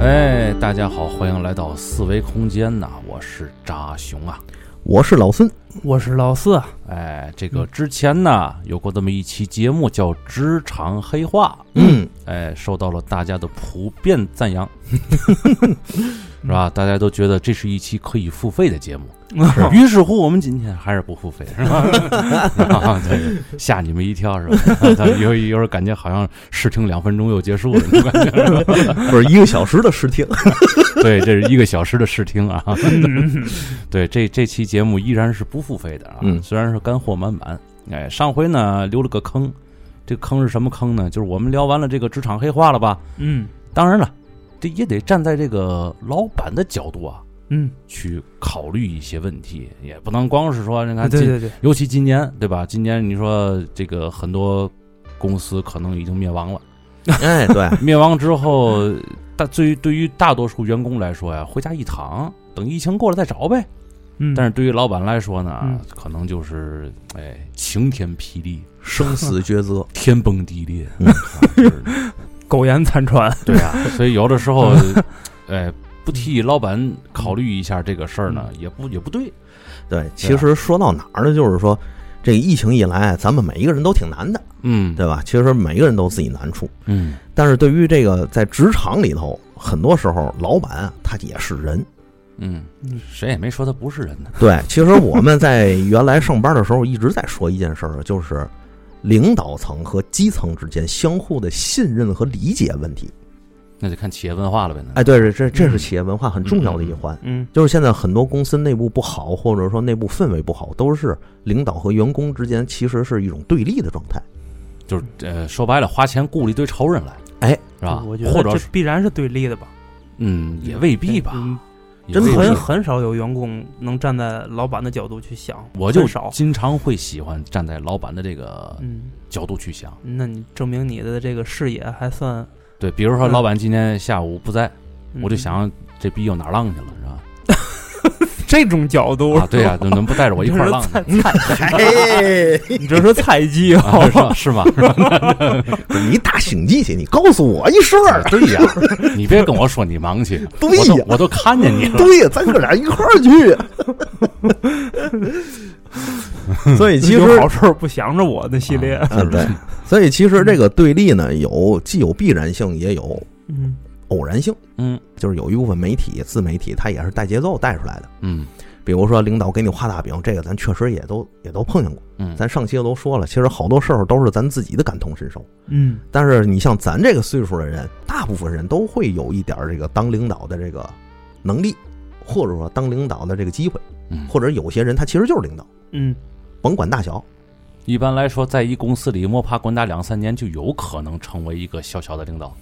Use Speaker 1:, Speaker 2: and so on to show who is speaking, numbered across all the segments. Speaker 1: 哎，大家好，欢迎来到四维空间呐，我是扎熊啊。
Speaker 2: 我是老孙，
Speaker 3: 我是老四啊，
Speaker 1: 哎，这个之前呢有过这么一期节目叫《职场黑话》，
Speaker 2: 嗯，
Speaker 1: 哎，受到了大家的普遍赞扬，是吧？大家都觉得这是一期可以付费的节目，于是乎我们今天还是不付费，是吧？ 啊对，吓你们一跳是吧？ 有有点感觉好像试听两分钟又结束了，那种感觉是吧？
Speaker 2: 不是一个小时的试听，
Speaker 1: 对，这是一个小时的试听啊。
Speaker 3: 嗯
Speaker 1: 对，这这期节目依然是不付费的啊，
Speaker 2: 嗯
Speaker 1: 虽然是干货满满。哎，上回呢留了个坑，这个坑是什么坑呢？就是我们聊完了这个职场黑话了吧？
Speaker 3: 嗯
Speaker 1: 当然了，这也得站在这个老板的角度啊。
Speaker 3: 嗯，
Speaker 1: 去考虑一些问题，也不能光是说，你看
Speaker 3: 啊对
Speaker 1: 今，
Speaker 3: 对对，
Speaker 1: 尤其今年，对吧？今年你说这个很多公司可能已经灭亡了，
Speaker 2: 哎， 对，
Speaker 1: 灭亡之后，大对于对于大多数员工来说呀，回家一躺，等疫情过了再找呗。
Speaker 3: 嗯，
Speaker 1: 但
Speaker 3: 是
Speaker 1: 是对于老板来说呢，
Speaker 3: 嗯
Speaker 1: 可能就是哎晴天霹雳，
Speaker 2: 生死抉择，
Speaker 1: 天崩地裂，
Speaker 2: 嗯
Speaker 1: 啊就是
Speaker 3: 苟延残喘，
Speaker 1: 对啊，所以有的时候，哎，不替老板考虑一下这个事儿呢，也不也不对。
Speaker 2: 对，其实说到哪儿呢？就是说，这个疫情一来，咱们每一个人都挺难的，
Speaker 1: 嗯，
Speaker 2: 对吧？其实每个人都有自己难处，
Speaker 1: 嗯，
Speaker 2: 但是对于这个在职场里头，很多时候老板啊，他也是人，
Speaker 1: 嗯，谁也没说他不是人呢。
Speaker 2: 对。其实我们在原来上班的时候一直在说一件事儿，就是领导层和基层之间相互的信任和理解问题。
Speaker 1: 那就看企业文化了呗。那
Speaker 2: 哎，对，这这是企业文化很重要的一环。
Speaker 3: 嗯
Speaker 2: 就是现在很多公司内部不好，或者说内部氛围不好，都是领导和员工之间其实是一种对立的状态。
Speaker 1: 就是呃，说白了，花钱雇了一堆仇人来，
Speaker 2: 哎，
Speaker 1: 是吧？
Speaker 3: 我觉得
Speaker 1: 啊或者
Speaker 3: 这
Speaker 1: 是
Speaker 3: 必然是对立的吧，
Speaker 1: 嗯，也未必吧，
Speaker 3: 嗯
Speaker 1: 也
Speaker 2: 真
Speaker 1: 未
Speaker 2: 的
Speaker 1: 必
Speaker 3: 很很少有员工能站在老板的角度去想，
Speaker 1: 我就
Speaker 3: 很少，
Speaker 1: 经常会喜欢站在老板的这个
Speaker 3: 嗯，
Speaker 1: 角度去想。
Speaker 3: 那你证明你的这个视野还算，
Speaker 1: 对，比如说
Speaker 3: 嗯
Speaker 1: 老板今天下午不在，
Speaker 3: 嗯
Speaker 1: 我就想这逼又哪儿浪去了，是吧？
Speaker 3: 这种角度
Speaker 1: 啊，对 呀、怎么能不带着我一块儿浪去？
Speaker 2: 嘿，
Speaker 3: 你这是菜鸡啊，
Speaker 1: 啊是吧是吗？是吧
Speaker 2: 你打醒记去，你告诉我一声 儿。
Speaker 1: 对呀、你别跟我说你忙去，
Speaker 2: 对
Speaker 1: 我都
Speaker 2: 呀
Speaker 1: 我都看见你了。
Speaker 2: 对呀，咱哥俩一块 儿去。所以其
Speaker 3: 有
Speaker 2: 实
Speaker 3: 好事儿不想着我的系列，
Speaker 1: 啊
Speaker 2: 嗯， 对，所以其实这个对立呢，有既有必然性，也有
Speaker 3: 嗯
Speaker 2: 偶然性。
Speaker 1: 嗯
Speaker 2: 就是有一部分媒体、自媒体，它也是带节奏带出来的。
Speaker 1: 嗯
Speaker 2: 比如说，领导给你画大饼，这个咱确实也都也都碰见过。
Speaker 1: 嗯，
Speaker 2: 咱上期都说了，其实好多事儿都是咱自己的感同身受。
Speaker 3: 嗯
Speaker 2: 但是你像咱这个岁数的人，大部分人都会有一点儿这个当领导的这个能力，或者说当领导的这个机会，
Speaker 1: 嗯
Speaker 2: 或者有些人他其实就是领导，
Speaker 3: 嗯，
Speaker 2: 甭管大小。
Speaker 1: 一般来说，在一公司里摸爬滚打两三年，就有可能成为一个小小的领导。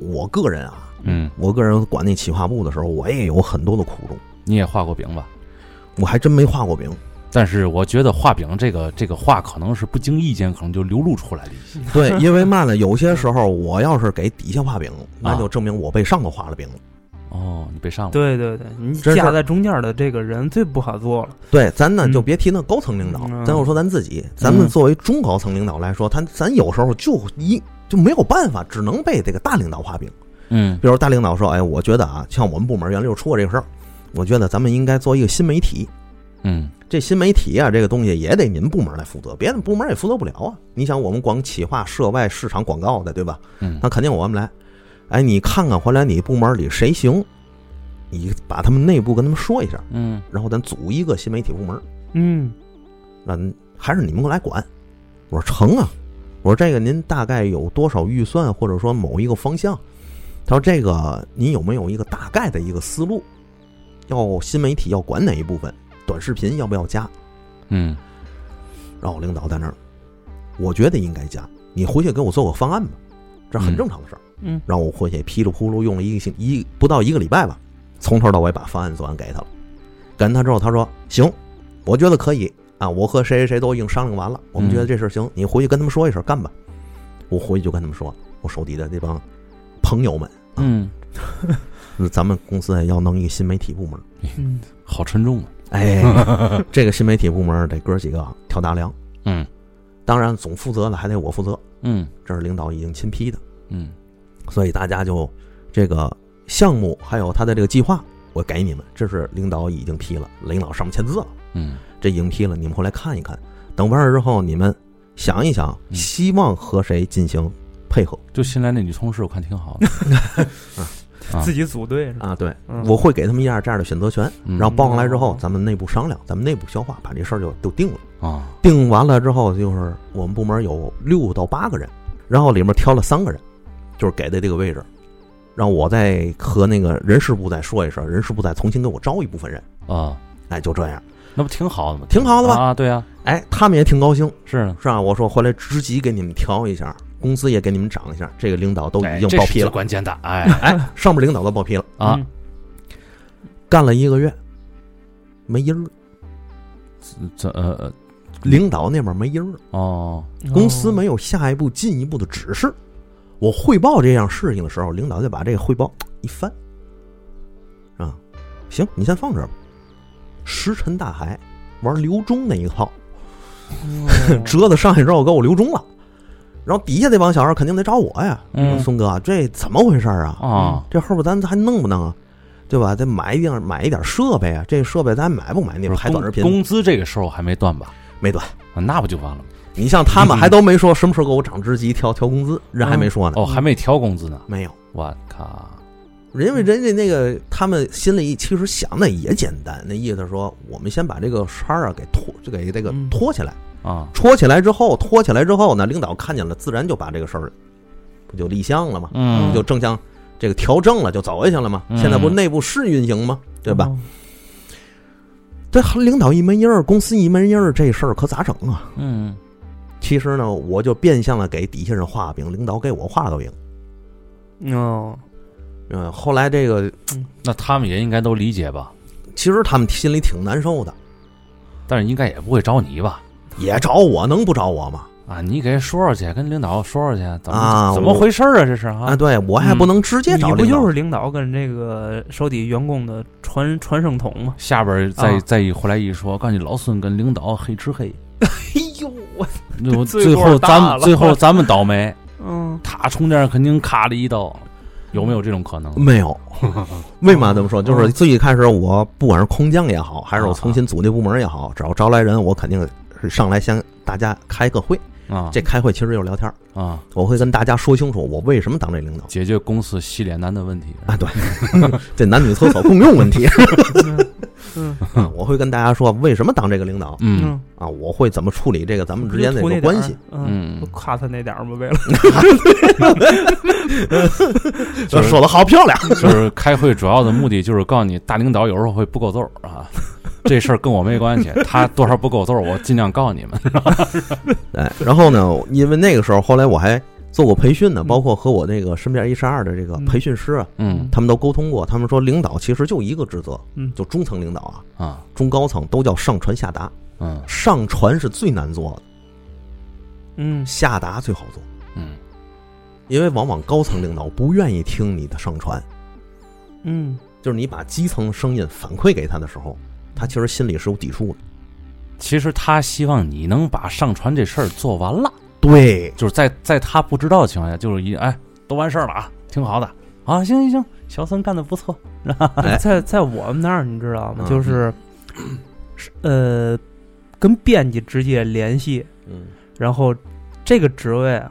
Speaker 2: 我个人啊，
Speaker 1: 嗯，
Speaker 2: 我个人管那企划部的时候，我也有很多的苦衷，
Speaker 1: 你也画过饼吧？
Speaker 2: 我还真没画过饼。
Speaker 1: 但是我觉得画饼这个这个话，可能是不经意间可能就流露出来了一些。
Speaker 2: 对，因为嘛呢，有些时候我要是给底下画饼，那就证明我被上头画了饼了。
Speaker 1: 哦，你被上了。
Speaker 3: 对对对，你
Speaker 2: 真是
Speaker 3: 架在中间的这个人最不好做了，
Speaker 2: 对，咱呢
Speaker 3: 嗯
Speaker 2: 就别提那高层领导，
Speaker 3: 嗯
Speaker 2: 咱就说咱自己，咱们作为中高层领导来说，他咱有时候就一就没有办法，只能被这个大领导画饼。
Speaker 1: 嗯
Speaker 2: 比如大领导说：“哎，我觉得啊，像我们部门原来就出过这个事儿，我觉得咱们应该做一个新媒体。
Speaker 1: 嗯
Speaker 2: 这新媒体啊，这个东西也得您部门来负责，别的部门也负责不了啊。你想，我们光企划、涉外市场、广告的，对吧？
Speaker 1: 嗯
Speaker 2: 那肯定我们来。哎，你看看回来你部门里谁行，你把他们内部跟他们说一下，
Speaker 1: 嗯
Speaker 2: 然后咱组一个新媒体部门。”
Speaker 3: 嗯
Speaker 2: 那还是你们来管。我说成啊，我说这个您大概有多少预算，或者说某一个方向？他说这个您有没有一个大概的一个思路？要新媒体要管哪一部分？短视频要不要加？
Speaker 1: 嗯
Speaker 2: 让我领导在那儿，我觉得应该加。你回去给我做个方案吧，这很正常的事儿。
Speaker 3: 嗯
Speaker 2: 让我回去噼里扑噜用了一个星一不到一个礼拜吧，从头到尾把方案做完给他了。给完他之后，他说行，我觉得可以啊，我和谁谁谁都已经商量完了，我们
Speaker 3: 嗯
Speaker 2: 觉得这事儿行，你回去跟他们说一声，干吧。我回去就跟他们说，我手底下这帮朋友们，
Speaker 1: 嗯，
Speaker 2: 咱们公司要弄一个新媒体部门，
Speaker 3: 嗯
Speaker 1: 好沉重啊。
Speaker 2: 哎， 这个新媒体部门得哥几个啊挑大梁，
Speaker 1: 嗯
Speaker 2: 当然总负责的还得我负责，
Speaker 1: 嗯
Speaker 2: 这是领导已经亲批的。
Speaker 1: 嗯
Speaker 2: 所以大家就这个项目还有他的这个计划，我给你们，这是领导已经批了，领导上面签字了，
Speaker 1: 嗯
Speaker 2: 这已经批了，你们回来看一看。等完事之后，你们想一想，
Speaker 1: 嗯
Speaker 2: 希望和谁进行配合
Speaker 1: 就新来那女同事，我看挺 好的。啊
Speaker 3: 自己组队是吧？
Speaker 2: 啊？对，
Speaker 3: 嗯
Speaker 2: 我会给他们一样这样的选择权，
Speaker 1: 嗯
Speaker 2: 然后报上来之后
Speaker 3: 嗯，
Speaker 2: 咱们内部商量，咱们内部消化，把这事儿就就定了。
Speaker 1: 啊，
Speaker 2: 定完了之后，就是我们部门有六到八个人，然后里面挑了三个人，就是给的这个位置，让我再和那个人事部再说一声，人事部再重新给我招一部分人。
Speaker 1: 啊，
Speaker 2: 哎，就这样，
Speaker 1: 那不挺好的吗？
Speaker 2: 挺好的吧
Speaker 1: 啊，对啊，
Speaker 2: 哎，他们也挺高兴，
Speaker 1: 是呢，
Speaker 2: 是吧？我说回来职级给你们调一下，工资也给你们涨一下，这个领导都
Speaker 1: 哎
Speaker 2: 已经
Speaker 1: 这
Speaker 2: 报
Speaker 1: 是
Speaker 2: 批
Speaker 1: 最
Speaker 2: 了，
Speaker 1: 关键的，哎
Speaker 2: 嗯上面领导都报批了，
Speaker 1: 啊，
Speaker 3: 嗯
Speaker 2: 干了一个月，没音儿了，
Speaker 1: 这呃呃
Speaker 2: 领导那边没音儿了，
Speaker 1: 哦，
Speaker 2: 公司 没有下一步进一步的指示。我汇报这样事情的时候，领导就把这个汇报一翻，啊，行，你先放这儿吧。石沉大海，玩刘忠那一套，
Speaker 3: 哦
Speaker 2: 折子上去之后给我刘忠了。然后底下这帮小孩肯定得找我呀，
Speaker 1: 嗯
Speaker 2: 松哥，这怎么回事儿啊？
Speaker 1: 啊，
Speaker 2: 这后边咱还弄不弄啊？对吧？再买一点买一点设备啊，这设备咱买不买？那边还短视
Speaker 1: 工
Speaker 2: 频
Speaker 1: 工资这个时候还没断吧？
Speaker 2: 没断。
Speaker 1: 啊那不就完了吗？
Speaker 2: 你像他
Speaker 1: 嗯
Speaker 2: 们还都没说什么时候给我涨职级、调调工资，人还没说呢。
Speaker 1: 哦，还没调工资呢，
Speaker 2: 没有，
Speaker 1: 我靠，
Speaker 2: 因为人家那个他们心里其实想的也简单，那意思说我们先把这个山儿啊给拖，就给这个
Speaker 3: 嗯
Speaker 2: 拖起来，
Speaker 1: 啊，
Speaker 2: 戳起来之后，拖起来之后呢，领导看见了，自然就把这个事儿不就立项了吗？
Speaker 1: 嗯，
Speaker 2: 不就正向这个调正了，就走下去了吗？
Speaker 1: 嗯
Speaker 2: 现在不内部试运行吗？对吧？？这领导一门音儿，公司一门音儿，这事儿可咋整啊？
Speaker 1: 嗯
Speaker 2: 其实呢，我就变相的给底下人画个饼，领导给我画个饼。
Speaker 3: 哦，
Speaker 2: 嗯，后来这个
Speaker 1: 那他们也应该都理解吧？
Speaker 2: 其实他们心里挺难受的，
Speaker 1: 但是应该也不会找你吧？
Speaker 2: 也找我，能不找我吗？
Speaker 1: 啊，你给说说去，跟领导说说去，怎么、
Speaker 2: 啊
Speaker 1: 怎么
Speaker 2: 我
Speaker 1: 回事儿啊？这是啊
Speaker 2: 啊，对我还不能直接
Speaker 3: 嗯你
Speaker 2: 找
Speaker 3: 不
Speaker 2: 领导，
Speaker 3: 就是领导跟这个手底员工的传传声筒吗？
Speaker 1: 下边儿再、
Speaker 3: 啊
Speaker 1: 再一回来一说，告诉你老孙跟领导黑吃黑，
Speaker 3: 哎呦，我
Speaker 1: 那我
Speaker 3: 罪
Speaker 1: 最
Speaker 3: 过
Speaker 1: 后
Speaker 3: 大
Speaker 1: 咱们
Speaker 3: 了
Speaker 1: 最后咱们倒霉，
Speaker 3: 嗯，
Speaker 1: 他中间肯定卡了一刀，有没有这种可能？
Speaker 2: 没 有？为嘛这么说？
Speaker 3: 哦
Speaker 2: 就是最一开始我不管是空降也好，还是我
Speaker 1: 啊
Speaker 2: 重新组那部门也好，只要招来人，我肯定是上来先大家开个会。
Speaker 1: 啊，
Speaker 2: 这开会其实就是聊天儿，
Speaker 1: 啊，
Speaker 2: 我会跟大家说清楚我为什么当这领导
Speaker 1: 解决公司洗脸难的问题
Speaker 2: 啊。对，这男女厕所共用问 题，
Speaker 3: 嗯
Speaker 2: 我会跟大家说为什么当这个领导
Speaker 1: 嗯
Speaker 3: 嗯，
Speaker 2: 啊，我会怎么处理这个咱们之间的
Speaker 3: 不
Speaker 2: 这个
Speaker 3: 就图那点儿
Speaker 2: 关系。，
Speaker 1: 嗯
Speaker 3: 嗯，夸他那点儿吗？为了
Speaker 1: 就是
Speaker 2: 说的好漂亮，
Speaker 1: 就是开会主要的目的就是告诉你，大领导有时候会不够揍啊，这事儿跟我没关系，他多少不够揍，我尽量告诉你们。
Speaker 2: 哎，然后呢，因为那个时候，后来我还做过培训呢，
Speaker 3: 嗯
Speaker 2: 包括和我那个身边一十二的这个
Speaker 3: 嗯
Speaker 2: 培训师啊，
Speaker 1: 嗯
Speaker 2: 他们都沟通过，他们说领导其实就一个职责，
Speaker 3: 嗯
Speaker 2: 就中层领导啊，
Speaker 1: 啊
Speaker 2: 中高层都叫上传下达，
Speaker 1: 嗯
Speaker 2: 上传是最难做的，
Speaker 3: 嗯
Speaker 2: 下达最好做，
Speaker 1: 嗯
Speaker 2: 因为往往高层领导不愿意听你的上传，
Speaker 3: 嗯，
Speaker 2: 就是你把基层声音反馈给他的时候，他其实心里是有抵触的。
Speaker 1: 其实他希望你能把上传这事儿做完了，
Speaker 2: 对，
Speaker 1: 就是在在他不知道的情况下，就是一哎都完事儿了啊，挺好的啊，行行行，小孙干的不错，
Speaker 2: 哎
Speaker 3: 在在我们那儿你知道吗？
Speaker 2: 嗯
Speaker 3: 就是是呃，跟编辑直接联系，
Speaker 2: 嗯，
Speaker 3: 然后这个职位啊，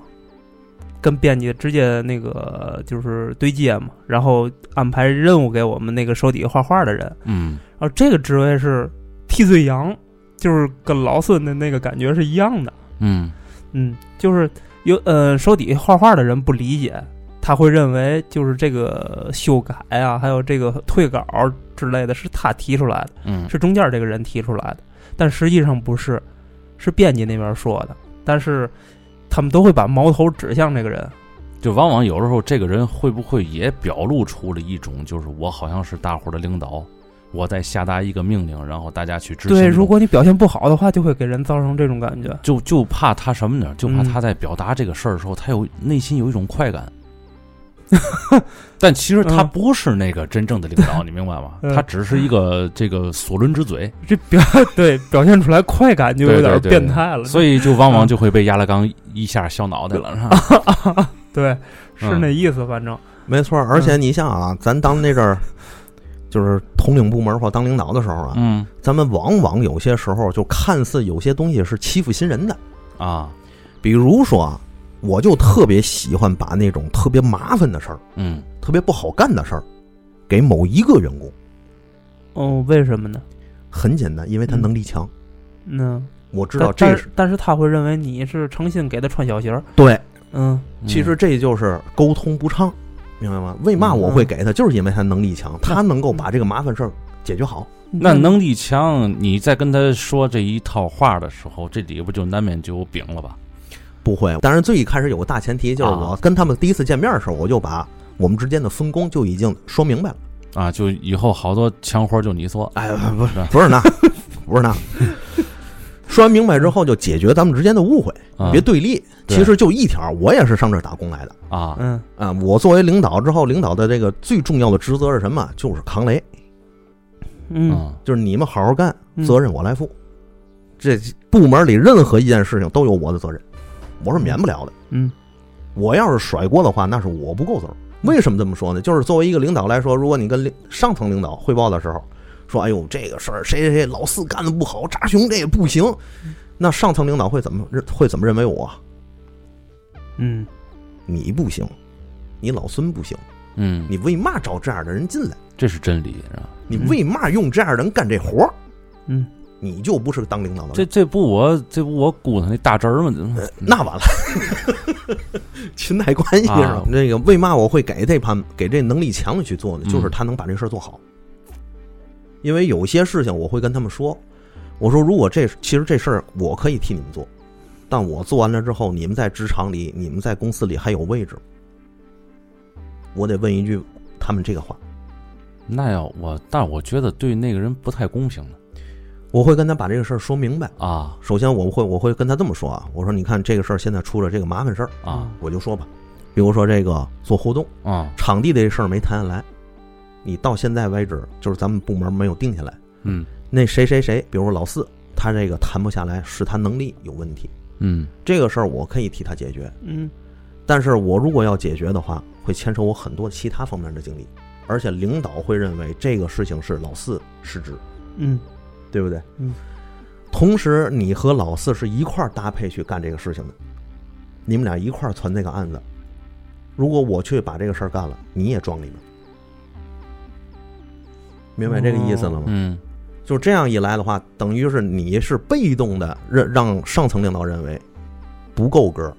Speaker 3: 跟编辑直接那个就是对接嘛，然后安排任务给我们那个手底下画画的人，
Speaker 1: 嗯
Speaker 3: 然后这个职位是替罪羊，就是跟老孙的那个感觉是一样的，
Speaker 1: 嗯
Speaker 3: 嗯，就是有呃手底下画画的人不理解。他会认为就是这个修改啊，还有这个退稿之类的，是他提出来的，
Speaker 1: 嗯
Speaker 3: 是中间这个人提出来的，但实际上不是，是编辑那边说的。但是他们都会把矛头指向这个人。
Speaker 1: 就往往有的时候，这个人会不会也表露出了一种，就是我好像是大伙儿的领导，我在下达一个命令，然后大家去执行这
Speaker 3: 对，
Speaker 1: 种。
Speaker 3: 如果你表现不好的话，就会给人造成这种感觉。
Speaker 1: 就就怕他什么呢？就怕
Speaker 3: 嗯
Speaker 1: 他在表达这个事儿的时候，他有内心有一种快感。但其实他
Speaker 3: 嗯
Speaker 1: 不是那个真正的领导，你明白吗？
Speaker 3: 嗯
Speaker 1: 他只是一个这个索伦之嘴，
Speaker 3: 这表对表现出来快感就有
Speaker 1: 对对
Speaker 3: 点
Speaker 1: 对
Speaker 3: 变态了。
Speaker 1: 所以就往往就会被亚拉冈一下削脑袋了，是吧？
Speaker 3: 对，是
Speaker 1: 嗯
Speaker 3: 那意思，反正
Speaker 2: 没错。而且你像啊，咱当那阵儿就是统领部门或当领导的时候啊，
Speaker 1: 嗯
Speaker 2: 咱们往往有些时候就看似有些东西是欺负新人的，
Speaker 1: 啊，
Speaker 2: 比如说啊，我就特别喜欢把那种特别麻烦的事儿、
Speaker 1: 嗯，
Speaker 2: 特别不好干的事儿给某一个员工。
Speaker 3: 哦，为什么呢？
Speaker 2: 很简单，因为他能力强，
Speaker 3: 嗯，
Speaker 2: 我知道
Speaker 3: 但
Speaker 2: 这
Speaker 3: 但
Speaker 2: 是
Speaker 3: 但是他会认为你是诚心给他穿小鞋儿，
Speaker 2: 对。
Speaker 3: 嗯，
Speaker 2: 其实这就是沟通不畅，明白吗？为嘛我会给他，就是因为他能力强，他能够把这个麻烦事儿解决好。
Speaker 3: 嗯
Speaker 1: 那能力强，你在跟他说这一套话的时候，这里不就难免就有饼了吧？
Speaker 2: 不会，当然最一开始有个大前提，就是
Speaker 1: 啊
Speaker 2: 我跟他们第一次见面的时候，我就把我们之间的分工就已经说明白了。
Speaker 1: 啊，就以后好多强活就你做，
Speaker 2: 哎，不是，不是那，不是那。 说完明白之后，就解决咱们之间的误会，
Speaker 1: 啊
Speaker 2: 别对立。
Speaker 1: 对
Speaker 2: 其实就一条，我也是上这儿打工来的
Speaker 1: 啊，
Speaker 3: 嗯，
Speaker 2: 啊、我作为领导之后，领导的这个最重要的职责是什么？就是扛雷。
Speaker 3: 嗯
Speaker 1: 嗯
Speaker 2: 就是你们好好干，
Speaker 3: 嗯
Speaker 2: 责任我来负。这部门里任何一件事情都有我的责任，我是免不了的。
Speaker 3: 嗯
Speaker 2: 我要是甩锅的话，那是我不够责。为什么这么说呢？就是作为一个领导来说，如果你跟领上层领导汇报的时候说：“哎呦，这个事儿谁谁谁老四干的不好，扎熊这也不行。”
Speaker 1: 嗯
Speaker 2: 那上层领导会怎么认会怎么认为我？
Speaker 3: 嗯
Speaker 2: 你不行，你老孙不行，
Speaker 1: 嗯，
Speaker 2: 你为嘛找这样的人进来？
Speaker 1: 这是真理，是吧？
Speaker 2: 你为嘛用这样的人干这活儿？
Speaker 3: 嗯，
Speaker 2: 你就不是当领导的料
Speaker 1: 这这不我这不我鼓捣那大侄儿吗？怎么
Speaker 2: 那完了，裙带关系是吧
Speaker 1: 啊？
Speaker 2: 那个为嘛我会给这盘给这能力强的去做呢？
Speaker 1: 嗯
Speaker 2: 就是他能把这事儿做好。因为有些事情我会跟他们说，我说如果这其实这事儿我可以替你们做，但我做完了之后，你们在职场里，你们在公司里还有位置，我得问一句他们这个话。
Speaker 1: 那要我，但我觉得对那个人不太公平了
Speaker 2: 我会跟他把这个事儿说明白。
Speaker 1: 啊
Speaker 2: 首先，我会我会跟他这么说啊，我说你看这个事儿现在出了这个麻烦事儿，
Speaker 1: 啊
Speaker 2: 我就说吧，比如说这个做活动，
Speaker 1: 啊
Speaker 2: 场地这事儿没谈下来，你到现在为止，就是咱们部门没有定下来。
Speaker 1: 嗯
Speaker 2: 那谁谁谁，比如说老四，他这个谈不下来，是他能力有问题。
Speaker 1: 嗯
Speaker 2: 这个事儿我可以替他解决，
Speaker 3: 嗯
Speaker 2: 但是我如果要解决的话，会牵扯我很多其他方面的精力，而且领导会认为这个事情是老四失职，
Speaker 3: 嗯
Speaker 2: 对不对？
Speaker 3: 嗯。
Speaker 2: 同时，你和老四是一块儿搭配去干这个事情的，你们俩一块儿传这个案子。如果我去把这个事儿干了，你也装里面，明白这个意思了吗？
Speaker 1: 嗯
Speaker 2: 就这样一来的话，等于是你是被动的让让上层领导认为不够格儿，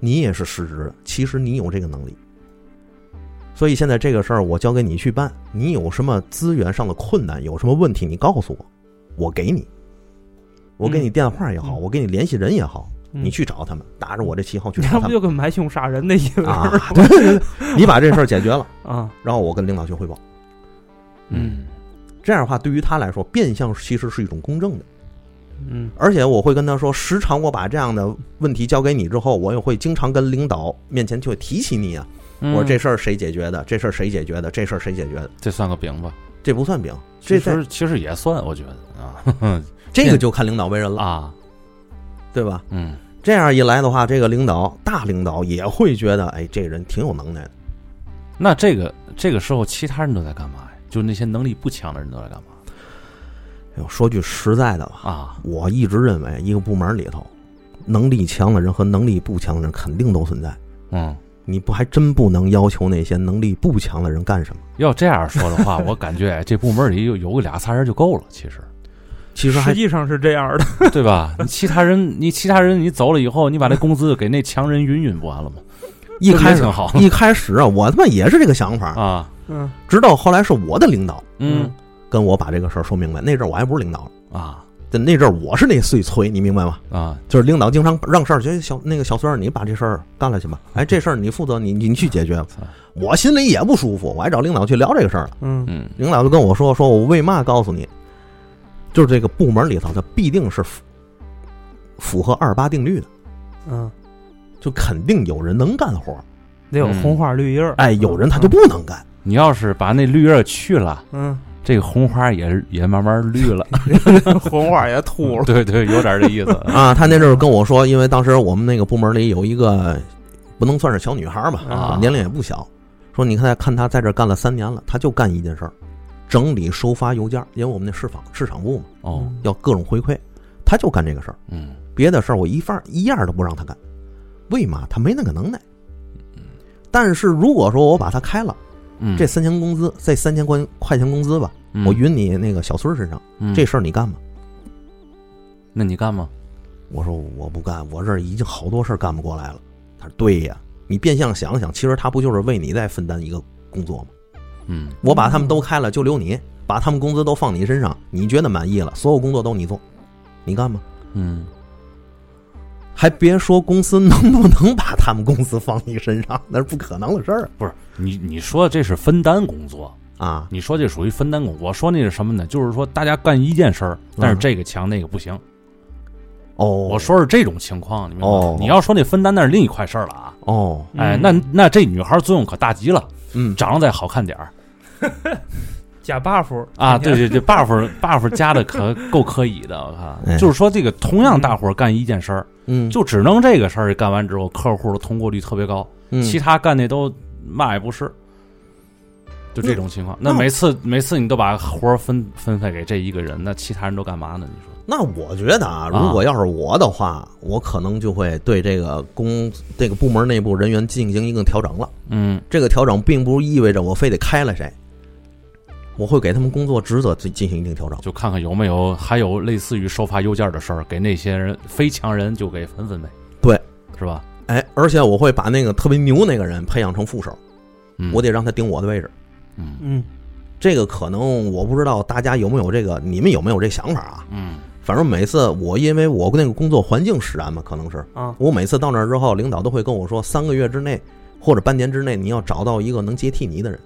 Speaker 2: 你也是失职的。其实你有这个能力，所以现在这个事儿我交给你去办，你有什么资源上的困难，有什么问题，你告诉我，我给你，我给你电话也好，
Speaker 3: 嗯
Speaker 2: 我给你联系人也好，
Speaker 3: 嗯
Speaker 2: 你去找他们，打着我这旗号去
Speaker 3: 那
Speaker 2: 找
Speaker 3: 不
Speaker 2: 他
Speaker 3: 就跟买凶杀人的意思
Speaker 2: 们啊！对对对，你把这事儿解决了，
Speaker 3: 啊？
Speaker 2: 然后我跟领导去汇报。
Speaker 1: 嗯
Speaker 2: 这样的话，对于他来说，变相其实是一种公正的。
Speaker 3: 嗯
Speaker 2: 而且我会跟他说，时常我把这样的问题交给你之后，我也会经常跟领导面前就会提起你啊。
Speaker 1: 嗯，
Speaker 2: 我说这事儿谁解决的？这事儿谁解决的？这事儿谁解决的？
Speaker 1: 这算个饼吧？
Speaker 2: 这不算饼，
Speaker 1: 其
Speaker 2: 这在嗯
Speaker 1: 实其实也算，我觉得啊
Speaker 2: 这个就看领导为人了，
Speaker 1: 啊
Speaker 2: 对吧？
Speaker 1: 嗯
Speaker 2: 这样一来的话，这个领导大领导也会觉得，哎，这人挺有能耐的。
Speaker 1: 那这个这个时候，其他人都在干嘛呀？就那些能力不强的人都在干嘛
Speaker 2: 哎呦，说句实在的吧，
Speaker 1: 啊？
Speaker 2: 我一直认为一个部门里头，能力强的人和能力不强的人肯定都存在。
Speaker 1: 嗯，
Speaker 2: 你不还真不能要求那些能力不强的人干什么？
Speaker 1: 要这样说的 话，我感觉哎这部门里有有个俩仨人就够了，其实
Speaker 2: 其实还
Speaker 3: 实际上是这样的，
Speaker 1: 对吧？你其他人 你其他人你走了以后，你把那工资给那强人云云不完了吗？
Speaker 2: 一开
Speaker 1: 这
Speaker 2: 始
Speaker 1: 挺好
Speaker 2: 一开始啊，我他妈也是这个想法，
Speaker 1: 啊，
Speaker 3: 嗯
Speaker 2: 直到后来是我的领导
Speaker 1: 嗯
Speaker 2: 跟我把这个事儿说明白。那阵儿我还不是领导了，
Speaker 1: 啊
Speaker 2: 但那阵儿我是那碎催，你明白吗？
Speaker 1: 啊
Speaker 2: 就是领导经常让事儿，就小那个小孙儿，你把这事儿干了去吧。哎，这事儿你负责，你你你去解决
Speaker 1: 操。
Speaker 2: 我心里也不舒服，我还找领导去聊这个事儿了。
Speaker 3: 嗯
Speaker 1: 嗯
Speaker 2: 领导就跟我说，说我为嘛告诉你，就是这个部门里头，它必定是符符合二八定律的，
Speaker 3: 嗯，
Speaker 2: 就肯定有人能干活儿，
Speaker 3: 得有
Speaker 1: 嗯
Speaker 3: 红花绿叶儿。
Speaker 2: 哎，有人他就不能干。
Speaker 1: 你要是把那绿叶去了，
Speaker 3: 嗯，
Speaker 1: 这个红花也也慢慢绿 了，
Speaker 3: 红花也秃了。
Speaker 1: 对对，有点这意思
Speaker 2: 啊，他那阵儿跟我说，因为当时我们那个部门里有一个不能算是小女孩吧，
Speaker 3: 啊
Speaker 2: 年龄也不小。说你看，看她在这儿干了三年了，她就干一件事儿，整理收发邮件，因为我们那市场市场部嘛，
Speaker 3: 嗯
Speaker 1: 哦，
Speaker 2: 要各种回馈，她就干这个事儿，
Speaker 1: 嗯
Speaker 2: 别的事儿我一份儿一样都不让她干，为嘛？她没那个能耐。但是如果说我把她开了，
Speaker 1: 嗯，
Speaker 2: 这三千工资，这三千块块钱工资吧，
Speaker 1: 嗯
Speaker 2: 我匀你那个小孙儿身上，
Speaker 1: 嗯
Speaker 2: 这事儿你干吗？
Speaker 1: 那你干吗？
Speaker 2: 我说我不干，我这儿已经好多事儿干不过来了。他说对呀，你变相想想，其实他不就是为你在分担一个工作吗？
Speaker 1: 嗯
Speaker 2: 我把他们都开了，就留你，把他们工资都放你身上，你觉得满意了，所有工作都你做，你干吗？
Speaker 1: 嗯，
Speaker 2: 还别说公司能不能把他们工资放你身上，那是不可能的事儿
Speaker 1: 不是你你说这是分担工作，
Speaker 2: 啊！
Speaker 1: 你说这属于分担工作，我说那是什么呢？就是说大家干一件事儿，但是
Speaker 2: 嗯
Speaker 1: 这个强那个不行。
Speaker 2: 哦，
Speaker 1: 我说是这种情况，你明白吗？
Speaker 2: 哦
Speaker 1: 你要说那分担那是另一块事儿了啊。
Speaker 2: 哦，
Speaker 3: 嗯
Speaker 1: 哎，那那这女孩作用可大极了，
Speaker 2: 嗯，
Speaker 1: 长得再好看点儿
Speaker 3: 假 buff
Speaker 1: 啊，对对对，buff buff 加的可够可以的，我
Speaker 2: 哎
Speaker 1: 看，就是说这个同样大伙儿干一件事儿，
Speaker 2: 嗯，
Speaker 1: 就只能这个事儿干完之后，客户的通过率特别高，
Speaker 2: 嗯
Speaker 1: 其他干那都嘛也不是，就这种情况。那
Speaker 2: 那
Speaker 1: 每次每次你都把活儿分分配给这一个人，那其他人都干嘛呢？你说？
Speaker 2: 那我觉得啊，如果要是我的话，我可能就会对这个公这个部门内部人员进行一个调整了。
Speaker 1: 嗯
Speaker 2: 这个调整并不意味着我非得开了谁，我会给他们工作职责进进行一定调整，。
Speaker 1: 就看看有没有还有类似于收发邮件的事儿，给那些人非强人就给分分呗，
Speaker 2: 对，
Speaker 1: 是吧？
Speaker 2: 哎，而且我会把那个特别牛那个人培养成副手，
Speaker 1: 嗯，
Speaker 2: 我得让他顶我的位置。
Speaker 1: 嗯
Speaker 3: 嗯，
Speaker 2: 这个可能我不知道大家有没有这个，你们有没有这想法啊？
Speaker 1: 嗯
Speaker 2: 反正每次我因为我那个工作环境使然嘛，可能是
Speaker 3: 啊，
Speaker 2: 我每次到那儿之后，领导都会跟我说，三个月之内或者半年之内，你要找到一个能接替你的人。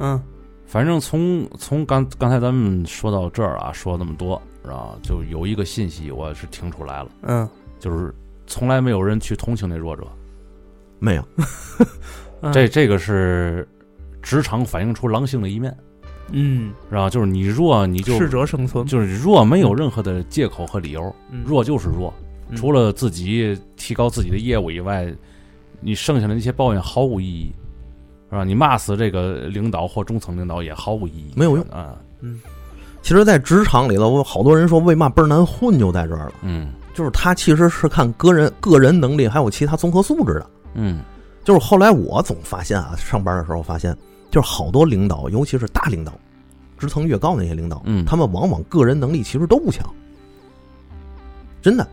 Speaker 3: 嗯，
Speaker 1: 反正从从刚刚才咱们说到这儿啊，说那么多，然后就有一个信息我是听出来了，
Speaker 3: 嗯，
Speaker 1: 就是从来没有人去同情那弱者，
Speaker 2: 没有，
Speaker 3: 嗯
Speaker 1: 这，这个是职场反映出狼性的一面，
Speaker 3: 嗯，
Speaker 1: 然后就是你弱你就
Speaker 3: 适者生存，
Speaker 1: 就是弱没有任何的借口和理由，
Speaker 3: 嗯
Speaker 1: 弱就是弱，
Speaker 3: 嗯
Speaker 1: 除了自己提高自己的业务以外，你剩下的那些抱怨毫无意义，是吧？你骂死这个领导或中层领导也毫无意义，
Speaker 2: 没有用
Speaker 1: 啊。
Speaker 2: 其实，在职场里头，我好多人说为嘛倍儿难混，就在这儿了。
Speaker 1: 嗯
Speaker 2: 就是他其实是看个人个人能力，还有其他综合素质的。
Speaker 1: 嗯
Speaker 2: 就是后来我总发现啊，上班的时候发现，就是好多领导，尤其是大领导，职层越高那些领导，
Speaker 1: 嗯，
Speaker 2: 他们往往个人能力其实都不强，真的。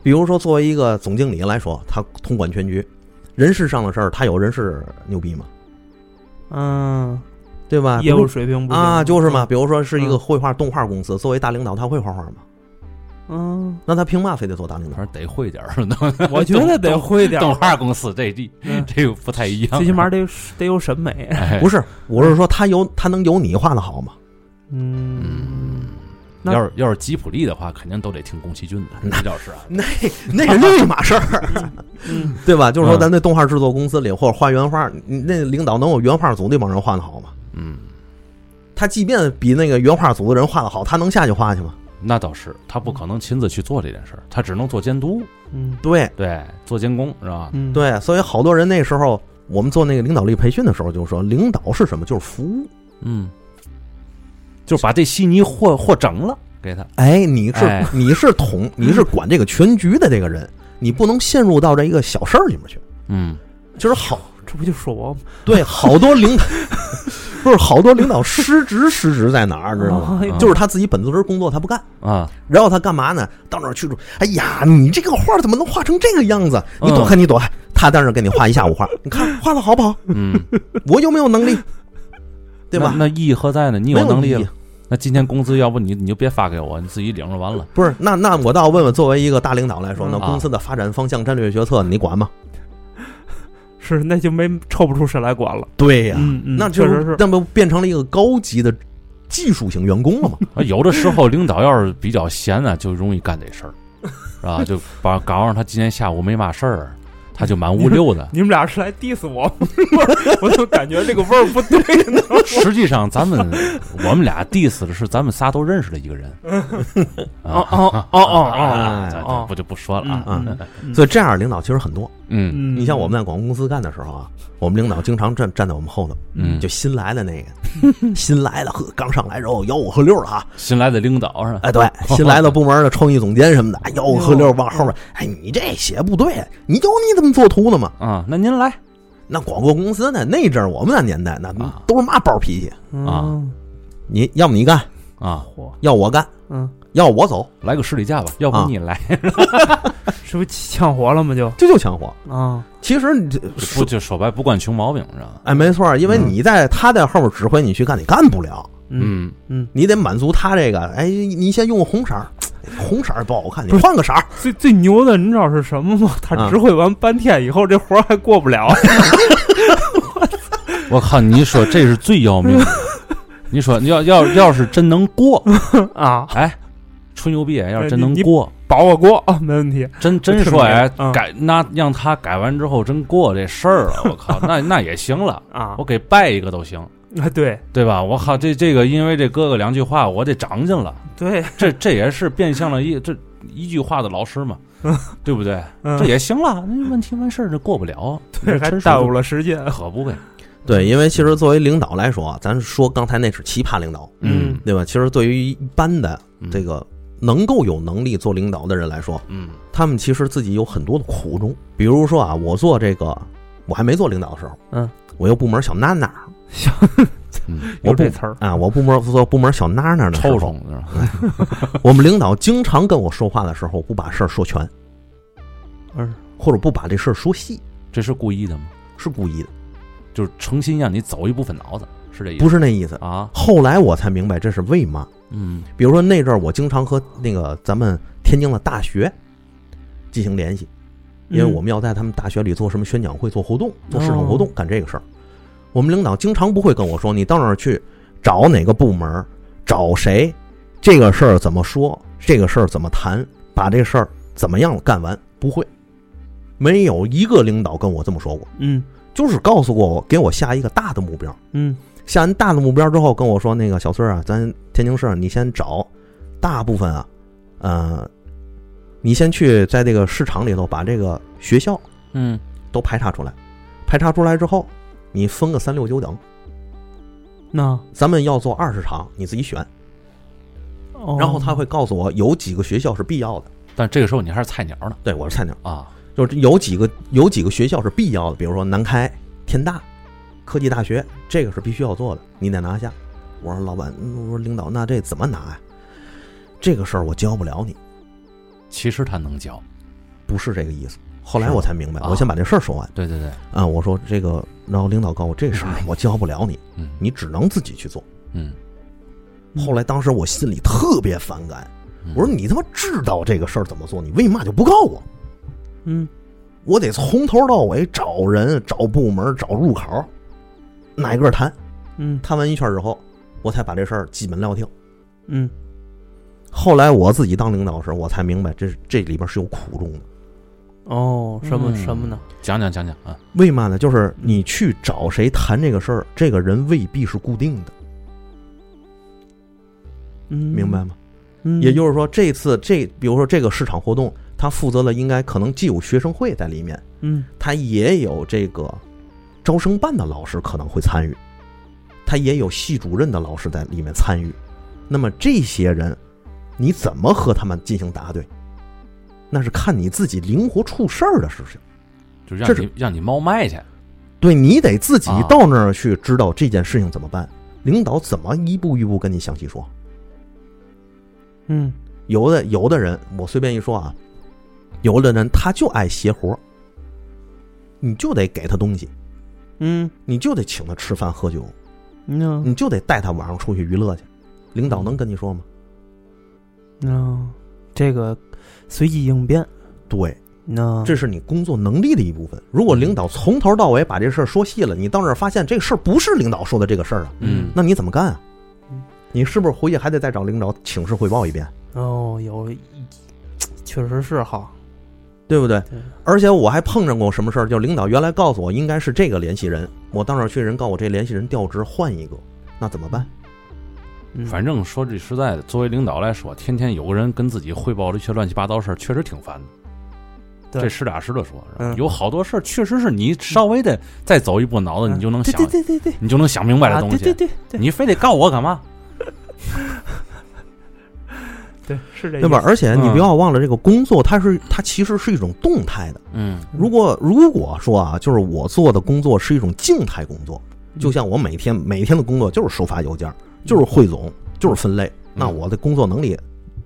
Speaker 2: 比如说，作为一个总经理来说，他统管全局，人事上的事儿，他有人事牛逼吗？
Speaker 3: 嗯，
Speaker 2: 对吧？
Speaker 3: 业务水平不行
Speaker 2: 啊，就是嘛。，比如说是一个
Speaker 3: 嗯
Speaker 2: 绘画动画公司，作为大领导，他会画画吗？
Speaker 3: 嗯，
Speaker 2: 那他凭嘛非得做大领导
Speaker 1: 反？正得会点儿。
Speaker 3: 我觉得得会点儿
Speaker 1: 动画公司这这
Speaker 3: 嗯
Speaker 1: 这个不太一样，
Speaker 3: 最起码得有得有审美，
Speaker 1: 哎
Speaker 2: 不是，我是说他有他能有你画的好吗？
Speaker 3: 嗯，那
Speaker 1: 要是要是吉普力的话，肯定都得听宫崎骏的，那倒是啊。
Speaker 2: 那 那是另一码事儿，
Speaker 3: 嗯
Speaker 2: 对吧？就
Speaker 1: 嗯
Speaker 2: 是说，咱那动画制作公司里或者画原画，你那领导能有原画组那帮人画的好吗？
Speaker 1: 嗯，
Speaker 2: 他即便比那个原画组的人画的好，他能下去画去吗？
Speaker 1: 那倒是，他不可能亲自去做这件事儿，他只能做监督，
Speaker 3: 嗯
Speaker 2: 对
Speaker 1: 对，做监工是吧？
Speaker 3: 嗯，
Speaker 2: 对，所以好多人那时候我们做那个领导力培训的时候，就说领导是什么？就是服务。
Speaker 1: 嗯，就把这稀泥和和整了给他。
Speaker 2: 哎，你是、
Speaker 1: 哎
Speaker 2: 你是统你是管这个全局的这个人，你不能陷入到这一个小事儿里面去。
Speaker 1: 嗯，
Speaker 2: 就是好
Speaker 3: 嗯这不就说我吗？
Speaker 2: 对，好多领导 不是好多领导失职，失职在哪儿知道吗？
Speaker 3: 哎呦
Speaker 2: 就是他自己本职工作他不干，
Speaker 1: 啊，
Speaker 2: 然后他干嘛呢？到那儿去说，哎呀，你这个画怎么能画成这个样子？你躲开，你躲开。他在那儿给你画一下午画，你看画的好不好？
Speaker 1: 嗯，
Speaker 2: 我有没有能力？对吧？
Speaker 1: 那那意义何在呢？你
Speaker 2: 没
Speaker 1: 有能力
Speaker 2: 意义
Speaker 1: 了，那今天工资要不你你就别发给我，你自己领着完了。
Speaker 2: 不是？那那我倒要问问，作为一个大领导来说，
Speaker 3: 嗯
Speaker 2: 那
Speaker 1: 啊
Speaker 2: 公司的发展方向、战略决策你管吗？
Speaker 3: 是那就没抽不出身来管了，
Speaker 2: 对哎呀
Speaker 3: 嗯嗯，
Speaker 2: 那就
Speaker 3: 确实是，。
Speaker 2: 那不变成了一个高级的技术型员工了吗？
Speaker 1: 啊有的时候领导要是比较闲呢，就容易干这事儿，是吧？就把搞上他今天下午没嘛事儿，他就满屋溜达
Speaker 3: 你们俩是来 diss 我吗？ 我就感觉这个味儿不对呢。
Speaker 1: 实际上，咱们我们俩 diss 的是咱们仨都认识的一 个人。啊
Speaker 3: 哦哦哦哦哦
Speaker 1: 啊
Speaker 2: 哦啊
Speaker 1: 咱咱不就不说了啊。
Speaker 3: 嗯嗯
Speaker 2: 所以这样的领导其实很多，
Speaker 1: 嗯
Speaker 3: 嗯，
Speaker 2: 你像我们在广告公司干的时候啊，我们领导经常站站在我们后头，
Speaker 1: 嗯，
Speaker 2: 就新来的那个，新来的呵，刚上来之后吆五喝六的啊，
Speaker 1: 新来的领导是吧？
Speaker 2: 哎，对，新来的部门的创意总监什么的，哎吆五喝六往后面，哎，你这写不对，你有你怎么做图的吗？
Speaker 1: 啊，那您来，
Speaker 2: 那广告公司呢，那阵儿我们那年代，那
Speaker 1: 啊
Speaker 2: 都是嘛暴脾气，
Speaker 3: 嗯
Speaker 1: 啊
Speaker 2: 你要么你干，
Speaker 1: 啊，
Speaker 3: 嚯，
Speaker 2: 要我干，
Speaker 3: 嗯，
Speaker 2: 要我走，
Speaker 1: 来个士力架吧，要
Speaker 2: 啊
Speaker 1: 不你来，
Speaker 3: 是不是呛活了吗？就
Speaker 2: 这就强火。
Speaker 3: 啊，
Speaker 2: 其实你这
Speaker 1: 不就说白不惯穷毛病是吧？
Speaker 2: 哎，没错儿，因为
Speaker 3: 嗯
Speaker 2: 你在他在后面指挥你去干，你干不了，
Speaker 3: 嗯嗯，
Speaker 2: 你得满足他这个。哎，你先用个红色儿，红色儿不好看，你换个色儿。
Speaker 3: 最最牛的，你知道是什么吗？他
Speaker 2: 啊
Speaker 3: 指挥完半天以后，这活儿还过不了。
Speaker 1: 我靠，你说这是最要命的。你说要要要是真能过，
Speaker 3: 啊，
Speaker 1: 哎，吹牛逼，啊要是真
Speaker 3: 哎你
Speaker 1: 能
Speaker 3: 你
Speaker 1: 过，
Speaker 3: 保我过啊，没问题。
Speaker 1: 真真
Speaker 3: 特别
Speaker 1: 说哎
Speaker 3: 嗯
Speaker 1: 改那让他改完之后真过这事儿了，我靠，那那也行了，
Speaker 3: 啊
Speaker 1: 我，给拜一个都行，
Speaker 3: 啊，对
Speaker 1: 对吧？我靠，这这个因为这哥哥两句话，我得长进了，
Speaker 3: 对，
Speaker 1: 这这也是变相了一这一句话的老师嘛，对不对？
Speaker 3: 嗯
Speaker 1: 这也行了，那问题完事儿这过不了，
Speaker 3: 对还
Speaker 1: 真
Speaker 3: 耽误
Speaker 1: 了，
Speaker 3: 了时间。
Speaker 1: 可不呗？
Speaker 2: 对，因为其实作为领导来说啊，咱说刚才那是奇葩领导，
Speaker 1: 嗯
Speaker 2: 对吧？其实对于一般的
Speaker 1: 嗯
Speaker 2: 这个能够有能力做领导的人来说，
Speaker 1: 嗯
Speaker 2: 他们其实自己有很多的苦衷。比如说啊，我做这个，我还没做领导的时候，
Speaker 3: 嗯，
Speaker 2: 我有部门小娜娜
Speaker 1: 嗯，
Speaker 2: 我
Speaker 3: 有
Speaker 2: 不
Speaker 3: 这词儿，
Speaker 2: 啊，我部门做部门小娜娜的时
Speaker 1: 抽
Speaker 2: 候，
Speaker 1: 抽是吧？
Speaker 2: 我们领导经常跟我说话的时候，不把事儿说全，
Speaker 3: 嗯，
Speaker 2: 或者不把这事儿说细，
Speaker 1: 这是故意的吗？
Speaker 2: 是故意的，
Speaker 1: 就是诚心让你走一部分脑子，是这意思？
Speaker 2: 不是那意思。
Speaker 1: 啊，
Speaker 2: 后来我才明白这是为嘛。
Speaker 1: 嗯
Speaker 2: 比如说那阵儿，我经常和那个咱们天津的大学进行联系，因
Speaker 3: 嗯
Speaker 2: 为我们要在他们大学里做什么宣讲会、做活动、做市场活动，干这个事儿。我们领导经常不会跟我说，你到哪儿去找哪个部门，找谁，这个事儿怎么说，这个事儿怎么谈，把这事儿怎么样干完，不会，没有一个领导跟我这么说过，
Speaker 3: 嗯
Speaker 2: 就是告诉过我，给我下一个大的目标。
Speaker 3: 嗯
Speaker 2: 下完大的目标之后，跟我说那个小孙儿啊，咱天津市你先找大部分啊，呃，你先去在这个市场里头把这个学校
Speaker 1: 嗯
Speaker 2: 都排查出来，排查出来之后，你分个三六九等，
Speaker 3: 那
Speaker 2: 咱们要做二十场，你自己选。
Speaker 3: 哦
Speaker 2: 然后他会告诉我有几个学校是必要的，
Speaker 1: 但这个时候你还是菜鸟呢
Speaker 2: 对我是菜鸟，
Speaker 1: 啊，
Speaker 2: 就是有几个有几个学校是必要的，比如说南开、天大、科技大学，这个是必须要做的，你得拿下。我说老板，嗯我说领导，那这怎么拿呀、这个事儿我教不了你，
Speaker 1: 其实他能教，
Speaker 2: 不是这个意思。后来
Speaker 1: 是
Speaker 2: 我才明白，
Speaker 1: 啊
Speaker 2: 我先把这事儿说完
Speaker 1: 对对对，
Speaker 2: 啊。我说这个，然后领导告诉我这事儿我教不了你，
Speaker 1: 嗯
Speaker 2: 你只能自己去做。
Speaker 1: 嗯，
Speaker 3: 嗯
Speaker 2: 后来当时我心里特别反感，
Speaker 1: 嗯
Speaker 2: 我说你他妈知道这个事儿怎么做，你为嘛就不告我？
Speaker 3: 嗯
Speaker 2: 我得从头到尾找人、找部门、找入口，哪个谈？
Speaker 3: 嗯
Speaker 2: 谈完一圈之后，我才把这事儿基本撂挺。
Speaker 3: 嗯
Speaker 2: 后来我自己当领导时，我才明白这这里边是有苦衷的。
Speaker 3: 哦，什么
Speaker 1: 嗯
Speaker 3: 什么呢？
Speaker 1: 讲讲讲讲啊，
Speaker 2: 为嘛呢？就是你去找谁谈这个事儿，这个人未必是固定的，
Speaker 3: 嗯，
Speaker 2: 明白吗？
Speaker 3: 嗯？
Speaker 2: 也就是说，这次这比如说这个市场活动，他负责了，应该可能既有学生会在里面，
Speaker 3: 嗯
Speaker 2: 他也有这个招生办的老师可能会参与，他也有系主任的老师在里面参与。那么这些人，你怎么和他们进行答对？那是看你自己灵活处事儿的事情。
Speaker 1: 就让
Speaker 2: 这是
Speaker 1: 你让你猫卖去，
Speaker 2: 对你得自己
Speaker 1: 啊
Speaker 2: 到那儿去知道这件事情怎么办，领导怎么一步一步跟你详细说。
Speaker 3: 嗯
Speaker 2: 有的有的人，我随便一说啊，有的人他就爱邪活儿，你就得给他东西，
Speaker 3: 嗯，
Speaker 2: 你就得请他吃饭喝酒，
Speaker 3: 那
Speaker 2: 你就得带他晚上出去娱乐去。领导能跟你说吗？
Speaker 3: 那这个随机应变，
Speaker 2: 对，
Speaker 3: 那
Speaker 2: 这是你工作能力的一部分。如果领导从头到尾把这事儿说细了，你到那儿发现这事儿不是领导说的这个事儿啊，
Speaker 1: 嗯
Speaker 2: 那你怎么干啊
Speaker 3: 嗯？
Speaker 2: 你是不是回去还得再找领导请示汇报一遍，
Speaker 3: 哦有，确实是哈，
Speaker 2: 对不对？
Speaker 3: 对
Speaker 2: 而且我还碰着过什么事儿，就领导原来告诉我应该是这个联系人，我到那儿去人告我这联系人调职换一个，那怎么办？
Speaker 3: 嗯
Speaker 1: 反正说句实在的，作为领导来说，天天有个人跟自己汇报这些乱七八糟事儿，确实挺烦的。
Speaker 3: 对
Speaker 1: 这实打实的说，是吧
Speaker 3: 嗯
Speaker 1: 有好多事儿确实是你稍微的再走一步脑子，你就能想
Speaker 3: 嗯对，对对对对，
Speaker 1: 你就能想明白的
Speaker 3: 啊，
Speaker 1: 东
Speaker 3: 对
Speaker 1: 西。
Speaker 3: 对对对
Speaker 1: 你非得告我干嘛？
Speaker 3: 对，是这
Speaker 2: 对吧？
Speaker 3: 意思？
Speaker 2: 而且你
Speaker 1: 嗯
Speaker 2: 不要忘了，这个工作它是它其实是一种动态的。
Speaker 1: 嗯
Speaker 2: 如果如果说啊，就是我做的工作是一种静态工作，
Speaker 3: 嗯
Speaker 2: 就像我每天每天的工作就是收发邮件，
Speaker 1: 嗯
Speaker 2: 就是汇总，就是分类。那我的工作能力，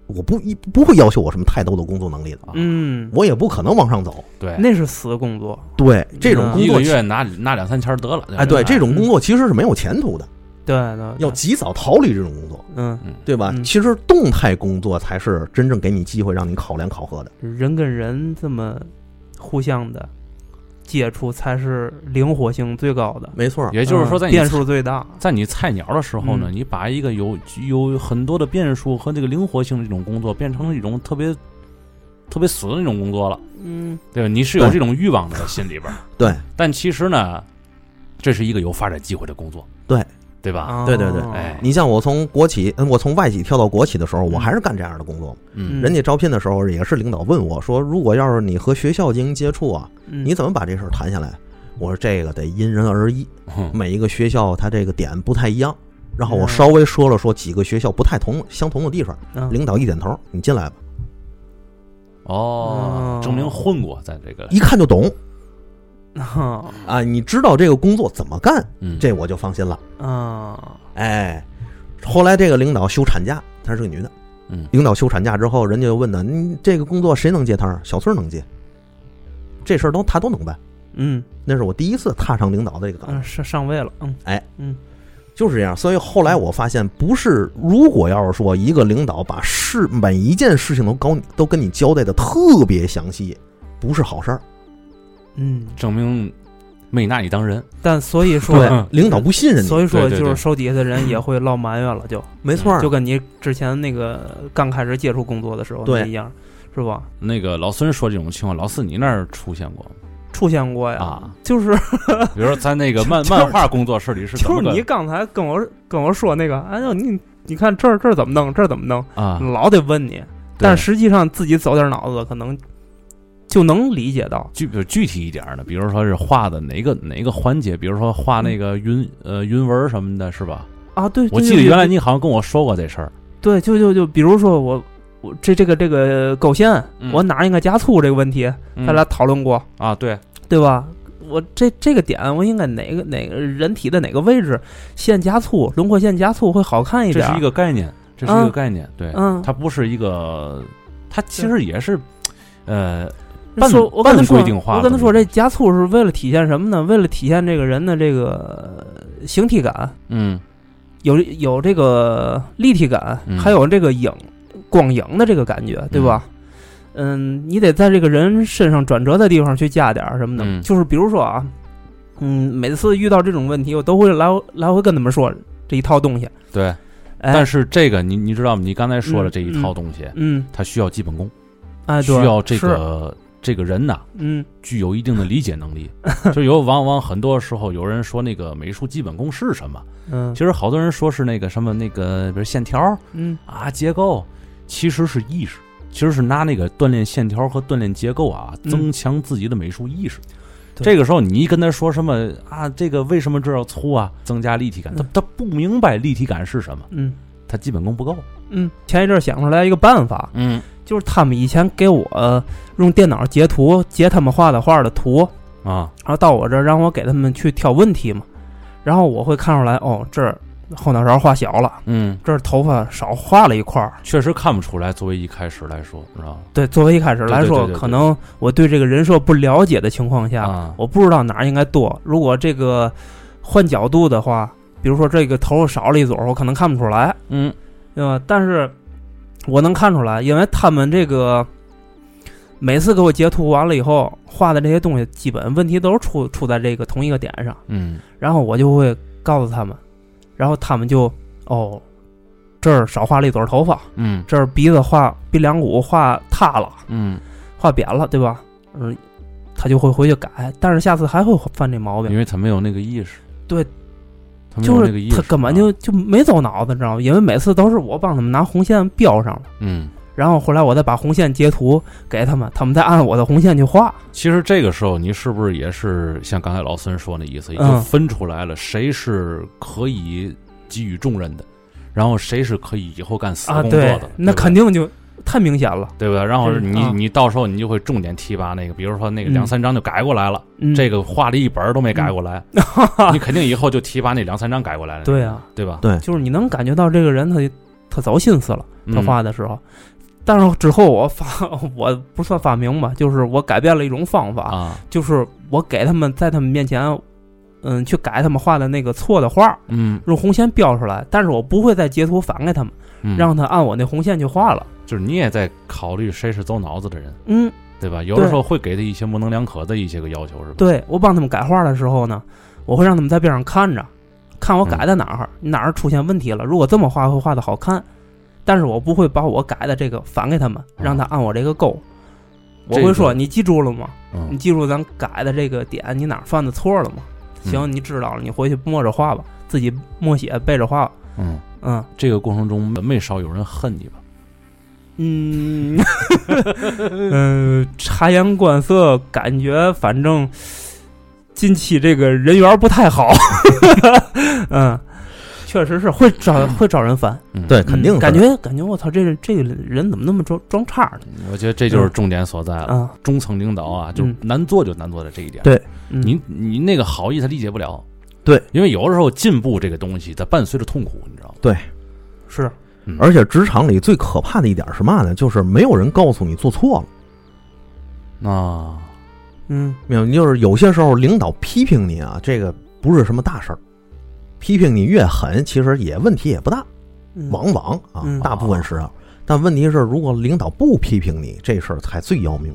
Speaker 2: 我不一不会要求我什么太多的工作能力的，
Speaker 1: 啊，
Speaker 3: 嗯，
Speaker 2: 我也不可能往上走。
Speaker 1: 对，
Speaker 3: 那是死工作，
Speaker 2: 对这种
Speaker 3: 嗯
Speaker 1: 嗯
Speaker 2: 工
Speaker 1: 一
Speaker 2: 作
Speaker 1: 个，月拿拿两三千儿得了。
Speaker 2: 哎，对这种工
Speaker 3: 嗯
Speaker 2: 作其实是没有前途的，
Speaker 3: 对
Speaker 1: 嗯
Speaker 3: 对，
Speaker 2: 要
Speaker 3: 对
Speaker 2: 及早逃离这种工作，
Speaker 3: 嗯，
Speaker 2: 对吧？
Speaker 3: 嗯
Speaker 2: 其实动态工作才是真正给你机会让你考量考核的。
Speaker 3: 人跟人这么互相的接触才是灵活性最高的，
Speaker 2: 没错儿，
Speaker 1: 也就是说，在
Speaker 3: 嗯
Speaker 1: 你
Speaker 3: 变数最大，
Speaker 1: 在你菜鸟的时候呢，
Speaker 3: 嗯
Speaker 1: 你把一个有有很多的变数和这个灵活性的这种工作，变成了一种特别特别死的那种工作了，
Speaker 3: 嗯，
Speaker 1: 对吧？你是有
Speaker 2: 对
Speaker 1: 这种欲望的在心里边儿，
Speaker 2: 对
Speaker 1: 但其实呢，这是一个有发展机会的工作，
Speaker 2: 对
Speaker 1: 对吧？
Speaker 2: 对对对
Speaker 3: 哦
Speaker 1: 哎
Speaker 2: 你像我从国企，嗯我从外企跳到国企的时候，我
Speaker 3: 嗯
Speaker 2: 还是干这样的工作。
Speaker 1: 嗯
Speaker 3: 嗯
Speaker 2: 人家招聘的时候也是领导问我说，如果要是你和学校进行接触啊，
Speaker 3: 嗯
Speaker 2: 你怎么把这事儿谈下来？我说这个得因人而异，
Speaker 1: 哼
Speaker 2: 每一个学校它这个点不太一样。然后我
Speaker 3: 嗯
Speaker 2: 稍微说了说几个学校不太同相同的地方，
Speaker 3: 嗯
Speaker 2: 领导一点头，你进来吧，
Speaker 1: 哦
Speaker 3: 哦，
Speaker 1: 证明混过，在这个
Speaker 2: 一看就懂
Speaker 3: 啊
Speaker 2: 啊，你知道这个工作怎么干，
Speaker 1: 嗯
Speaker 2: 这我就放心了。
Speaker 3: 啊，
Speaker 2: 哎，后来这个领导休产假，她是个女的，
Speaker 1: 嗯
Speaker 2: 领导休产假之后，人家就问她，你这个工作谁能接摊儿？小孙儿能接，这事儿都她都能办。
Speaker 3: 嗯
Speaker 2: 那是我第一次踏上领导的这个岗位
Speaker 3: 嗯，上上位了，嗯，
Speaker 2: 哎
Speaker 3: 嗯
Speaker 2: 就是这样。所以后来我发现，不是如果要是说一个领导把事每一件事情都高都跟你交代的特别详细，不是好事儿。
Speaker 3: 嗯，
Speaker 1: 证明没拿你当人，
Speaker 3: 但所以说。
Speaker 2: 对，领导不信任你，
Speaker 3: 嗯所以说，
Speaker 1: 对对
Speaker 3: 就是
Speaker 1: 对
Speaker 3: 手底下的人也会落埋怨了，就
Speaker 2: 没错儿
Speaker 3: 就。跟你之前那个刚开始接触工作的时候
Speaker 2: 对
Speaker 3: 那一样，是吧？
Speaker 1: 那个老孙说这种情况，老四你那儿出现过 吗
Speaker 3: 出现过呀，
Speaker 1: 啊？
Speaker 3: 就是
Speaker 1: 比如说在那个漫
Speaker 3: 就是
Speaker 1: 漫画工作室里是怎
Speaker 3: 就
Speaker 1: 么
Speaker 3: 是
Speaker 1: 个
Speaker 3: 你刚才跟我跟我说那个，哎呦你你看这儿这儿怎么弄，这儿怎么弄，
Speaker 1: 啊？
Speaker 3: 老得问你，但实际上自己走点脑子，可能就能理解到。
Speaker 1: 具比如具体一点儿的，比如说是画的哪个哪个环节，比如说画那个云呃云纹什么的，是吧？
Speaker 3: 啊，对，
Speaker 1: 我
Speaker 3: 对
Speaker 1: 记得
Speaker 3: 对
Speaker 1: 原来你好像跟我说过这事儿。
Speaker 3: 对，就就就比如说我我这这个这个狗线，
Speaker 1: 嗯
Speaker 3: 我哪应该加粗这个问题，
Speaker 1: 嗯
Speaker 3: 咱俩讨论过，
Speaker 1: 啊，对，
Speaker 3: 对吧？我这这个点，我应该哪个哪个人体的哪个位置线加粗，轮廓线加粗会好看一
Speaker 1: 这
Speaker 3: 点。
Speaker 1: 是一个概念，这是一个概念，对，
Speaker 3: 嗯
Speaker 1: 它不是一个，它其实也是，呃，
Speaker 3: 那说，
Speaker 1: 半
Speaker 3: 我跟他
Speaker 1: 半
Speaker 3: 说，
Speaker 1: 规定化
Speaker 3: 我跟他
Speaker 1: 的
Speaker 3: 说，
Speaker 1: 那
Speaker 3: 这加粗是为了体现什么呢？为了体现这个人的这个呃形体感，
Speaker 1: 嗯
Speaker 3: 有有这个立体感，
Speaker 1: 嗯
Speaker 3: 还有这个影光影的这个感觉，对吧？嗯，你得在这个人身上转折的地方去加点儿什么的。
Speaker 1: 嗯
Speaker 3: 就是比如说啊，嗯，每次遇到这种问题，我都会来来回跟他们说这一套东西。
Speaker 1: 对。
Speaker 3: 哎，
Speaker 1: 但
Speaker 3: 是
Speaker 1: 是这个你你知道吗？你刚才说的这一
Speaker 3: 嗯
Speaker 1: 套东西，
Speaker 3: 嗯，
Speaker 1: 它需要基本功，
Speaker 3: 哎，
Speaker 1: 需
Speaker 3: 对，
Speaker 1: 要这
Speaker 3: 是
Speaker 1: 个这个人呐。
Speaker 3: 嗯
Speaker 1: 具有一定的理解能力， 就有往往很多时候有人说那个美术基本功是什么，
Speaker 3: 嗯
Speaker 1: 其实好多人说是那个什么那个，比如线条
Speaker 3: 嗯
Speaker 1: 啊、结构，其实是意识，其实是拿那个锻炼线条和锻炼结构啊，
Speaker 3: 嗯
Speaker 1: 增强自己的美术意识。
Speaker 3: 对
Speaker 1: 这个时候你一跟他说什么啊，这个为什么这要粗啊，增加立体感，他
Speaker 3: 嗯
Speaker 1: 他不明白立体感是什么，
Speaker 3: 嗯
Speaker 1: 他基本功不够。
Speaker 3: 嗯，前一阵儿想出来一个办法，
Speaker 1: 嗯
Speaker 3: 就是他们以前给我、呃用电脑截图，截他们画的画的图，
Speaker 1: 啊，
Speaker 3: 然后到我这儿让我给他们去挑问题嘛，然后我会看出来，哦，这儿后脑勺画小了，
Speaker 1: 嗯，
Speaker 3: 这儿头发少画了一块儿。确
Speaker 1: 确实看不出来。作为一开始来说，知道吗？
Speaker 3: 对，作为一开始来说，
Speaker 1: 对对对对对
Speaker 3: 可能我对这个人设不了解的情况下，
Speaker 1: 啊
Speaker 3: 我不知道哪儿应该剁。如果这个换角度的话，比如说这个头发少了一撮儿，我可能看不出来，
Speaker 1: 嗯
Speaker 3: 对吧？但是我能看出来，因为他们这个每次给我截图完了以后画的这些东西，基本问题都是出出在这个同一个点上。
Speaker 1: 嗯，
Speaker 3: 然后我就会告诉他们，然后他们就哦，这儿少画了一撮头发，
Speaker 1: 嗯
Speaker 3: 这儿鼻子画鼻梁骨画塌了，
Speaker 1: 嗯，
Speaker 3: 画扁了，对吧？嗯，他就会回去改，但是下次还会犯这毛
Speaker 1: 因
Speaker 3: 病，
Speaker 1: 为他没有那个意识，
Speaker 3: 对，
Speaker 1: 他没有
Speaker 3: 就
Speaker 1: 那个意
Speaker 3: 是
Speaker 1: 识，啊
Speaker 3: 他根本就就没走脑子，你知道吗？因为每次都是我帮他们拿红线标上了，
Speaker 1: 嗯
Speaker 3: 然后后来我再把红线截图给他们，他们再按我的红线去画。
Speaker 1: 其实这个时候，你是不是也是像刚才老孙说那意思，已经
Speaker 3: 嗯
Speaker 1: 分出来了谁是可以给予重任的，然后谁是可以以后干死
Speaker 3: 啊，
Speaker 1: 工作的，
Speaker 3: 对，那
Speaker 1: 对吧
Speaker 3: 肯定就太明显了。
Speaker 1: 对不对？然后
Speaker 3: 是
Speaker 1: 你、
Speaker 3: 啊
Speaker 1: 你到时候你就会重点提拔那个，比如说那个两
Speaker 3: 嗯
Speaker 1: 三章就改过来了，
Speaker 3: 嗯，
Speaker 1: 这个画了一本儿都没改过来， 你肯定以后就提拔那两三章改过来了，
Speaker 3: 对啊，
Speaker 1: 对吧？
Speaker 2: 对，
Speaker 3: 就是你能感觉到这个人他他走心思了，他
Speaker 1: 嗯
Speaker 3: 画的时候。但是之后我发 我不算发明吧，就是我改变了一种方法，
Speaker 1: 啊，
Speaker 3: 就是我给他们在他们面前，嗯，去改他们画的那个错的画，
Speaker 1: 嗯，
Speaker 3: 用红线标出来，但是我不会再截图返给他们，
Speaker 1: 嗯
Speaker 3: 让他按我那红线去画了。
Speaker 1: 就是你也在考虑谁是走脑子的人，
Speaker 3: 嗯，
Speaker 1: 对吧？有的
Speaker 3: 对
Speaker 1: 时候会给他一些模棱两可的一些个要求，是吧？
Speaker 3: 对我帮他们改画的时候呢，我会让他们在边上看着，看我改在哪儿，
Speaker 1: 嗯
Speaker 3: 哪儿出现问题了。如果这么画会画的好看，但是我不会把我改的这个返给他们，让他按我这个勾。我
Speaker 1: 哦这个
Speaker 3: 会说：“你记住了吗？你
Speaker 1: 嗯，
Speaker 3: 记住咱改的这个点，你哪儿犯的错了吗？
Speaker 1: 嗯
Speaker 3: 行，你知道了，你回去默着画吧，自己默写背着画。
Speaker 1: 嗯，
Speaker 3: 嗯
Speaker 1: 这个过程中没少有人恨你吧？
Speaker 3: 嗯 嗯，察言观色，感觉反正近期这个人缘不太好。 嗯，确实是会招会招人烦，
Speaker 1: 嗯，
Speaker 2: 对，肯定
Speaker 3: 嗯
Speaker 2: 是
Speaker 3: 感觉感觉我操，这人这个人怎么那么装装叉呢？
Speaker 1: 我觉得这就是重点所在了。
Speaker 3: 啊，
Speaker 1: 中层领导啊，就是
Speaker 3: 嗯
Speaker 1: 难做就难做在这一点。
Speaker 2: 嗯对
Speaker 3: 嗯
Speaker 1: 你你那个好意他理解不了，
Speaker 2: 对，
Speaker 1: 因为有的时候进步这个东西它伴随着痛苦，你知道吗？嗯
Speaker 3: 是
Speaker 2: 而且职场里最可怕的一点是嘛呢？就是没有人告诉你做错了，
Speaker 1: 啊，
Speaker 3: 嗯
Speaker 2: 明白？就是有些时候领导批评你啊，这个不是什么大事儿，批评你越狠，其实也问题也不大，
Speaker 3: 嗯
Speaker 2: 往往啊
Speaker 3: 嗯，
Speaker 2: 大部分时候。但问题是，如果领导不批评你，这事儿才最要命。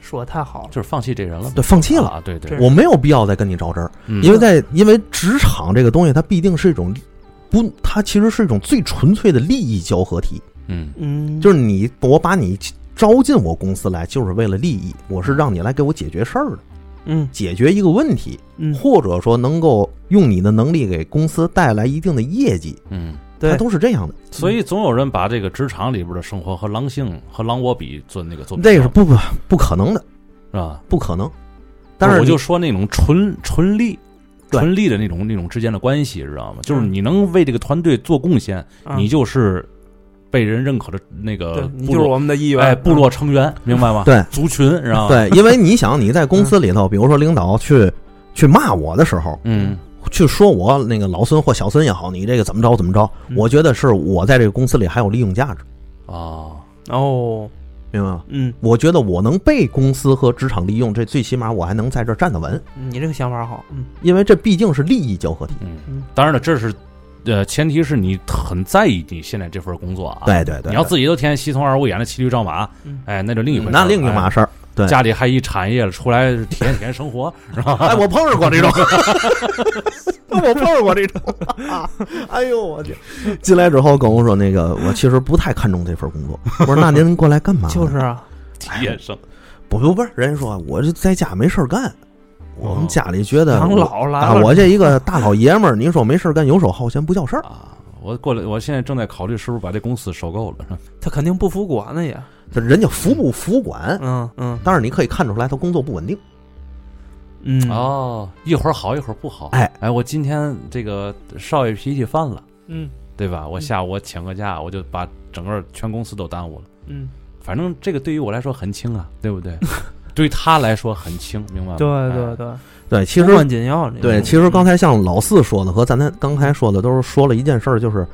Speaker 3: 说的太好了，
Speaker 1: 就是放弃这人
Speaker 3: 嗯
Speaker 1: 了，
Speaker 2: 对，放弃了，
Speaker 1: 啊，对对
Speaker 3: 这，
Speaker 2: 我没有必要再跟你较真儿，
Speaker 1: 嗯
Speaker 2: 因为在因为职场这个东西，它必定是一种不，它其实是一种最纯粹的利益交合体。
Speaker 1: 嗯
Speaker 3: 嗯，
Speaker 2: 就是是你，我把你招进我公司来，就是为了利益，我是让你来给我解决事儿的，
Speaker 3: 嗯
Speaker 2: 解决一个问题，
Speaker 3: 嗯，
Speaker 2: 或者说能够用你的能力给公司带来一定的业绩，
Speaker 1: 嗯，
Speaker 2: 它
Speaker 3: 对
Speaker 2: 都是这样的。
Speaker 1: 所以总有人把这个职场里边的生活和狼性和狼我比做那个做比较
Speaker 2: 这个是不不不可能的，
Speaker 1: 是吧？
Speaker 2: 不可能。但是
Speaker 1: 我
Speaker 2: 你
Speaker 1: 就说那种纯纯利。
Speaker 2: 对
Speaker 1: 纯利的那种那种之间的关系，知道吗？就是
Speaker 3: 嗯
Speaker 1: 你能为这个团队做贡献，
Speaker 3: 啊
Speaker 1: 你就是被人认可的那
Speaker 2: 呃
Speaker 1: 个
Speaker 3: 对你
Speaker 1: 部
Speaker 3: 就是
Speaker 1: 落，
Speaker 3: 我们的一员，嗯
Speaker 1: 哎，部落成 员，明白吗？
Speaker 2: 对
Speaker 1: 族群，知道吗？，
Speaker 2: 对，因为你想你在公司里头，比如说领导去去骂我的时候，
Speaker 1: 嗯，
Speaker 2: 去说我那个老孙或小孙也好，你这个怎么着怎么着，
Speaker 3: 嗯
Speaker 2: 我觉得是我在这个公司里还有利用价值，
Speaker 1: 哦，
Speaker 3: 嗯哦，
Speaker 2: 明白吗？
Speaker 3: 嗯，
Speaker 2: 我觉得我能被公司和职场利用，这最起码我还能在这儿站得稳，
Speaker 3: 你这个想法好，嗯
Speaker 2: 因为这毕竟是利益交合体。
Speaker 1: 嗯
Speaker 3: 嗯，
Speaker 1: 当然了，这是，呃，前提是你很在意你现在这份工作啊。，
Speaker 2: 对对对，
Speaker 1: 你要自己都天天西从二五眼的骑驴找马
Speaker 3: 嗯，
Speaker 1: 哎，那就另一回事儿，
Speaker 2: 那另一码
Speaker 1: 哎
Speaker 2: 事儿。对
Speaker 1: 家里还一产业了，出来体验体验生活，是吧？
Speaker 2: 哎，我碰上过这 种，我碰上过这种。哎呦我去！进来之后跟我说，那个我其实不太看重这份工作。我说那您过来干嘛呢？
Speaker 3: 就是 啊，
Speaker 1: 体验生，
Speaker 2: 不不不是，人家说我这在家没事儿干，我们家里觉得
Speaker 3: 哦养
Speaker 2: 我
Speaker 3: 老了
Speaker 2: 啊，我这一个大老爷们儿，您说没事儿干，游手好闲，不叫事儿。
Speaker 1: 啊。我过来，我现在正在考虑是不是把这公司收购了。是吧
Speaker 3: 他肯定不服管了也，
Speaker 2: 这人家服不服管？
Speaker 3: 嗯嗯
Speaker 2: 但是你可以看出来，他工作不稳定。
Speaker 3: 嗯，
Speaker 1: 哦，一会儿好，一会儿不好。
Speaker 2: 哎
Speaker 1: 哎，我今天这个少爷脾气犯了，
Speaker 3: 嗯
Speaker 1: 对吧？我
Speaker 3: 嗯
Speaker 1: 下午我请个假，我就把整个全公司都耽误了。
Speaker 3: 嗯，
Speaker 1: 反正这个对于我来说很轻啊，对不对？ 对于他来说很轻，明
Speaker 2: 啊
Speaker 1: 白吗？
Speaker 3: 对
Speaker 1: 哎
Speaker 3: 对对，
Speaker 2: 对，其实
Speaker 3: 无关紧要，这个
Speaker 2: 对，其实刚才像老四说的和咱咱刚才说的都是说了一件事儿，就是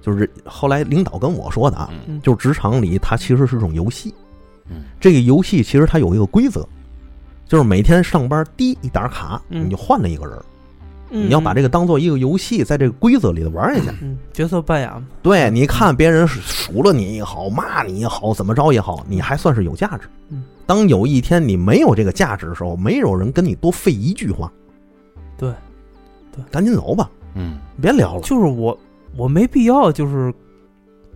Speaker 2: 就是后来领导跟我说的啊，
Speaker 1: 嗯
Speaker 2: 就是职场里它其实是一种游戏，
Speaker 1: 嗯
Speaker 2: 这个游戏其实它有一个规则，就是每天上班滴一打卡，
Speaker 3: 嗯
Speaker 2: 你就换了一个人儿，
Speaker 3: 嗯
Speaker 2: 你要把这个当做一个游戏，在这个规则里头玩一下。
Speaker 3: 嗯角色扮演嘛，
Speaker 2: 对，你看别人数落你也好，骂你也好，怎么着也好，你还算是有价值
Speaker 3: 嗯。
Speaker 2: 当有一天你没有这个价值的时候，没有人跟你多费一句话，
Speaker 3: 对，对
Speaker 2: 赶紧走吧，
Speaker 1: 嗯，
Speaker 2: 别聊了。
Speaker 3: 就是我我没必要就是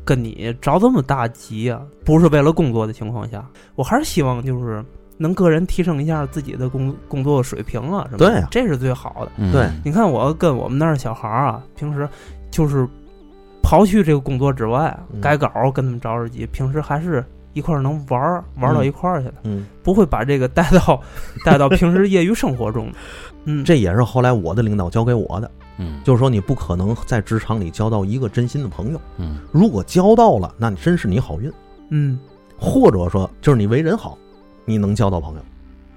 Speaker 3: 跟你着这么大急啊，不是为了工作的情况下，我还是希望就是能个人提升一下自己的工工作水平啊什么的，
Speaker 2: 对啊
Speaker 3: 这是最好的。
Speaker 1: 嗯
Speaker 2: 对
Speaker 3: 你看我跟我们那儿小孩儿啊，平时就是刨去这个工作之外
Speaker 2: 嗯，
Speaker 3: 改稿儿跟他们着着急，平时还是一块儿能玩儿玩儿到
Speaker 2: 嗯
Speaker 3: 一块儿去的，
Speaker 2: 嗯，
Speaker 3: 不会把这个带 到带到平时业余生活中的。嗯，
Speaker 2: 这也是后来我的领导教给我的，
Speaker 1: 嗯，
Speaker 2: 就是说你不可能在职场里交到一个真心的朋友，
Speaker 1: 嗯
Speaker 2: 如果交到了，那你真是你好运，
Speaker 3: 嗯，
Speaker 2: 或者说就是你为人好，你能交到朋友，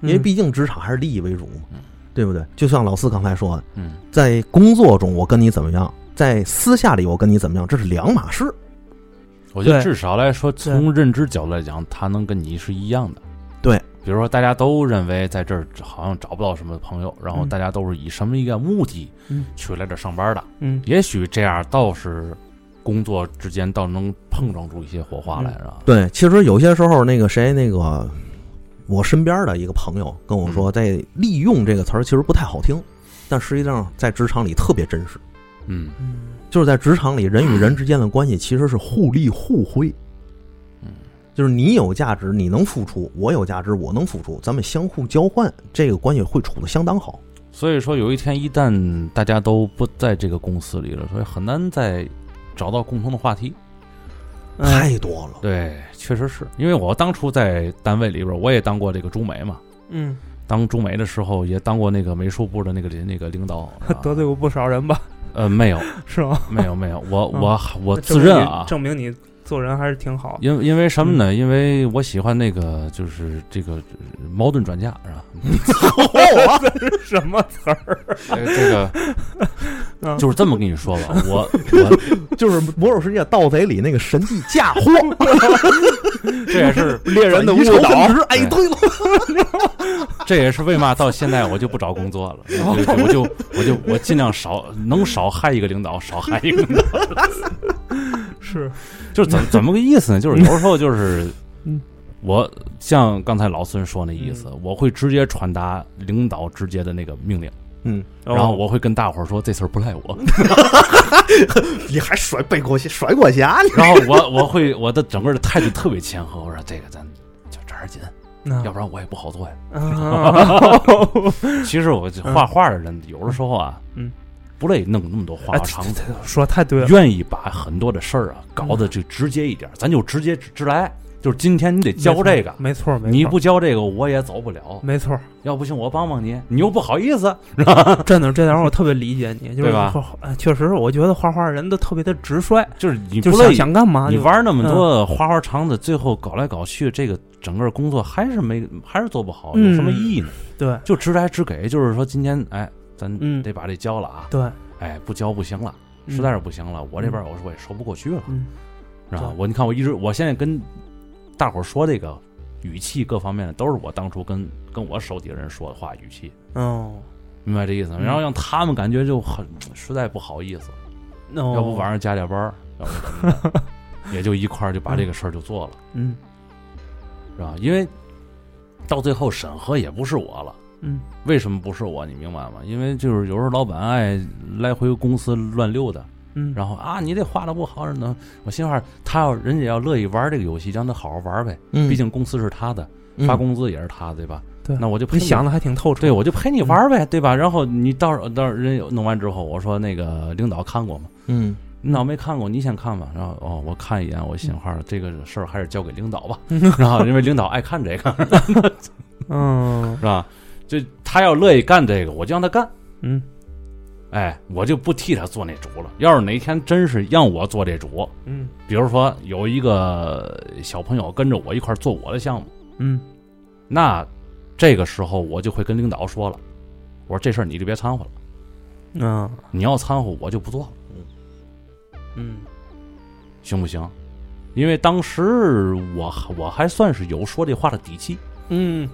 Speaker 2: 因为
Speaker 3: 嗯
Speaker 2: 毕竟职场还是利益为主嘛
Speaker 1: 嗯，
Speaker 2: 对不对？就像老四刚才说的，
Speaker 1: 嗯
Speaker 2: 在工作中我跟你怎么样，在私下里我跟你怎么样，这是两码事。
Speaker 1: 我觉得
Speaker 3: 对
Speaker 1: 至少来说，从认知角度来讲，他能跟你是一样的。
Speaker 2: 对，
Speaker 1: 比如说大家都认为在这儿好像找不到什么朋友，然后
Speaker 3: 嗯
Speaker 1: 大家都是以什么一个目的
Speaker 3: 嗯
Speaker 1: 去来这儿上班的，
Speaker 3: 嗯
Speaker 1: 也许这样倒是工作之间倒能碰撞出一些火花来
Speaker 3: 嗯
Speaker 1: 啊。
Speaker 2: 对，其实有些时候那个谁那个。我身边的一个朋友跟我说，在“利用”这个词儿其实不太好听，但实际上在职场里特别真实。
Speaker 1: 嗯
Speaker 3: 嗯
Speaker 2: 就是在职场里，人与人之间的关系其实是互利互惠。
Speaker 1: 嗯，
Speaker 2: 就是你有价值，你能付出；我有价值，我能付出，咱们相互交换，这个关系会处的相当好。
Speaker 1: 所以说有一天一旦大家都不在这个公司里了，所以很难再找到共同的话题。
Speaker 3: 嗯
Speaker 2: 太多了，
Speaker 1: 对，确实是因为我当初在单位里边，我也当过这个中媒嘛。
Speaker 3: 嗯，，
Speaker 1: 当中媒的时候，也当过那个美术部的那个那个领导
Speaker 3: 得罪
Speaker 1: 啊
Speaker 3: 过不少人吧？
Speaker 1: 呃没有
Speaker 3: 是吗？
Speaker 1: 没有没有，我
Speaker 3: 嗯
Speaker 1: 我我
Speaker 3: 那
Speaker 1: 自
Speaker 3: 证
Speaker 1: 认
Speaker 3: 明
Speaker 1: 啊
Speaker 3: 你，证明你做人还是挺好。嗯
Speaker 1: 因因为什么呢？因为我喜欢那个就是这个呃矛盾转嫁是吧？
Speaker 3: 什么词儿？
Speaker 1: 呃这个
Speaker 3: 嗯
Speaker 1: 就是这么跟你说吧，我 我
Speaker 2: 就是《魔兽世界》盗贼里那个神技嫁祸
Speaker 1: 这也 是
Speaker 2: 猎人
Speaker 3: 的误导啊
Speaker 2: 导，哎，对了，
Speaker 1: 这也是为嘛到现在我就不找工作了，我就我就我就我尽量少能少害一个领导少害一个领导，
Speaker 3: 是，
Speaker 1: 就是怎么怎么个意思呢？就是有时候就是
Speaker 3: 嗯，
Speaker 1: 我像刚才老孙说那意思，我会直接传达领导直接的那个命令，
Speaker 2: 嗯，
Speaker 1: 然
Speaker 3: 哦
Speaker 1: 后我会跟大伙儿说这事儿不赖我，
Speaker 2: 你还甩背锅侠，甩锅侠，你
Speaker 1: 然后我我会我的整个的态度特别谦和，我说这个咱就抓点紧，
Speaker 3: 那
Speaker 1: 要不然我也不好做呀。
Speaker 3: 啊，
Speaker 1: 其实我画画的人有的时候啊，
Speaker 3: 嗯，
Speaker 1: 不乐意弄那么多哎花花肠子，
Speaker 3: 哎说太对啊嗯了，
Speaker 1: 愿意把很多的事儿啊搞得就直接一点儿，咱就直接直直来，就是今天你得交这个。
Speaker 3: 没错，没错，
Speaker 1: 你不交这个我也走不了，
Speaker 3: 没错，
Speaker 1: 要不行我帮帮你，你又不好意思。
Speaker 3: 真的，这点我特别理解你，就是
Speaker 1: 对吧
Speaker 3: 画哎确实，我觉得画画人都特别的直率，
Speaker 1: 就是你
Speaker 3: 就
Speaker 1: 不乐
Speaker 3: 想
Speaker 1: 意，
Speaker 3: 想干嘛
Speaker 1: 你
Speaker 3: 就，嗯
Speaker 1: 玩那么多花花肠子，最后搞来搞去，这个整个工作还是没还是做不好，有什
Speaker 3: 嗯
Speaker 1: 么意义呢？
Speaker 3: 对
Speaker 1: 就直来直给，就是说今天哎，咱
Speaker 3: 嗯
Speaker 1: 得把这交了啊，
Speaker 3: 对，
Speaker 1: 哎，不交不行了，
Speaker 3: 嗯
Speaker 1: 实在是不行了，我这边我说我也说不过去了，
Speaker 3: 嗯
Speaker 1: 是吧
Speaker 3: 对？
Speaker 1: 我你看我一直我现在跟大伙儿说这个语气各方面的，都是我当初跟跟我手底下人说的话语气，
Speaker 3: 哦，
Speaker 1: 明白这意思吗？
Speaker 3: 嗯
Speaker 1: 然后让他们感觉就很实在不好意思。
Speaker 3: 那
Speaker 1: 要不晚上加点班儿，要不怎么 的也就一块儿就把这个事儿就做了，
Speaker 3: 嗯
Speaker 1: 是吧？因为到最后审核也不是我了，
Speaker 3: 嗯
Speaker 1: 为什么不是我？你明白吗？因为就是有时候老板爱来回公司乱溜达，
Speaker 3: 嗯，
Speaker 1: 然后啊，你这画的不好，呢，我心话，他要人家要乐意玩这个游戏，让他好好玩呗，
Speaker 2: 嗯
Speaker 1: 毕竟公司是他的，发工资也是他的，对吧？
Speaker 3: 嗯对
Speaker 1: 那我就陪
Speaker 3: 你想的还挺透彻，
Speaker 1: 对，我就陪你玩呗，对吧？然后你到时候到时候人有弄完之后，我说那个领导看过吗？
Speaker 2: 嗯，
Speaker 1: 领导没看过，你先看吧。然后哦，我看一眼，我
Speaker 3: 嗯
Speaker 1: 心话，这个事儿还是交给领导 吧。然后因为领导爱看这个，
Speaker 3: 嗯
Speaker 1: 是吧？就他要乐意干这个，我就让他干。
Speaker 3: 嗯
Speaker 1: 哎，我就不替他做那主了。要是哪天真是让我做这主，
Speaker 3: 嗯
Speaker 1: 比如说有一个小朋友跟着我一块儿做我的项目，
Speaker 3: 嗯
Speaker 1: 那这个时候我就会跟领导说了，我说这事儿你就别掺和了，
Speaker 3: 嗯
Speaker 1: 你要掺和我就不做了。
Speaker 3: 嗯
Speaker 1: 行不行？因为当时我还我还算是有说这话的底气。
Speaker 3: 嗯，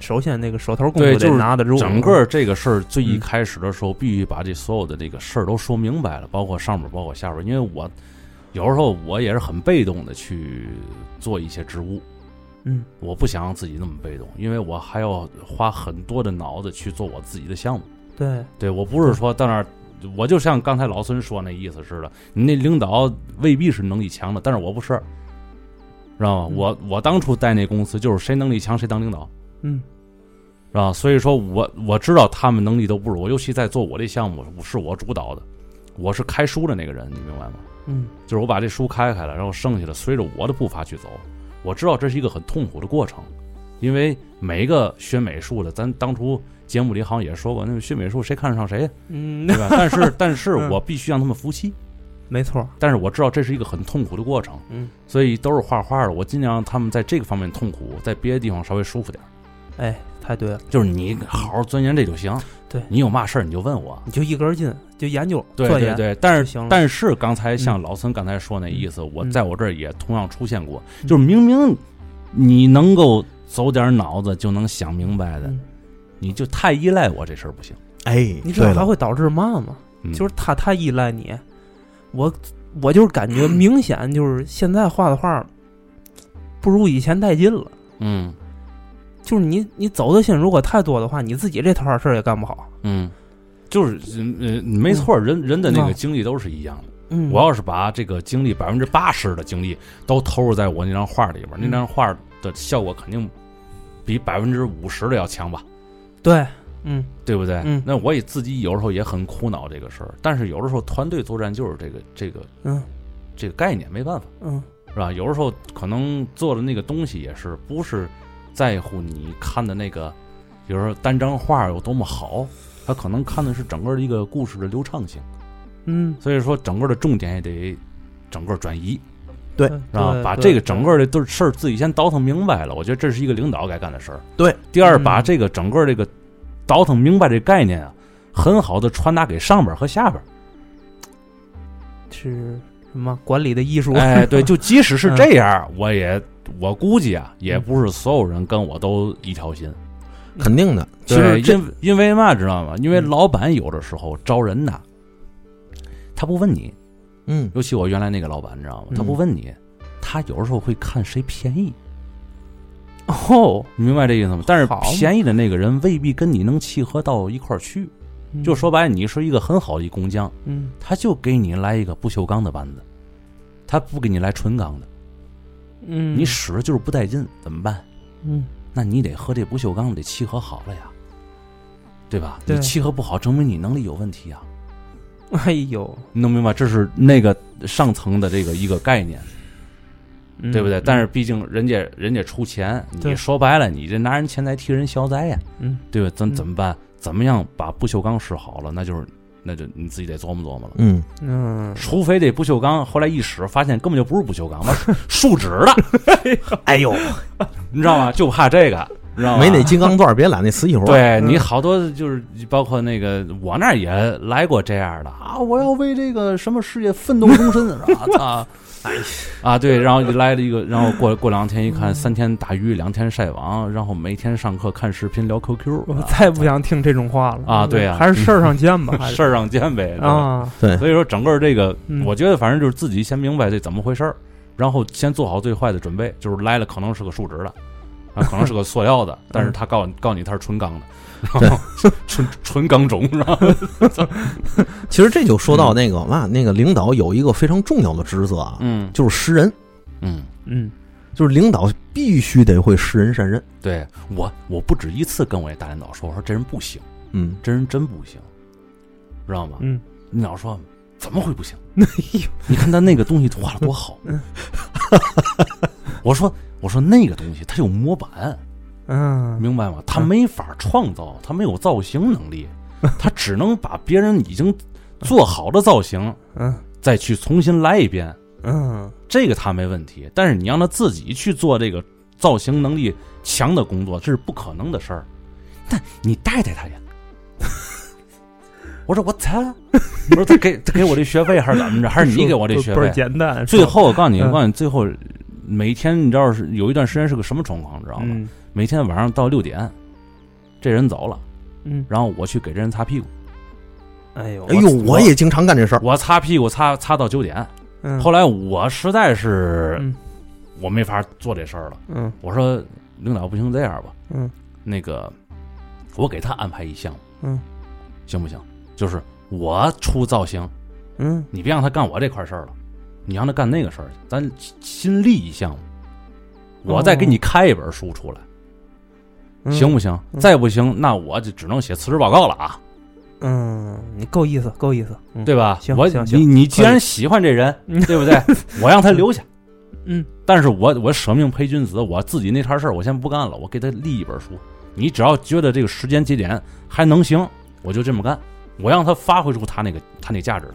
Speaker 3: 首先那个手头功
Speaker 1: 对
Speaker 3: 夫得
Speaker 1: 就是
Speaker 3: 拿得住，
Speaker 1: 整个这个事儿最一
Speaker 3: 嗯
Speaker 1: 开始的时候，必须把这所有的这个事儿都说明白了，包括上面，包括下边。因为我有时候我也是很被动的去做一些职务，
Speaker 3: 嗯
Speaker 1: 我不想让自己那么被动，因为我还要花很多的脑子去做我自己的项目。
Speaker 3: 对
Speaker 1: 对我不是说到那儿，我就像刚才老孙说那意思似的，你那领导未必是能力强的，但是我不是，知道吗？
Speaker 3: 嗯
Speaker 1: 我我当初在那公司就是谁能力强谁当领导，
Speaker 3: 嗯
Speaker 1: 是吧？所以说我我知道他们能力都不如我，尤其在做我这项目是我主导的，我是开书的那个人，你明白吗？
Speaker 3: 嗯
Speaker 1: 就是我把这书开开了，然后剩下的随着我的步伐去走。我知道这是一个很痛苦的过程，因为每一个学美术的，咱当初节目里好像也说过，那个学美术谁看得上谁呀，
Speaker 3: 嗯
Speaker 1: 对，吧？啊但 是，但是
Speaker 3: 嗯
Speaker 1: 我必须让他们服气。
Speaker 3: 没错，
Speaker 1: 但是我知道这是一个很痛苦的过程，
Speaker 3: 嗯，
Speaker 1: 所以都是画画的，我尽量让他们在这个方面痛苦，在别的地方稍微舒服点儿。
Speaker 3: 哎，太对了，
Speaker 1: 就是你好好钻研这就行，
Speaker 3: 对
Speaker 1: 你有嘛事儿你就问我，
Speaker 3: 你就一根筋，就研究
Speaker 1: 对
Speaker 3: 钻
Speaker 1: 对
Speaker 3: 研
Speaker 1: 对。但
Speaker 3: 就是行了。
Speaker 1: 但是刚才像老孙刚才说那意思，我
Speaker 3: 嗯
Speaker 1: 在我这儿也同样出现过，
Speaker 3: 嗯
Speaker 1: 就是明明你能够走点脑子就能想明白的，
Speaker 3: 嗯
Speaker 1: 你就太依赖我这事儿不行。
Speaker 2: 哎，
Speaker 3: 你这
Speaker 2: 对
Speaker 3: 还
Speaker 2: 了，
Speaker 3: 会导致嘛嘛？
Speaker 1: 嗯
Speaker 3: 就是他太依赖你，我我就是 感觉明显就是现在画的画不如以前带劲了。
Speaker 1: 嗯
Speaker 3: 就是你你走的心如果太多的话，你自己这头儿事儿也干不好。
Speaker 1: 嗯，就是呃没错，人人的
Speaker 3: 啊
Speaker 1: 那个精力都是一样的。
Speaker 3: 嗯，
Speaker 1: 我要是把这个精力百分之八十的精力都投入在我那张画里边儿，那
Speaker 3: 嗯
Speaker 1: 张画的效果肯定比百分之五十的要强吧。
Speaker 3: 对，嗯
Speaker 1: 对不对？
Speaker 3: 嗯
Speaker 1: 那我也自己有时候也很苦恼这个事儿，但是有的时候团队作战就是这个这个
Speaker 3: 嗯
Speaker 1: 这个概念，没办法，
Speaker 3: 嗯，
Speaker 1: 是吧？有的时候可能做的那个东西也是不是在乎你看的那个，比如说单张画有多么好，他可能看的是整个的一个故事的流畅性，
Speaker 3: 嗯，
Speaker 1: 所以说整个的重点也得整个转移，
Speaker 2: 对
Speaker 3: 嗯对
Speaker 1: 是吧？把这个整个的都是事儿自己先倒腾明白了，我觉得这是一个领导该干的事儿。
Speaker 2: 对，
Speaker 1: 第二，
Speaker 3: 嗯
Speaker 1: 把这个整个这个倒腾明白这概念啊，很好的传达给上边儿和下边儿。
Speaker 3: 是什么管理的艺术？
Speaker 1: 哎， 对，就即使是
Speaker 3: 嗯
Speaker 1: 这样儿，我也我估计啊，也不是所有人跟我都一条心。
Speaker 2: 肯定的。其
Speaker 1: 对
Speaker 2: 实这
Speaker 1: 因因为嘛，知道吗？因为
Speaker 3: 嗯
Speaker 1: 老板有的时候招人呐，他不问你，
Speaker 2: 嗯，
Speaker 1: 尤其我原来那个老板，你知道吗？他
Speaker 3: 嗯
Speaker 1: 不问你，他有的时候会看谁便宜。
Speaker 3: 哦，
Speaker 1: 你明白这意思吗？但是
Speaker 3: 好
Speaker 1: 便宜的那个人未必跟你能契合到一块儿去。就说白了，你是一个很好的一工匠，
Speaker 3: 嗯
Speaker 1: 他就给你来一个不锈钢的板子，他不给你来纯钢的，
Speaker 3: 嗯，
Speaker 1: 你使就是不带劲，怎么办？
Speaker 3: 嗯
Speaker 1: 那你得和这不锈钢得契合好了呀，对吧？
Speaker 3: 对
Speaker 1: 你契合不好，证明你能力有问题啊。
Speaker 3: 哎呦，
Speaker 1: 你能明白？这是那个上层的这个一个概念，
Speaker 3: 嗯
Speaker 1: 对不对？但是毕竟人家人家出钱，你
Speaker 3: 对
Speaker 1: 说白了，你这拿人钱财替人消灾呀。
Speaker 3: 嗯
Speaker 1: 对吧？咱
Speaker 3: 嗯
Speaker 1: 怎么办？怎么样把不锈钢使好了？那就是那就你自己得琢磨琢磨了。
Speaker 2: 嗯，
Speaker 3: 嗯，
Speaker 1: 除非这不锈钢后来一使，发现根本就不是不锈钢，完树脂的，
Speaker 2: 哎呦，
Speaker 1: 你知道吗？就怕这个，你知道吗？
Speaker 2: 没那金刚钻儿，别揽那瓷器活儿。
Speaker 1: 啊 对
Speaker 3: 嗯
Speaker 1: 你好多就是包括那个我那儿也来过这样的啊，我要为这个什么事业奋斗终身 啊啊！啊，对，然后一来了一个，然后过过两天一看，三天打鱼两天晒网，然后每天上课看视频聊 QQ，
Speaker 3: 我
Speaker 1: 啊
Speaker 3: 再不想听这种话了
Speaker 1: 啊对啊
Speaker 3: 还是事儿上见吧，还是
Speaker 1: 事儿上见呗对吧
Speaker 3: 啊，
Speaker 1: 所以说，整个这个，
Speaker 3: 嗯
Speaker 1: 我觉得反正就是自己先明白这怎么回事儿，然后先做好最坏的准备，就是来了可能是个树脂的，啊，可能是个塑料 的，但是他告诉告诉你他是纯钢 的，然后纯纯钢种，是吧？
Speaker 2: 其实这就说到那个嘛，那个领导有一个非常重要的职责啊，
Speaker 1: 嗯
Speaker 2: 就是识人，
Speaker 1: 嗯，
Speaker 3: 嗯
Speaker 2: 就是领导必须得会识人善任。
Speaker 1: 对我我不止一次跟我那大领导说，我说这人不行，
Speaker 2: 嗯，
Speaker 1: 这人真不行，知道吗？
Speaker 3: 嗯，
Speaker 1: 领导说怎么会不行？
Speaker 3: 哎呦，
Speaker 1: 你看他那个东西画的多好
Speaker 3: 嗯，
Speaker 1: 我说我说那个东西它有模板。
Speaker 3: 嗯
Speaker 1: 明白吗？他
Speaker 3: 嗯
Speaker 1: 没法创造，他没有造型能力，他只能把别人已经做好的造型
Speaker 3: 嗯
Speaker 1: 再去重新来一遍，
Speaker 3: 嗯，
Speaker 1: 这个他没问题。但是你让他自己去做这个造型能力强的工作，这是不可能的事儿。但你带带他呀。 我说我操！我说他给他给我这学费还是怎么 着？还是你给我这学
Speaker 3: 倍
Speaker 1: 费
Speaker 3: 儿？简单，
Speaker 1: 最后我告诉你，
Speaker 3: 嗯
Speaker 1: 我告诉你，最后每天你知道是有一段时间是个什么状况，你知道吗？
Speaker 3: 嗯
Speaker 1: 每天晚上到六点，这人走了，
Speaker 3: 嗯，
Speaker 1: 然后我去给这人擦屁股，
Speaker 3: 哎呦
Speaker 2: 哎呦，我也经常干这事儿。
Speaker 1: 我擦屁股擦擦到九点。
Speaker 3: 嗯
Speaker 1: 后来我实在是
Speaker 3: 嗯
Speaker 1: 我没法做这事儿了，
Speaker 3: 嗯
Speaker 1: 我说领导不行，这样吧，
Speaker 3: 嗯
Speaker 1: 那个我给他安排一项目，
Speaker 3: 嗯
Speaker 1: 行不行？就是我出造型，
Speaker 3: 嗯
Speaker 1: 你别让他干我这块事儿了，你让他干那个事儿去，咱新立一项目，我再给你开一本书出来。
Speaker 3: 嗯，
Speaker 1: 行不行？
Speaker 3: 哦嗯
Speaker 1: 再不行，那我就只能写辞职报告了啊！
Speaker 3: 嗯，你够意思，够意思，嗯、
Speaker 1: 对吧？
Speaker 3: 行
Speaker 1: 我
Speaker 3: 行
Speaker 1: 你
Speaker 3: 行
Speaker 1: 你既然喜欢这人，
Speaker 3: 嗯
Speaker 1: 对 不对？我让他留下，
Speaker 3: 嗯，
Speaker 1: 但是我我舍命陪君子，我自己那摊事儿我先不干了，我给他立一本书。你只要觉得这个时间节点还能行，我就这么干。我让他发挥出他那个他那价值来。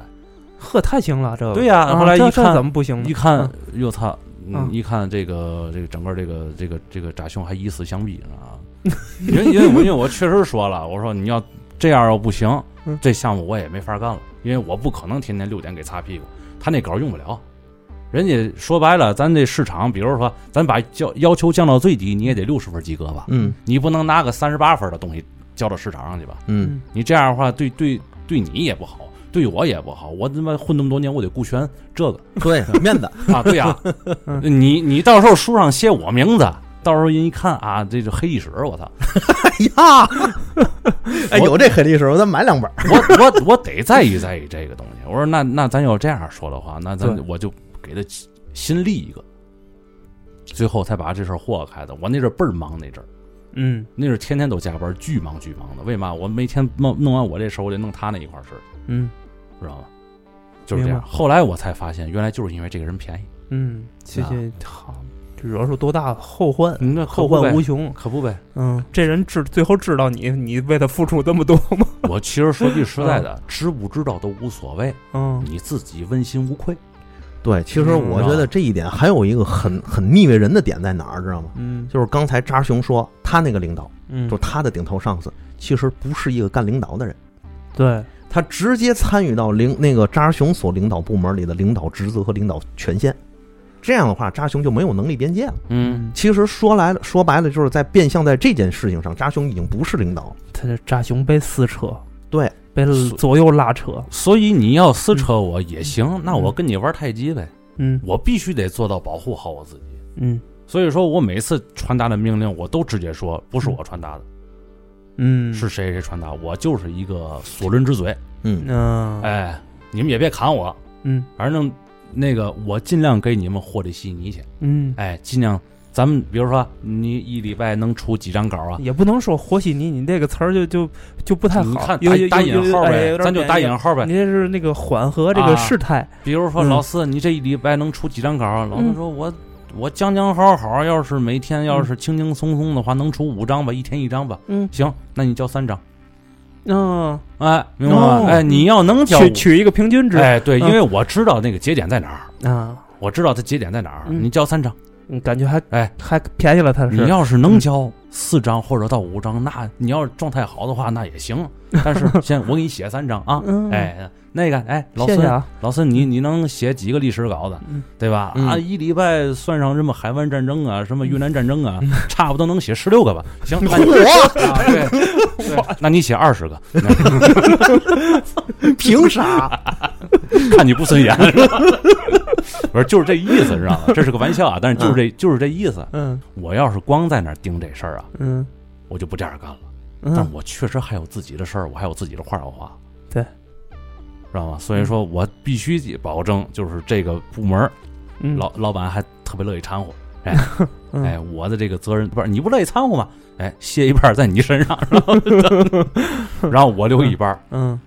Speaker 3: 呵，太行了，这个
Speaker 1: 对呀
Speaker 3: 啊
Speaker 1: 后来
Speaker 3: 这
Speaker 1: 一
Speaker 3: 这
Speaker 1: 看
Speaker 3: 怎么不行呢？
Speaker 1: 一看
Speaker 3: 嗯，
Speaker 1: 哟操！嗯
Speaker 3: 嗯
Speaker 1: 一看这个这个整个这个这个这个炸兄还以死相逼呢 啊！因为因为我因为我确实说了，我说你要这样要不行
Speaker 3: 嗯，
Speaker 1: 这项目我也没法干了，因为我不可能天天六点给擦屁股，他那稿用不了。人家说白了，咱这市场，比如说咱把要要求降到最低，你也得六十分及格吧？
Speaker 2: 嗯
Speaker 1: 你不能拿个三十八分的东西交到市场上去吧？
Speaker 2: 嗯，
Speaker 1: 你这样的话，对对对你也不好，对我也不好。我他妈混那么多年，我得顾全这个。
Speaker 2: 对，面子，
Speaker 1: 啊，对呀、
Speaker 3: 嗯
Speaker 1: 你你到时候书上写我名字，到时候人一看啊，这是黑历史，我操，
Speaker 2: 哎呀，哎，
Speaker 1: 我
Speaker 2: 有这黑历史，我咱买两本儿。
Speaker 1: 我我我得在意在意这个东西。我说那那咱要这样说的话，那咱
Speaker 3: 对
Speaker 1: 我就给他新新立一个，最后才把这事儿豁开的。我那阵儿倍儿忙，那阵儿
Speaker 3: 嗯
Speaker 1: 那阵儿天天都加班，巨忙巨忙的。为嘛？我每天弄弄完我这事儿，我得弄他那一块儿事儿，
Speaker 3: 嗯
Speaker 1: 知道吗？就是这
Speaker 3: 明白
Speaker 1: 样。后来我才发现，原来就是因为这个人便宜。
Speaker 3: 嗯，谢谢
Speaker 1: 啊，
Speaker 3: 好，这惹出多大的后患？
Speaker 1: 你那
Speaker 3: 后患无穷。
Speaker 1: 可不呗？
Speaker 3: 嗯，这人治最后治到你，你为他付出这么多吗？
Speaker 1: 我其实说句实在的，知不知道都无所谓，
Speaker 3: 嗯
Speaker 1: 你自己问心无愧。
Speaker 2: 对，其实
Speaker 3: 嗯
Speaker 2: 我觉得这一点还有一个很很腻歪人的点在哪儿，知道吗？
Speaker 3: 嗯
Speaker 2: 就是刚才扎熊说他那个领导，
Speaker 3: 嗯
Speaker 2: 就是他的顶头上司，其实不是一个干领导的人，
Speaker 3: 对，
Speaker 2: 他直接参与到领那个扎熊所领导部门里的领导职责和领导权限。这样的话，扎熊就没有能力边界了。
Speaker 1: 嗯，
Speaker 2: 其实说来了，说白了，就是在变相在这件事情上，扎熊已经不是领导了。
Speaker 3: 他这扎熊被撕扯，
Speaker 2: 对，
Speaker 3: 被
Speaker 1: 所
Speaker 3: 左右拉扯，
Speaker 1: 所以你要撕扯我也行，那我跟你玩太极呗，
Speaker 3: 嗯
Speaker 1: 我必须得做到保护好我自己。
Speaker 3: 嗯
Speaker 1: 所以说我每次传达的命令，我都直接说不是我传达的，
Speaker 3: 嗯，
Speaker 1: 是谁谁传达，我就是一个索伦之嘴。
Speaker 2: 嗯，
Speaker 3: 嗯
Speaker 1: 哎，你们也别砍我，
Speaker 3: 嗯
Speaker 1: 反正那个我尽量给你们和的稀泥去。
Speaker 3: 嗯，
Speaker 1: 哎，尽量咱们比如说你一礼拜能出几张稿啊？
Speaker 3: 也不能说和稀泥，你这个词儿就就就不太
Speaker 1: 你
Speaker 3: 好
Speaker 1: 看，
Speaker 3: 有有
Speaker 1: 打打
Speaker 3: 有有
Speaker 1: 引号
Speaker 3: 哎有
Speaker 1: 呗，
Speaker 3: 点
Speaker 1: 咱就
Speaker 3: 贬
Speaker 1: 打
Speaker 3: 义
Speaker 1: 引号呗
Speaker 3: 你。这是那个缓和这个
Speaker 1: 啊
Speaker 3: 事态，
Speaker 1: 比如说
Speaker 3: 嗯
Speaker 1: 老四，你这一礼拜能出几张稿啊？老四
Speaker 3: 嗯
Speaker 1: 说我我将将好好，要是每天要是轻轻松松的话，能出五张吧，一天一张吧。
Speaker 3: 嗯
Speaker 1: 行，那你交三张，
Speaker 3: 嗯，
Speaker 1: 哎，明白吗
Speaker 3: 哦？
Speaker 1: 哎，你要能交，
Speaker 3: 取取一个平均值
Speaker 1: 哎，对，因
Speaker 3: 嗯
Speaker 1: 为我知道那个节点在哪儿，
Speaker 3: 啊，
Speaker 1: 我知道它节点在哪儿。
Speaker 3: 嗯
Speaker 1: 你交三张，
Speaker 3: 你感觉还
Speaker 1: 哎，
Speaker 3: 还便宜了他
Speaker 1: 你
Speaker 3: 是，
Speaker 1: 要是能交四张或者到五张，那你要是状态好的话，那也行。但 是先我给你写三张啊，
Speaker 3: 嗯
Speaker 1: 哎，那个，哎，老
Speaker 3: 谢谢
Speaker 1: 孙，
Speaker 3: 啊，
Speaker 1: 老孙，你你能写几个历史稿子？
Speaker 3: 嗯
Speaker 1: 对吧？
Speaker 2: 嗯
Speaker 1: 啊，一礼拜算上什么海湾战争啊，什
Speaker 3: 嗯
Speaker 1: 么越南战争啊，差不多能写十六个吧？行，那你啊对，对 那你写二十个，那
Speaker 2: 凭啥？
Speaker 1: 看你不顺眼 是吧？不是，就是这意思，知道吗？这是个玩笑啊，但是就是这就是这意思。
Speaker 3: 嗯
Speaker 1: 我要是光在那儿盯这事儿啊，
Speaker 3: 嗯
Speaker 1: 我就不这样干了。但
Speaker 3: 嗯，
Speaker 1: 我确实还有自己的事儿，我还有自己的话要画。
Speaker 3: 对，
Speaker 1: 知道吗？所以说我必须得保证，就是这个部门儿
Speaker 3: 嗯
Speaker 1: 老老板还特别乐意掺和。
Speaker 3: 嗯
Speaker 1: 哎，我的这个责任不是你不乐意掺和吗？哎，卸一半在你身上，然后然后我留一半儿，
Speaker 3: 嗯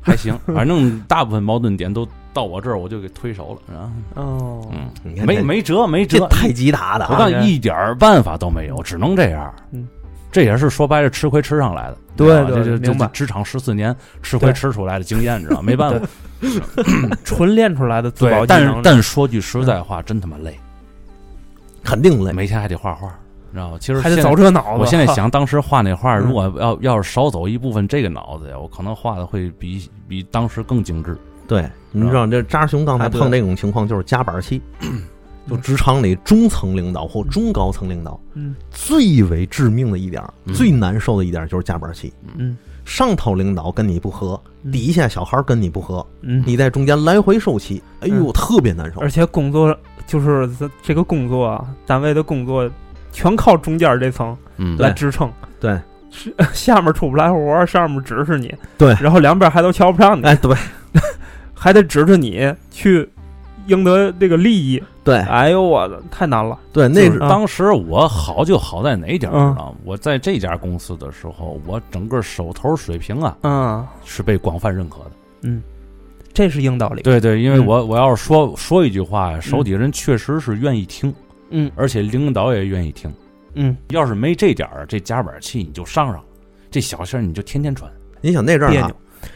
Speaker 1: 还 行，反正大部分矛盾点都到我这儿，我就给推熟了。然后，
Speaker 3: 哦，
Speaker 1: 嗯，
Speaker 2: 你看
Speaker 1: 没
Speaker 2: 这
Speaker 1: 没辙，没
Speaker 2: 这
Speaker 1: 辙，
Speaker 2: 太极打的
Speaker 1: 我
Speaker 2: 啊！
Speaker 1: 告诉你，一点儿办法都没有，只能这样。
Speaker 3: 嗯，
Speaker 1: 这也是说白了，吃亏吃上来的。
Speaker 3: 对
Speaker 1: 知道吧
Speaker 3: 对
Speaker 1: 这这这
Speaker 3: 明白
Speaker 1: 这职场十四年吃亏
Speaker 3: 对
Speaker 1: 吃出来的经验，知道吧没办法。
Speaker 3: 纯练出来的嗯自
Speaker 1: 对，
Speaker 3: 保技
Speaker 1: 但
Speaker 3: 能
Speaker 1: 是，但说句实在话，真他妈累，
Speaker 2: 肯定累。
Speaker 1: 每天还得画画，你知道吗？其实
Speaker 3: 还得
Speaker 1: 现
Speaker 3: 找这脑子，
Speaker 1: 我现在
Speaker 3: 哈，
Speaker 1: 想，当时画那画，
Speaker 3: 嗯
Speaker 1: 如果要要是少走一部分这个脑子呀，我可能画的会比比当时更精致。
Speaker 2: 对，你知道这扎熊
Speaker 3: 哎
Speaker 2: 刚才碰这种情况就是夹板 期，就职场里中层领导或中高层领导
Speaker 3: 嗯
Speaker 2: 最为致命的一点儿、
Speaker 1: 嗯
Speaker 2: 最难受的一点儿就是夹板期。
Speaker 3: 嗯，
Speaker 2: 上头领导跟你不和，
Speaker 3: 嗯
Speaker 2: 底下小孩儿跟你不和，
Speaker 3: 嗯，
Speaker 2: 你在中间来回受气，哎呦，
Speaker 3: 嗯
Speaker 2: 特别难受
Speaker 3: 而。且工作就是这这个工作啊，单位的工作全靠中间这层
Speaker 1: 嗯，
Speaker 3: 来支撑，
Speaker 2: 对，
Speaker 3: 是 下面出不来活，上面指使你，
Speaker 2: 对哎
Speaker 3: 然后两边还都瞧不上你，
Speaker 2: 哎，对，
Speaker 3: 还得指着你去赢得这个利益。
Speaker 2: 对
Speaker 3: 哎呦我的，太难了。
Speaker 2: 对，那
Speaker 1: 就是
Speaker 2: 是
Speaker 1: 当时我好就好在哪一点儿，
Speaker 3: 嗯
Speaker 1: 知道吗？我在这家公司的时候，我整个手头水平啊
Speaker 3: 嗯，
Speaker 1: 是被广泛认可的。
Speaker 3: 这是硬道理。
Speaker 1: 对对，因为
Speaker 3: 嗯
Speaker 1: 我我要是说说一句话，手底下人确实是愿意听，
Speaker 3: 嗯
Speaker 1: 而且领导也愿意听。
Speaker 3: 嗯，
Speaker 1: 要是没这点儿，这夹板气你就上上了，这小事儿你就天天传。
Speaker 2: 你想那阵儿
Speaker 3: 别
Speaker 2: 啊
Speaker 3: 扭，。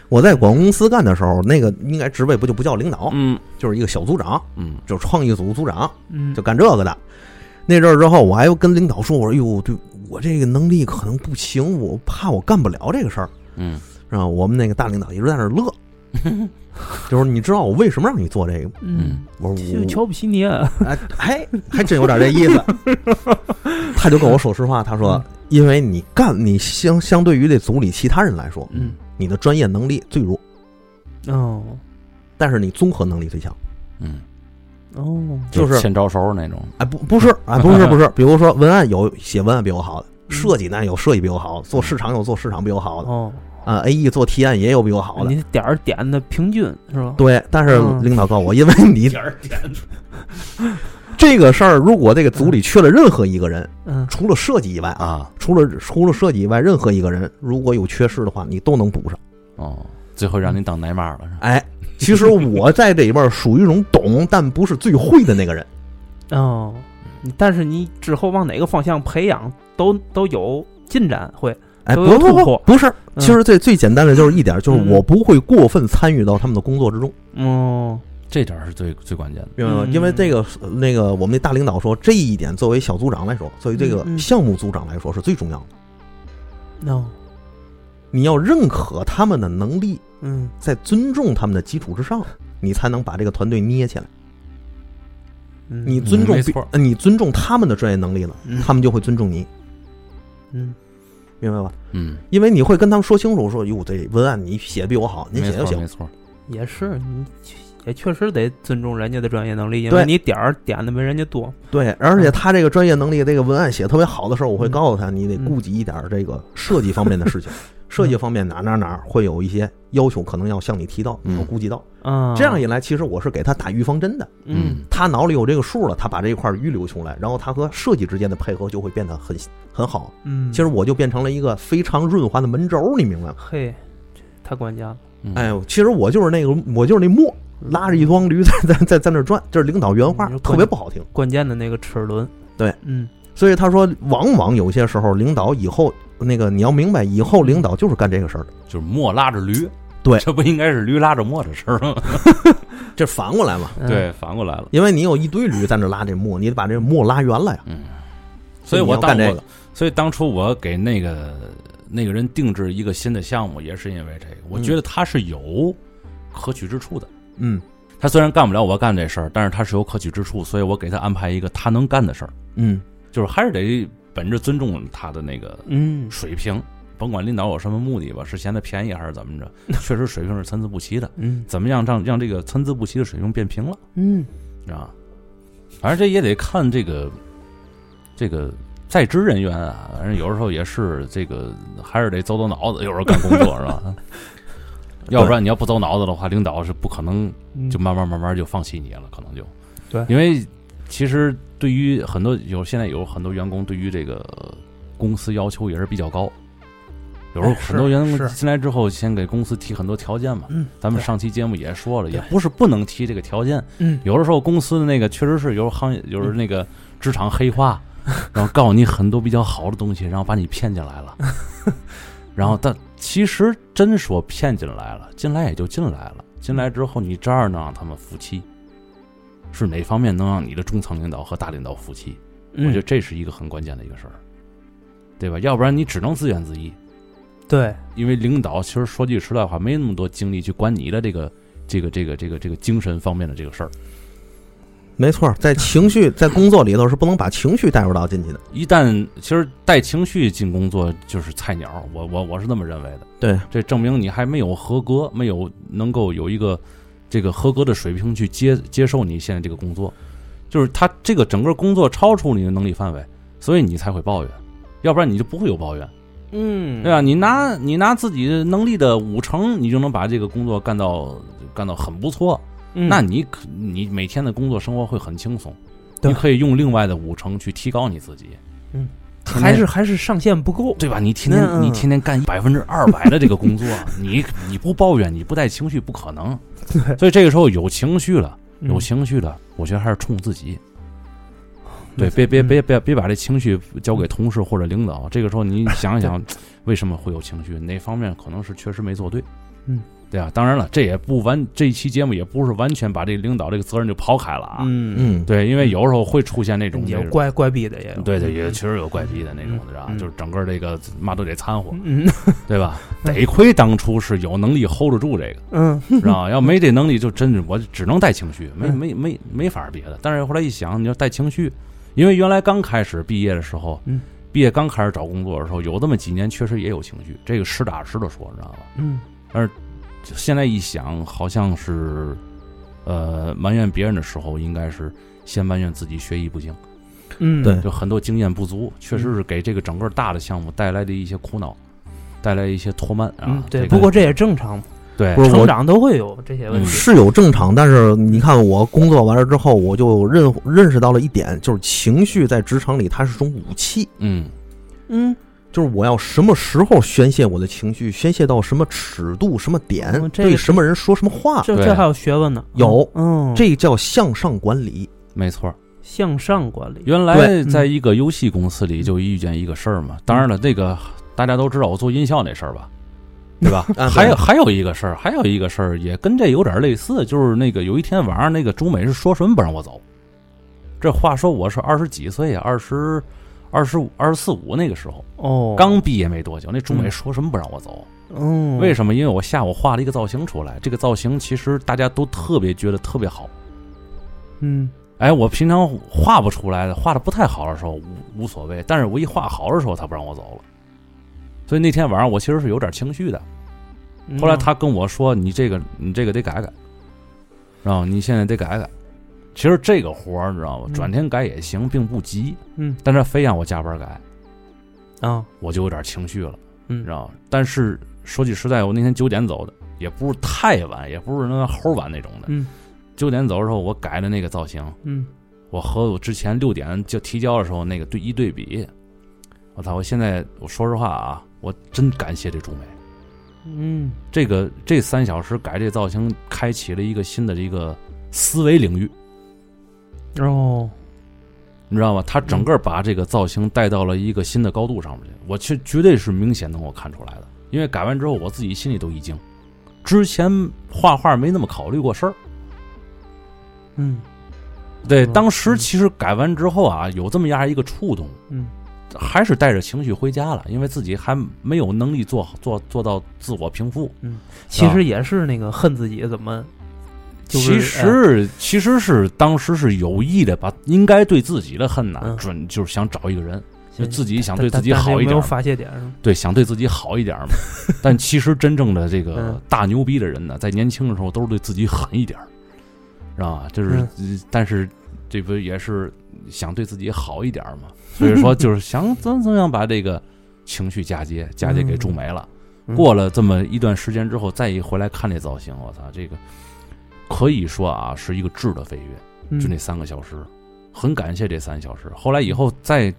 Speaker 2: 我在广告公司干的时候，那个应该职位不就不叫领导，
Speaker 1: 嗯
Speaker 2: 就是一个小组长，
Speaker 1: 嗯，
Speaker 2: 就是创意组组长，
Speaker 3: 嗯，
Speaker 2: 就干这个的。那阵儿之后，我还跟领导说，我说：“哟，对我这个能力可能不行，我怕我干不了这个事儿。”
Speaker 1: 嗯，
Speaker 2: 是吧？我们那个大领导一直在那儿乐，就是你知道我为什么让你做这个吗？
Speaker 1: 嗯
Speaker 3: 嗯，
Speaker 2: 我
Speaker 3: 就
Speaker 2: 说
Speaker 3: 是乔布西尼啊，
Speaker 2: 我哎哎，还真有点这意思。他就跟我说实话，他说
Speaker 3: 嗯
Speaker 2: 因为你干你相相对于这组里其他人来说，
Speaker 3: 嗯，
Speaker 2: 你的专业能力最弱，
Speaker 3: 哦
Speaker 2: 但是你综合能力最强。
Speaker 1: 嗯，
Speaker 3: 哦，
Speaker 2: 就是
Speaker 1: 欠招手那种。
Speaker 2: 哎，不不是，哎，不 是不是，比如说文案有写文案比我好的，设计呢有设计比我好，做市场有做市场比我好的，
Speaker 3: 哦，
Speaker 2: 啊，A E 做提案也有比我好的。
Speaker 3: 你点儿点的平均是吧？
Speaker 2: 对，但是
Speaker 3: 嗯
Speaker 2: 领导告诉我，因为你
Speaker 1: 儿点，
Speaker 2: 这个事儿，如果这个组里缺了任何一个人，
Speaker 3: 嗯，
Speaker 2: 除了设计以外啊，
Speaker 1: 啊
Speaker 2: 除了除了设计以外，任何一个人如果有缺失的话，你都能补上。
Speaker 1: 哦，最后
Speaker 2: 嗯
Speaker 1: 让你当奶妈了是吧？
Speaker 2: 哎，其实我在这里边属于一种懂，但不是最会的那个人。
Speaker 3: 哦，你但是你之后往哪个方向培养都都有进展，会
Speaker 2: 哎，
Speaker 3: 都
Speaker 2: 不
Speaker 3: 有
Speaker 2: 不
Speaker 3: 突
Speaker 2: 不
Speaker 3: 破，
Speaker 2: 不是，
Speaker 3: 嗯
Speaker 2: 其实最最简单的就是一点，就是
Speaker 3: 嗯
Speaker 2: 我不会过分参与到他们的工作之中，
Speaker 3: 哦，
Speaker 1: 这点儿是最最关键的。
Speaker 2: 明白吗？
Speaker 3: 嗯
Speaker 2: 因为这个呃那个我们那大领导说这一点，作为小组长来说，作为这个
Speaker 3: 嗯嗯
Speaker 2: 项目组长来说是最重要的。
Speaker 3: 哦，
Speaker 2: 你要认可他们的能力，
Speaker 3: 嗯，
Speaker 2: 在尊重他们的基础之上，你才能把这个团队捏起来。
Speaker 3: 嗯
Speaker 2: 你尊重
Speaker 1: 没
Speaker 2: 别
Speaker 1: 错，
Speaker 2: 呃你尊重他们的专业能力了，
Speaker 3: 嗯
Speaker 2: 他们就会尊重你，
Speaker 3: 嗯
Speaker 2: 明白吧？
Speaker 1: 嗯，
Speaker 2: 因为你会跟他们说清楚，说哟，这文案你写的比我好，您
Speaker 1: 没
Speaker 2: 写就
Speaker 1: 错
Speaker 2: 行
Speaker 1: 没。错。
Speaker 3: 也是你确。也确实得尊重人家的专业能力，因
Speaker 2: 对
Speaker 3: 为你点儿点的没人家多。
Speaker 2: 对，而且他这个专业能力，这个文案写得特别好的时候，我会
Speaker 3: 嗯
Speaker 2: 告诉他，你得顾及一点这个设计方面的事情。设计方面哪哪哪会有一些要求，可能要向你提到，你要
Speaker 1: 嗯
Speaker 2: 顾及到。
Speaker 3: 啊，
Speaker 2: 这样一来，其实我是给他打预防针的。
Speaker 3: 嗯，
Speaker 2: 他脑里有这个数了，他把这一块预留出来，然后他和设计之间的配合就会变得很很好。
Speaker 3: 嗯，
Speaker 2: 其实我就变成了一个非常润滑的门轴，你明白吗？
Speaker 3: 嘿，这太关键了。
Speaker 1: 嗯
Speaker 2: 哎，，其实我就是那个，我就是那墨，拉着一帮驴在在在在那儿转，这是领导原话
Speaker 3: 你说，
Speaker 2: 特别不好听。
Speaker 3: 关键的那个齿轮。
Speaker 2: 对，
Speaker 3: 嗯
Speaker 2: 所以他说，往往有些时候，领导以后那个你要明白，以后领导就是干这个事儿的。
Speaker 1: 就是磨拉着驴，
Speaker 2: 对
Speaker 1: 这不应该是驴拉着磨的事儿吗？
Speaker 2: 这反过来嘛，
Speaker 3: 嗯
Speaker 1: 对，反过来了。
Speaker 2: 因为你有一堆驴在那儿拉这墨，你得把这墨拉圆了呀。
Speaker 1: 嗯，所以我
Speaker 2: 你要
Speaker 1: 当
Speaker 2: 干这
Speaker 1: 我
Speaker 2: 个，
Speaker 1: 所以当初我给那个那个人定制一个新的项目，也是因为这个，我
Speaker 2: 嗯
Speaker 1: 觉得他是有可取之处的。
Speaker 2: 嗯
Speaker 1: 他虽然干不了我干这事儿，但是他是有可取之处，所以我给他安排一个他能干的事儿，
Speaker 2: 嗯，
Speaker 1: 就是还是得本着尊重他的那个
Speaker 3: 嗯
Speaker 1: 水平，甭管领导有什么目的吧，是嫌他便宜还是怎么着，确实水平是参差不齐的。
Speaker 3: 嗯
Speaker 1: 怎么样让让这个参差不齐的水平变平了
Speaker 3: 嗯
Speaker 1: 啊？反正这也得看这个这个在职人员啊，反正有时候也是这个还是得走走脑子，有时候干工作是吧？ 要不然你要不走脑子的话，领导是不可能
Speaker 3: 嗯，
Speaker 1: 就慢慢慢慢就放弃你了，可能就
Speaker 3: 对
Speaker 1: 因为其实对于很多有现在有很多员工对于这个公司要求也是比较高，有时候
Speaker 3: 哎是
Speaker 1: 很多员工
Speaker 3: 是
Speaker 1: 进来之后先给公司提很多条件嘛，
Speaker 3: 嗯，
Speaker 1: 咱们
Speaker 3: 对
Speaker 1: 上期节目也说了，
Speaker 3: 对
Speaker 1: 也不是不能提这个条件，
Speaker 3: 嗯
Speaker 1: 有的时候公司的那个确实是有行业，有时候那个职场黑化，然后告诉你很多比较好的东西，然后把你骗进来 了，然后但其实真说骗进来了，进来也就进来了，进来之后你这儿能让他们服气，是哪方面能让你的中层领导和大领导服气？我
Speaker 3: 嗯
Speaker 1: 觉得这是一个很关键的一个事儿，对吧？要不然你只能自怨自艾，
Speaker 3: 对，
Speaker 1: 因为领导其实说句实在话，没那么多精力去管你的这个这个这个这个这个精神方面的这个事儿。
Speaker 2: 没错，在情绪在工作里头是不能把情绪带入到进去的。
Speaker 1: 一旦其实带情绪进工作就是菜鸟，我我我是这么认为的。
Speaker 2: 对，
Speaker 1: 这证明你还没有合格，没有能够有一个这个合格的水平去接接受你现在这个工作，就是他这个整个工作超出你的能力范围，所以你才会抱怨，要不然你就不会有抱怨，
Speaker 3: 嗯
Speaker 1: 对吧？你拿你拿自己能力的五成，你就能把这个工作干到干到很不错，
Speaker 3: 嗯
Speaker 1: 那你可你每天的工作生活会很轻松，
Speaker 3: 对
Speaker 1: 你可以用另外的五成去提高你自己，天
Speaker 3: 还
Speaker 1: 天
Speaker 3: 是还是上限不够，
Speaker 1: 对吧？你天天
Speaker 3: 嗯嗯
Speaker 1: 你天天干百分之二百的这个 工作，你你不抱怨，你不带情绪不可能。
Speaker 3: 对
Speaker 1: 所以这个时候有情绪了，
Speaker 3: 嗯
Speaker 1: 有情绪了，我觉得还是冲自己。
Speaker 3: 嗯
Speaker 1: 对，别别别别别把这情绪交给同事或者领导。这个时候你想一想，为什么会有情绪？哪方面可能是确实没做对？
Speaker 3: 嗯，
Speaker 1: 对啊。当然了，这也不完，这一期节目也不是完全把这个领导这个责任就抛开了啊。
Speaker 3: 嗯
Speaker 2: 嗯，
Speaker 1: 对，因为有时候会出现那种嗯
Speaker 3: 有
Speaker 1: 这种
Speaker 3: 怪怪逼的也有，
Speaker 1: 对对，也确实有怪逼的那种，对吧？
Speaker 3: 嗯
Speaker 1: 就是整个这个嘛都得掺和，
Speaker 3: 嗯
Speaker 1: 对吧？得亏当初是有能力 hold 得住这 个，
Speaker 3: 嗯
Speaker 1: 知道吗？要没这能力，就真是我只能带情绪，没
Speaker 3: 嗯
Speaker 1: 没没没法别的。但是后来一想，你要带情绪，因为原来刚开始毕业的时候
Speaker 3: 嗯，
Speaker 1: 毕业刚开始找工作的时候，有这么几年确实也有情绪，这个实打实的说，你知道吧？
Speaker 3: 嗯
Speaker 1: 就现在一想，好像是，呃，埋怨别人的时候，应该是先埋怨自己学艺不精。
Speaker 3: 嗯，
Speaker 2: 对
Speaker 1: 就很多经验不足，确实是给这个整个大的项目带来的一些苦恼，带来一些拖慢啊
Speaker 3: 嗯。对，
Speaker 1: 这个
Speaker 3: 不过这也正常，
Speaker 1: 对
Speaker 2: 不，是
Speaker 3: 成
Speaker 2: 我
Speaker 3: 长都会有这些问题，
Speaker 2: 是有正常，但是你看我工作完了之后，我就认认识到了一点，就是情绪在职场里它是种武器，
Speaker 1: 嗯
Speaker 3: 嗯，
Speaker 2: 就是我要什么时候宣泄我的情绪，宣泄到什么尺度、什么点，
Speaker 3: 哦这个
Speaker 2: 对什么人说什么话，
Speaker 3: 这
Speaker 1: 对
Speaker 3: 这还有学问呢，
Speaker 2: 有
Speaker 3: 嗯，
Speaker 2: 这叫向上管理。
Speaker 1: 没错儿。
Speaker 3: 向上管理，
Speaker 1: 原
Speaker 2: 对
Speaker 1: 来
Speaker 3: 嗯
Speaker 1: 在一个游戏公司里就遇见一个事儿嘛，当然了，这个大家都知道我做音效那事儿吧，对吧？
Speaker 2: 啊对
Speaker 1: 还有还有一个事儿，还有一个事儿也跟这有点类似，就是那个有一天晚上，那个朱美是说什么不让我走，这话说我是二十几岁啊，二十二十五、二十四五那个时候，
Speaker 3: 哦，
Speaker 1: 刚毕业没多久，那朱美
Speaker 3: 嗯
Speaker 1: 说什么不让我走。
Speaker 3: 嗯，
Speaker 1: 为
Speaker 3: 什
Speaker 1: 什么？因为我下午画了一个造型出来，这个造型其实大家都特别觉得特别好。
Speaker 3: 嗯
Speaker 1: 哎，我平常画不出来的，画的不太好的时候无无所谓，但是我一画好的时候，他不让我走了。所以那天晚上我其实是有点情绪的。
Speaker 3: 嗯
Speaker 1: 后来他跟我说：“你这个你这个得改改，然后你现在得改改。”其实这个活儿你知道吗？
Speaker 3: 嗯
Speaker 1: 转天改也行，并不急。
Speaker 3: 嗯，
Speaker 1: 但是非让我加班改，
Speaker 3: 啊
Speaker 1: 我就有点情绪了。你
Speaker 3: 嗯
Speaker 1: 知道吗？但是说句实在，我那天九点走的，也不是太晚，也不是那个齁晚那种的。
Speaker 3: 嗯
Speaker 1: 九点走的时候，我改的那个造型，
Speaker 3: 嗯
Speaker 1: 我和我之前六点就提交的时候那个对一对比，我操！我现在我说实话啊，我真感谢这朱美，
Speaker 3: 嗯
Speaker 1: 这个这三小时改这造型，开启了一个新的一个思维领域，
Speaker 3: 哦
Speaker 1: 你知道吗？他整
Speaker 3: 嗯
Speaker 1: 个把这个造型带到了一个新的高度上面去，我却绝对是明显能够看出来的，因为改完之后我自己心里都一惊，之前画画没那么考虑过事儿。
Speaker 3: 嗯
Speaker 1: 对，
Speaker 3: 嗯
Speaker 1: 当时其实改完之后啊，有这么样一个触动，
Speaker 3: 嗯
Speaker 1: 还是带着情绪回家了，因为自己还没有能力做好做做到自我平复。
Speaker 3: 其实也是那个恨自己怎么，就是呃
Speaker 1: 其
Speaker 3: 哎
Speaker 1: 实其实是当时是有意的把应该对自己的恨呐、
Speaker 3: 嗯
Speaker 1: 准就是想找一个人，就
Speaker 3: 行
Speaker 1: 自己想
Speaker 3: 但
Speaker 1: 对自己
Speaker 3: 但但是
Speaker 1: 好一
Speaker 3: 有没
Speaker 1: 点
Speaker 3: 有
Speaker 1: 儿嘛，
Speaker 3: 发泄点儿是吗？
Speaker 1: 对，想对自己好一点儿 嘛。但其实真正的这个
Speaker 3: 嗯
Speaker 1: 大牛逼的人呢，在年轻的时候都是对自己狠一点儿，是吧？就是，
Speaker 3: 嗯
Speaker 1: 呃但是这不也是想对自己好一点儿 嘛？所以说，就是想怎怎样把这个情绪嫁接，嫁接给
Speaker 3: 嗯
Speaker 1: 注没了。
Speaker 3: 嗯
Speaker 1: 过了这么一段时间之后，再一回来看这造型，我操，这个可以说啊是一个质的飞跃。
Speaker 3: 嗯
Speaker 1: 就那三个小时，很感谢这三小时。后来以后在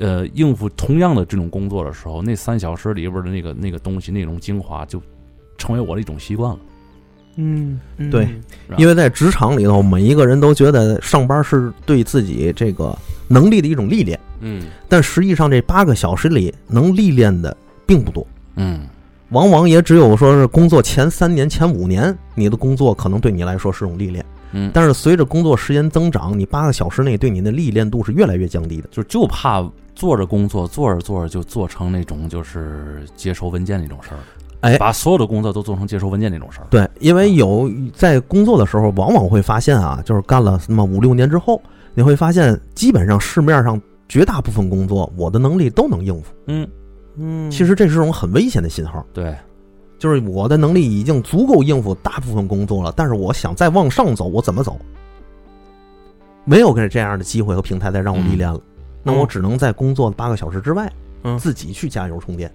Speaker 1: 呃应付同样的这种工作的时候，那三小时里边的那个那个东西，那种精华就成为我的一种习惯了。
Speaker 3: 嗯嗯
Speaker 2: 对
Speaker 3: 嗯
Speaker 1: 啊
Speaker 2: 因为在职场里头，每一个人都觉得上班是对自己这个能力的一种历练，
Speaker 1: 嗯
Speaker 2: 但实际上这八个小时里能历练的并不多，
Speaker 1: 嗯，
Speaker 2: 往往也只有说是工作前三年、前五年，你的工作可能对你来说是种历练，
Speaker 1: 嗯
Speaker 2: 但是随着工作时间增长，你八个小时内对你的历练度是越来越降低的。
Speaker 1: 就就怕做着工作，做着做着就做成那种就是接收文件那种事儿，
Speaker 2: 哎
Speaker 1: 把所有的工作都做成接收文件那种事儿。
Speaker 2: 对，因为有在工作的时候，往往会发现啊，就是干了那么五六年之后，你会发现基本上市面上绝大部分工作，我的能力都能应付。
Speaker 1: 嗯，
Speaker 3: 嗯，
Speaker 2: 其实这是种很危险的信号，
Speaker 1: 对，
Speaker 2: 就是我的能力已经足够应付大部分工作了，但是我想再往上走，我怎么走？没有给这样的机会和平台再让我历练了，那我只能在工作的八个小时之外，
Speaker 3: 嗯
Speaker 2: 自己去加油充电。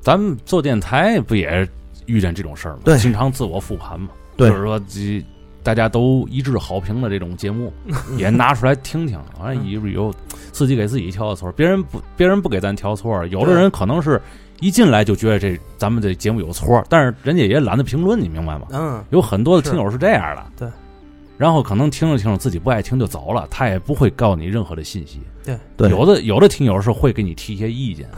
Speaker 1: 咱们做电台不也遇见这种事儿吗？
Speaker 2: 对
Speaker 1: 经常自我复盘嘛。
Speaker 2: 对
Speaker 1: 就是说这大家都一致好评的这种节目，也拿出来听听。完了以有自己给自己挑的错，别人不别人不给咱挑错，有的人可能是一进来就觉得这咱们这节目有错，但是人家也懒得评论，你明白吗？
Speaker 3: 嗯，
Speaker 1: 有很多的听友是这样的，
Speaker 3: 对。
Speaker 1: 然后可能听着听着自己不爱听就走了，他也不会告你任何的信息。
Speaker 2: 对，
Speaker 1: 有的有的听友是会给你提一些意 见，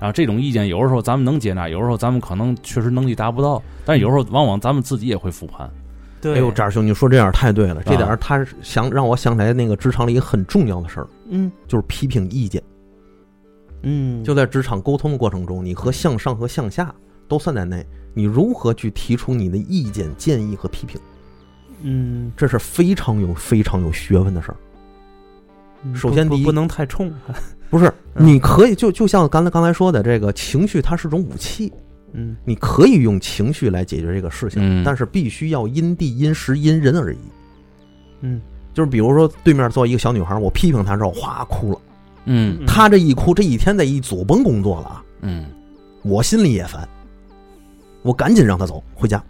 Speaker 1: 然后这种意见有的时候咱们能接纳，有的时候咱们可能确实能力达不到，但是有时候往往咱们自己也会复盘。
Speaker 3: 对，
Speaker 2: 哎呦，扎兄，你说这点儿太对了，这点
Speaker 1: 啊
Speaker 2: 儿他是想让我想起来那个职场里一个很重要的事儿，
Speaker 3: 嗯
Speaker 2: 就是批评意见。
Speaker 3: 嗯，
Speaker 2: 就在职场沟通的过程中，你和向上和向下都算在内，你如何去提出你的意见、建议和批评，
Speaker 3: 嗯，
Speaker 2: 这是非常有非常有学问的事儿。
Speaker 3: 嗯
Speaker 2: 首
Speaker 3: 不
Speaker 2: 先
Speaker 3: 不
Speaker 2: 第一
Speaker 3: 不能太冲，
Speaker 2: 不是，
Speaker 3: 嗯
Speaker 2: 你可以就就像刚才刚才说的，这个情绪它是种武器，
Speaker 3: 嗯
Speaker 2: 你可以用情绪来解决这个事情，
Speaker 1: 嗯
Speaker 2: 但是必须要因地、因时、因人而异。
Speaker 3: 嗯
Speaker 2: 就是比如说，对面坐一个小女孩，我批评她之后，哗哭了。
Speaker 1: 嗯
Speaker 2: 她这一哭，这一天在一左奔工作了啊，
Speaker 1: 嗯
Speaker 2: 我心里也烦，我赶紧让她走回家，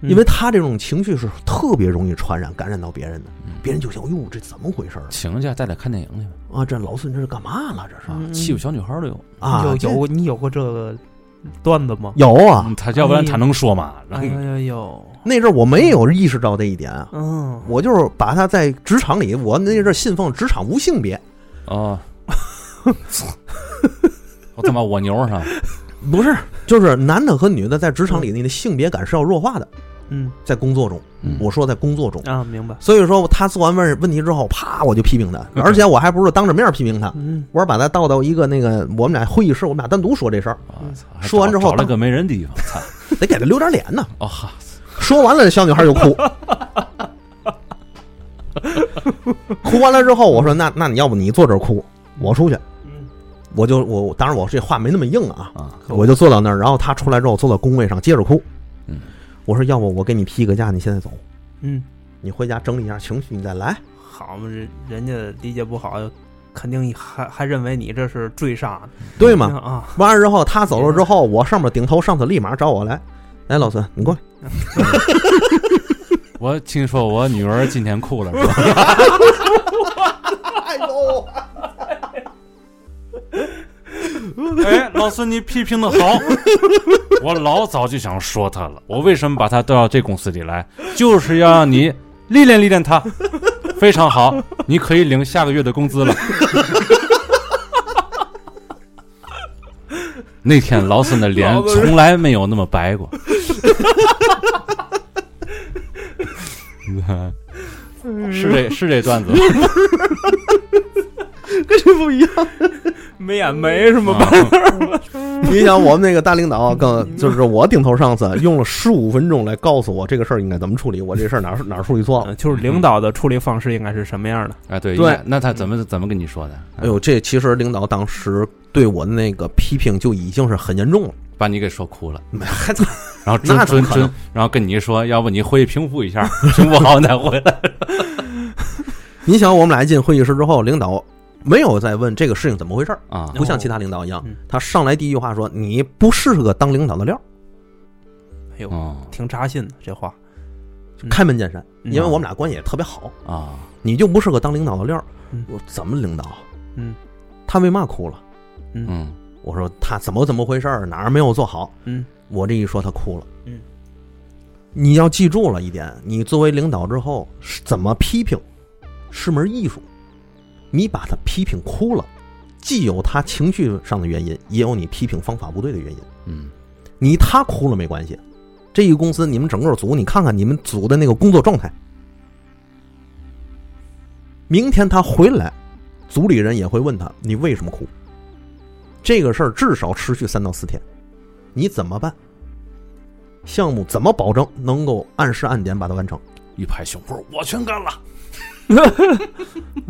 Speaker 3: 嗯
Speaker 2: 因为她这种情绪是特别容易传染、感染到别人的，
Speaker 3: 嗯
Speaker 2: 别人就想，哟，这怎么回事儿
Speaker 1: 请个假带她看电影去吧，
Speaker 2: 啊？这老孙这是干嘛了？这是
Speaker 3: 嗯
Speaker 1: 欺负小女孩儿都有。
Speaker 2: 啊，
Speaker 3: 有
Speaker 2: 这
Speaker 3: 有你有过这个段子吗？
Speaker 2: 有啊，
Speaker 1: 嗯她要不然她能说吗？
Speaker 3: 哎呦呦，
Speaker 2: 那阵儿我没有意识到这一点啊，
Speaker 3: 嗯，
Speaker 2: 我就是把他在职场里，我那阵儿信奉职场无性别，
Speaker 1: 啊，我他妈我牛上，
Speaker 2: 不是，就是男的和女的在职场里那个性别感是要弱化的，
Speaker 3: 嗯
Speaker 2: 在工作中，
Speaker 1: 嗯
Speaker 2: 我说在工作中，
Speaker 3: 啊，明白，
Speaker 2: 所以说他做完问问题之后，啪我就批评他，而且我还不是当着面批评他，
Speaker 3: 嗯
Speaker 2: 我是把他倒到一个那个我们俩会议室，我们俩单独说这事儿，
Speaker 1: 啊操还
Speaker 2: 说完之后
Speaker 1: 找了个没人地方，操！
Speaker 2: 得给他留点脸呢。
Speaker 1: 哦哈，
Speaker 2: 说完了，小女孩就 哭。哭完了之后，我说：“那那你要不你坐这儿哭，我出去。”
Speaker 3: 嗯
Speaker 2: 我就我我当然我这话没那么硬啊，
Speaker 1: 啊
Speaker 2: 我就坐到那儿，然后他出来之后坐到工位上接着哭。
Speaker 1: 嗯，
Speaker 2: 我说要不我给你批个假，你现在走，
Speaker 3: 嗯，
Speaker 2: 你回家整理一下情绪，你再来。
Speaker 3: 好嘛，人人家理解不好，肯定还还认为你这是追杀呢，
Speaker 2: 对吗？
Speaker 3: 啊，
Speaker 2: 完了之后他走了之后，我上面顶头上司立马找我来，哎，老孙你过来，
Speaker 1: 我听说我女儿今天哭了，是吧？
Speaker 2: 哎呦，
Speaker 1: 哎，老孙，你批评的好，我老早就想说他了。我为什么把他调到这公司里来，就是要让你历练历练他。非常好，你可以领下个月的工资了。那天老孙的脸从来没有那么白过。是这是这段子吗，
Speaker 3: 跟这不一样，没眼没是吗？
Speaker 1: 啊
Speaker 2: 你想我们那个大领导跟就是我顶头上司用了十五分钟来告诉我这个事儿应该怎么处理，我这事儿哪儿哪儿处理错了。
Speaker 3: 嗯就是领导的处理方式应该是什么样的？
Speaker 1: 啊，对
Speaker 2: 对
Speaker 1: 那他怎么怎么跟你说的？啊
Speaker 2: 哎呦，这其实领导当时对我的那个批评就已经是很严重了，
Speaker 1: 把你给说哭了。
Speaker 2: 没 还
Speaker 1: 然后准
Speaker 2: 那怎
Speaker 1: 准
Speaker 2: 么可
Speaker 1: 准
Speaker 2: 能，
Speaker 1: 然后跟你说，要不你回去平复一下，平复好再回 来。
Speaker 2: 你想，我们俩一进会议室之后，领导没有再问这个事情怎么回事儿，
Speaker 1: 啊
Speaker 2: 不像其他领导一样
Speaker 3: 嗯，
Speaker 2: 他上来第一句话说：“你不是个当领导的料儿。
Speaker 3: 哎
Speaker 2: 嗯
Speaker 3: 呦，
Speaker 1: 哦
Speaker 3: 挺扎心的这话，”嗯
Speaker 2: 开门见山，
Speaker 3: 嗯
Speaker 2: 因为我们俩关系也特别好，
Speaker 1: 啊，
Speaker 2: 你就不是个当领导的料儿
Speaker 3: 嗯。
Speaker 2: 我说怎么领导？
Speaker 3: 嗯，
Speaker 2: 他为嘛哭了？
Speaker 3: 嗯
Speaker 1: 嗯
Speaker 2: 我说他怎么怎么回事儿，哪儿没有做好？
Speaker 3: 嗯
Speaker 2: 我这一说，他哭了。
Speaker 3: 嗯，
Speaker 2: 你要记住了一点，你作为领导之后，是怎么批评是门艺术。你把他批评哭了，既有他情绪上的原因，也有你批评方法不对的原因。
Speaker 1: 嗯
Speaker 2: 你他哭了没关系，这一个公司你们整个组，你看看你们组的那个工作状态。明天他回来，组里人也会问他你为什么哭。这个事儿至少持续三到四天，你怎么办？项目怎么保证能够按时按点把它完成，
Speaker 1: 一拍胸脯，我全干了。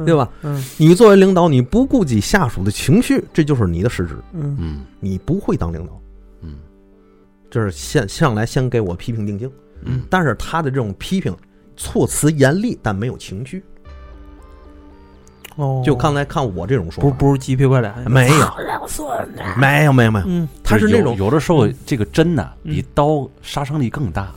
Speaker 2: 对吧？
Speaker 3: 嗯
Speaker 2: 你作为领导，你不顾及下属的情绪，这就是你的失职。
Speaker 3: 嗯
Speaker 1: 嗯
Speaker 2: 你不会当领导，
Speaker 1: 嗯
Speaker 2: 这是先上来先给我批评定性。
Speaker 1: 嗯
Speaker 2: 但是他的这种批评措辞严厉，但没有情绪。
Speaker 3: 哦，
Speaker 2: 就刚才看我这种说
Speaker 3: 不
Speaker 2: 法，
Speaker 3: 不是鸡皮疙瘩，
Speaker 2: 没有，没有没有没有，
Speaker 3: 嗯
Speaker 2: 他是那
Speaker 1: 有
Speaker 2: 种
Speaker 1: 有的时候这个针呐，
Speaker 3: 嗯
Speaker 1: 比刀杀伤力更大。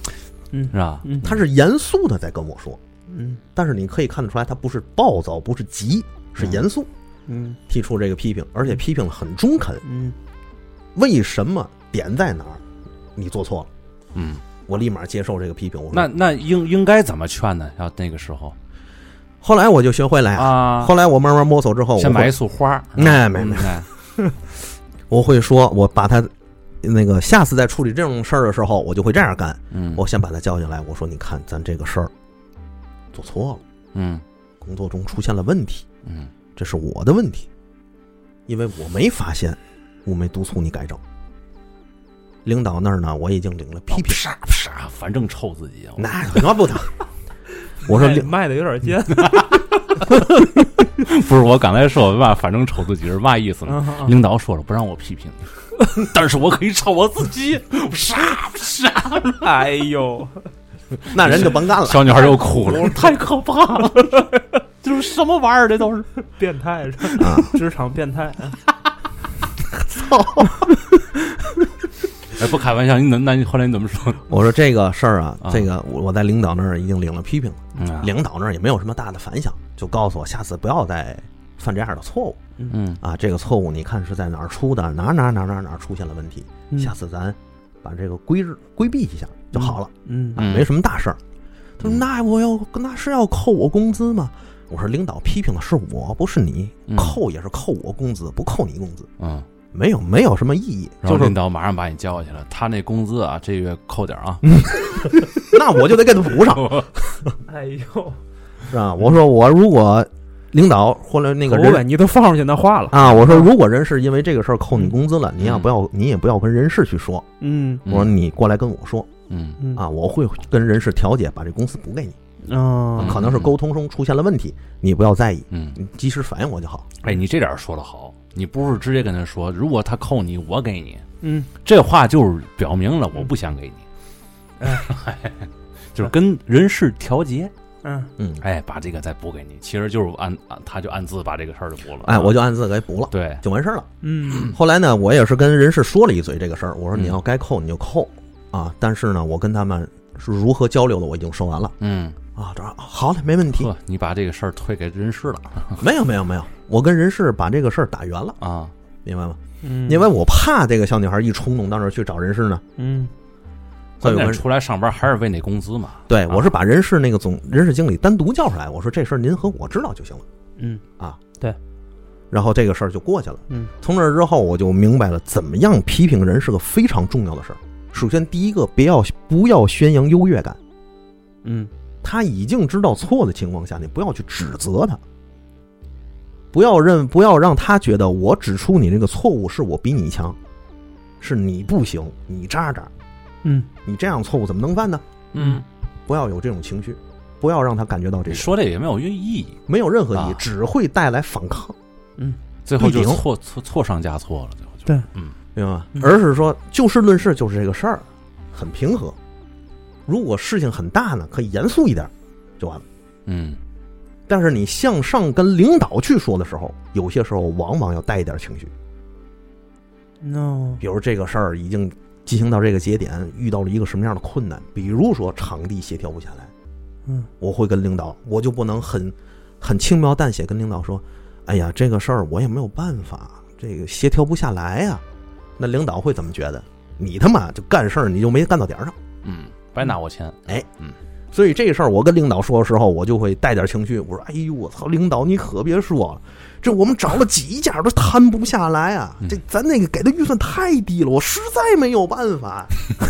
Speaker 3: 嗯
Speaker 1: 是吧？
Speaker 3: 嗯
Speaker 2: 他是严肃的在跟我说，
Speaker 3: 嗯
Speaker 2: 但是你可以看得出来，他不是暴躁，不是急，是严肃
Speaker 3: 嗯
Speaker 2: 提出这个批评，而且批评得很中肯。
Speaker 3: 嗯
Speaker 2: 为什么点在哪儿？你做错了，
Speaker 1: 嗯，
Speaker 2: 我立马接受这个批评。我说
Speaker 1: 那那应应该怎么劝呢？要那个时候
Speaker 2: 后来我就学会了哎呀，
Speaker 1: 啊，
Speaker 2: 后来我慢慢摸索之后，我
Speaker 1: 先买一
Speaker 2: 会
Speaker 1: 束花，
Speaker 2: 那没没，
Speaker 1: 哎
Speaker 2: 我会说，我把他那个下次再处理这种事儿的时候，我就会这样干。
Speaker 1: 嗯，
Speaker 2: 我先把他叫进来，我说：“你看，咱这个事儿做错了，
Speaker 1: 嗯
Speaker 2: 工作中出现了问题，
Speaker 1: 嗯
Speaker 2: 这是我的问题，因为我没发现，我没督促你改正。领导那儿呢，我已经领了批评，
Speaker 1: 啪啪，反正臭自己，啊
Speaker 2: 那可不能。我说
Speaker 1: 哎
Speaker 3: 卖
Speaker 2: 领
Speaker 3: 卖的有点尖，
Speaker 1: 不是我刚才说嘛，反正臭自己是嘛意思呢？
Speaker 3: 嗯嗯
Speaker 1: 领导说了不让我批评 你，但是我可以臭我自己，啪啪，
Speaker 3: 哎呦，
Speaker 2: 那人就甭干了。
Speaker 1: 小女孩又哭了，太可怕了，这是什么玩意儿？这都是
Speaker 3: 变态是吧
Speaker 2: 啊，
Speaker 3: 职场变态，
Speaker 1: 哎，不开玩笑，你怎那你后来你怎么说？
Speaker 2: 我说这个事儿啊
Speaker 1: 啊，
Speaker 2: 这个我我在领导那儿已经领了批评了，
Speaker 1: 嗯啊
Speaker 2: 领导那儿也没有什么大的反响，就告诉我下次不要再犯这样的错误
Speaker 1: 嗯
Speaker 2: 啊。这个错误你看是在哪儿出的，哪儿哪儿哪儿哪儿哪儿出现了问题，
Speaker 3: 嗯
Speaker 2: 下次咱把这个规制规避一下就好了，
Speaker 3: 嗯
Speaker 1: 嗯
Speaker 2: 没什么大事儿。他说：“
Speaker 1: 嗯
Speaker 2: 那我要那是要扣我工资吗？”我说：“领导批评的是我，不是你，
Speaker 1: 嗯
Speaker 2: 扣也是扣我工资，不扣你工资，
Speaker 1: 嗯，
Speaker 2: 没有没有什么意义。”
Speaker 1: 然后
Speaker 2: 就是
Speaker 1: 领导马上把你叫过去了，他那工资啊，这月扣点儿啊，
Speaker 2: 那我就得给他补上，
Speaker 3: 哎呦，
Speaker 2: 是吧？我说我如果领导或者那个
Speaker 3: 我
Speaker 2: 人
Speaker 3: 感你都放上去那话了，
Speaker 2: 啊，我说如果人事因为这个事儿扣你工资了，你要不要？你也不要跟人事去说。
Speaker 3: 嗯
Speaker 2: 我说你过来跟我说
Speaker 1: 嗯
Speaker 3: 嗯
Speaker 2: 啊，我会跟人事调解，把这工资补给你。
Speaker 3: 啊
Speaker 2: 可能是沟通中出现了问题，你不要在意，
Speaker 1: 嗯，
Speaker 2: 你及时反应我就好。
Speaker 1: 哎，你这点儿说的好，你不是直接跟他说，如果他扣你，我给你，
Speaker 3: 嗯
Speaker 1: 这话就是表明了我不想给你，嗯 就是跟人事调节，
Speaker 3: 嗯
Speaker 2: 嗯，
Speaker 1: 哎，把这个再补给你，其实就是按按他就按字把这个事儿就补了，
Speaker 2: 哎，我就按字给补了，
Speaker 1: 对，
Speaker 2: 就完事儿了。
Speaker 3: 嗯
Speaker 2: 后来呢，我也是跟人事说了一嘴这个事儿，我说
Speaker 1: 嗯
Speaker 2: 你要该扣你就扣啊，但是呢，我跟他们是如何交流的，我已经说完了
Speaker 1: 嗯，
Speaker 2: 啊。这好嘞，没问题，
Speaker 1: 呵，你把这个事儿推给人事了
Speaker 2: 没有没有没有，我跟人事把这个事儿打圆了，
Speaker 1: 啊，
Speaker 2: 明白吗？
Speaker 3: 嗯，
Speaker 2: 因为我怕这个小女孩一冲动到那儿去找人事呢，
Speaker 3: 嗯
Speaker 2: 所
Speaker 1: 关
Speaker 2: 以我
Speaker 1: 键
Speaker 2: 跟
Speaker 1: 出来上班还是为那工资嘛，
Speaker 2: 对我是把人事那个总人事经理单独叫出来，我说这事儿您和我知道就行了。
Speaker 3: 嗯
Speaker 2: 然后这个事儿就过去了。
Speaker 3: 嗯，
Speaker 2: 从那之后，我就明白了怎么样批评人是个非常重要的事儿。首先，第一个，不要不要宣扬优越感。
Speaker 3: 嗯
Speaker 2: 他已经知道错的情况下，你不要去指责他，不要认，不要让他觉得我指出你这个错误是我比你强，是你不行，你渣渣，
Speaker 3: 嗯
Speaker 2: 你这样错误怎么能犯呢？
Speaker 3: 嗯，
Speaker 2: 不要有这种情绪，不要让他感觉到这
Speaker 1: 你
Speaker 2: 个
Speaker 1: 说这也没有意义，
Speaker 2: 没有任何意义
Speaker 1: 啊，
Speaker 2: 只会带来反抗。
Speaker 1: 最后就
Speaker 2: 对顶
Speaker 1: 错错错上加错了，最后就
Speaker 3: 对
Speaker 1: 嗯
Speaker 2: 明白吗
Speaker 3: 嗯？
Speaker 2: 而是说就事论事，就是这个事儿，很平和。如果事情很大呢，可以严肃一点，就完了。
Speaker 1: 嗯
Speaker 2: 但是你向上跟领导去说的时候，有些时候往往要带一点情绪，
Speaker 3: 嗯 no
Speaker 2: 比如这个事儿已经进行到这个节点，遇到了一个什么样的困难，比如说场地协调不下来，
Speaker 3: 嗯
Speaker 2: 我会跟领导，我就不能很很轻描淡写跟领导说，哎呀，这个事儿我也没有办法，这个协调不下来呀、那领导会怎么觉得？你他妈就干事儿，你就没干到点儿上。
Speaker 1: 嗯，白拿我钱，
Speaker 2: 所以这事儿我跟领导说的时候，我就会带点情绪，我说：“哎呦，我操，领导你可别说了，这我们找了几家都摊不下来啊
Speaker 1: 嗯，
Speaker 2: 这咱那个给的预算太低了，我实在没有办法。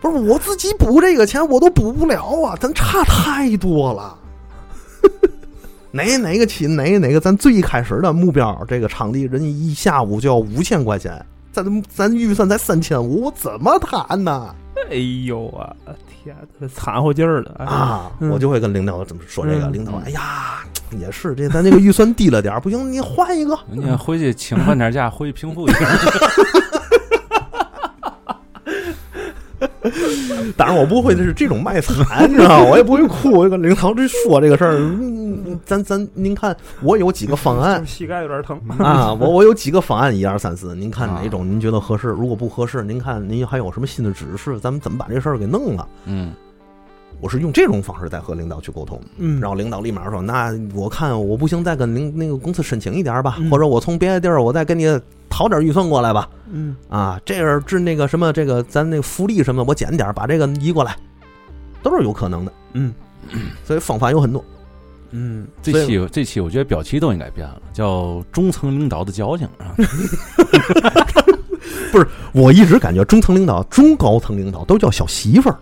Speaker 2: 不是我自己补这个钱我都补不了啊，咱差太多了。 哪哪个起哪个哪个，咱最开始的目标，这个场地人家一下午就要五千块钱，咱咱预算才三千五，我怎么谈呢？”
Speaker 3: 哎呦啊天，这掺和劲儿了
Speaker 2: 啊，
Speaker 3: 嗯
Speaker 2: 我就会跟领导怎么说这个。
Speaker 3: 嗯
Speaker 2: 领导，
Speaker 1: 嗯
Speaker 2: 哎呀，也是这咱这个预算低了点儿，不行，你换一个。
Speaker 1: 人家回去请 半天假，回去平复一下，
Speaker 2: 当然我不会的是这种卖惨，你知道吗？我也不会哭，我就跟领导这说这个事儿，嗯咱咱您看，我有几个方案
Speaker 3: 就是膝盖有点疼。
Speaker 2: 啊，我我有几个方案，一二三四，您看
Speaker 3: 啊
Speaker 2: 哪种您觉得合适？如果不合适，您看您还有什么新的指示？咱们怎么把这事儿给弄了？
Speaker 1: 嗯
Speaker 2: 我是用这种方式在和领导去沟通，
Speaker 3: 嗯，
Speaker 2: 然后领导立马说：“那我看我不行，再跟您那个公司申请一点吧，
Speaker 3: 嗯
Speaker 2: 或者我从别的地儿我再跟你讨点预算过来吧。”
Speaker 3: 嗯
Speaker 2: 啊，这样治那个什么，这个咱那个福利什么的，我减点儿，把这个移过来，都是有可能的。
Speaker 3: 嗯
Speaker 2: 所以方法有很多。
Speaker 3: 嗯，
Speaker 1: 这期这期我觉得表期都应该变了，叫中层领导的矫情啊。
Speaker 2: 我一直感觉中层领导、中高层领导都叫小媳妇儿，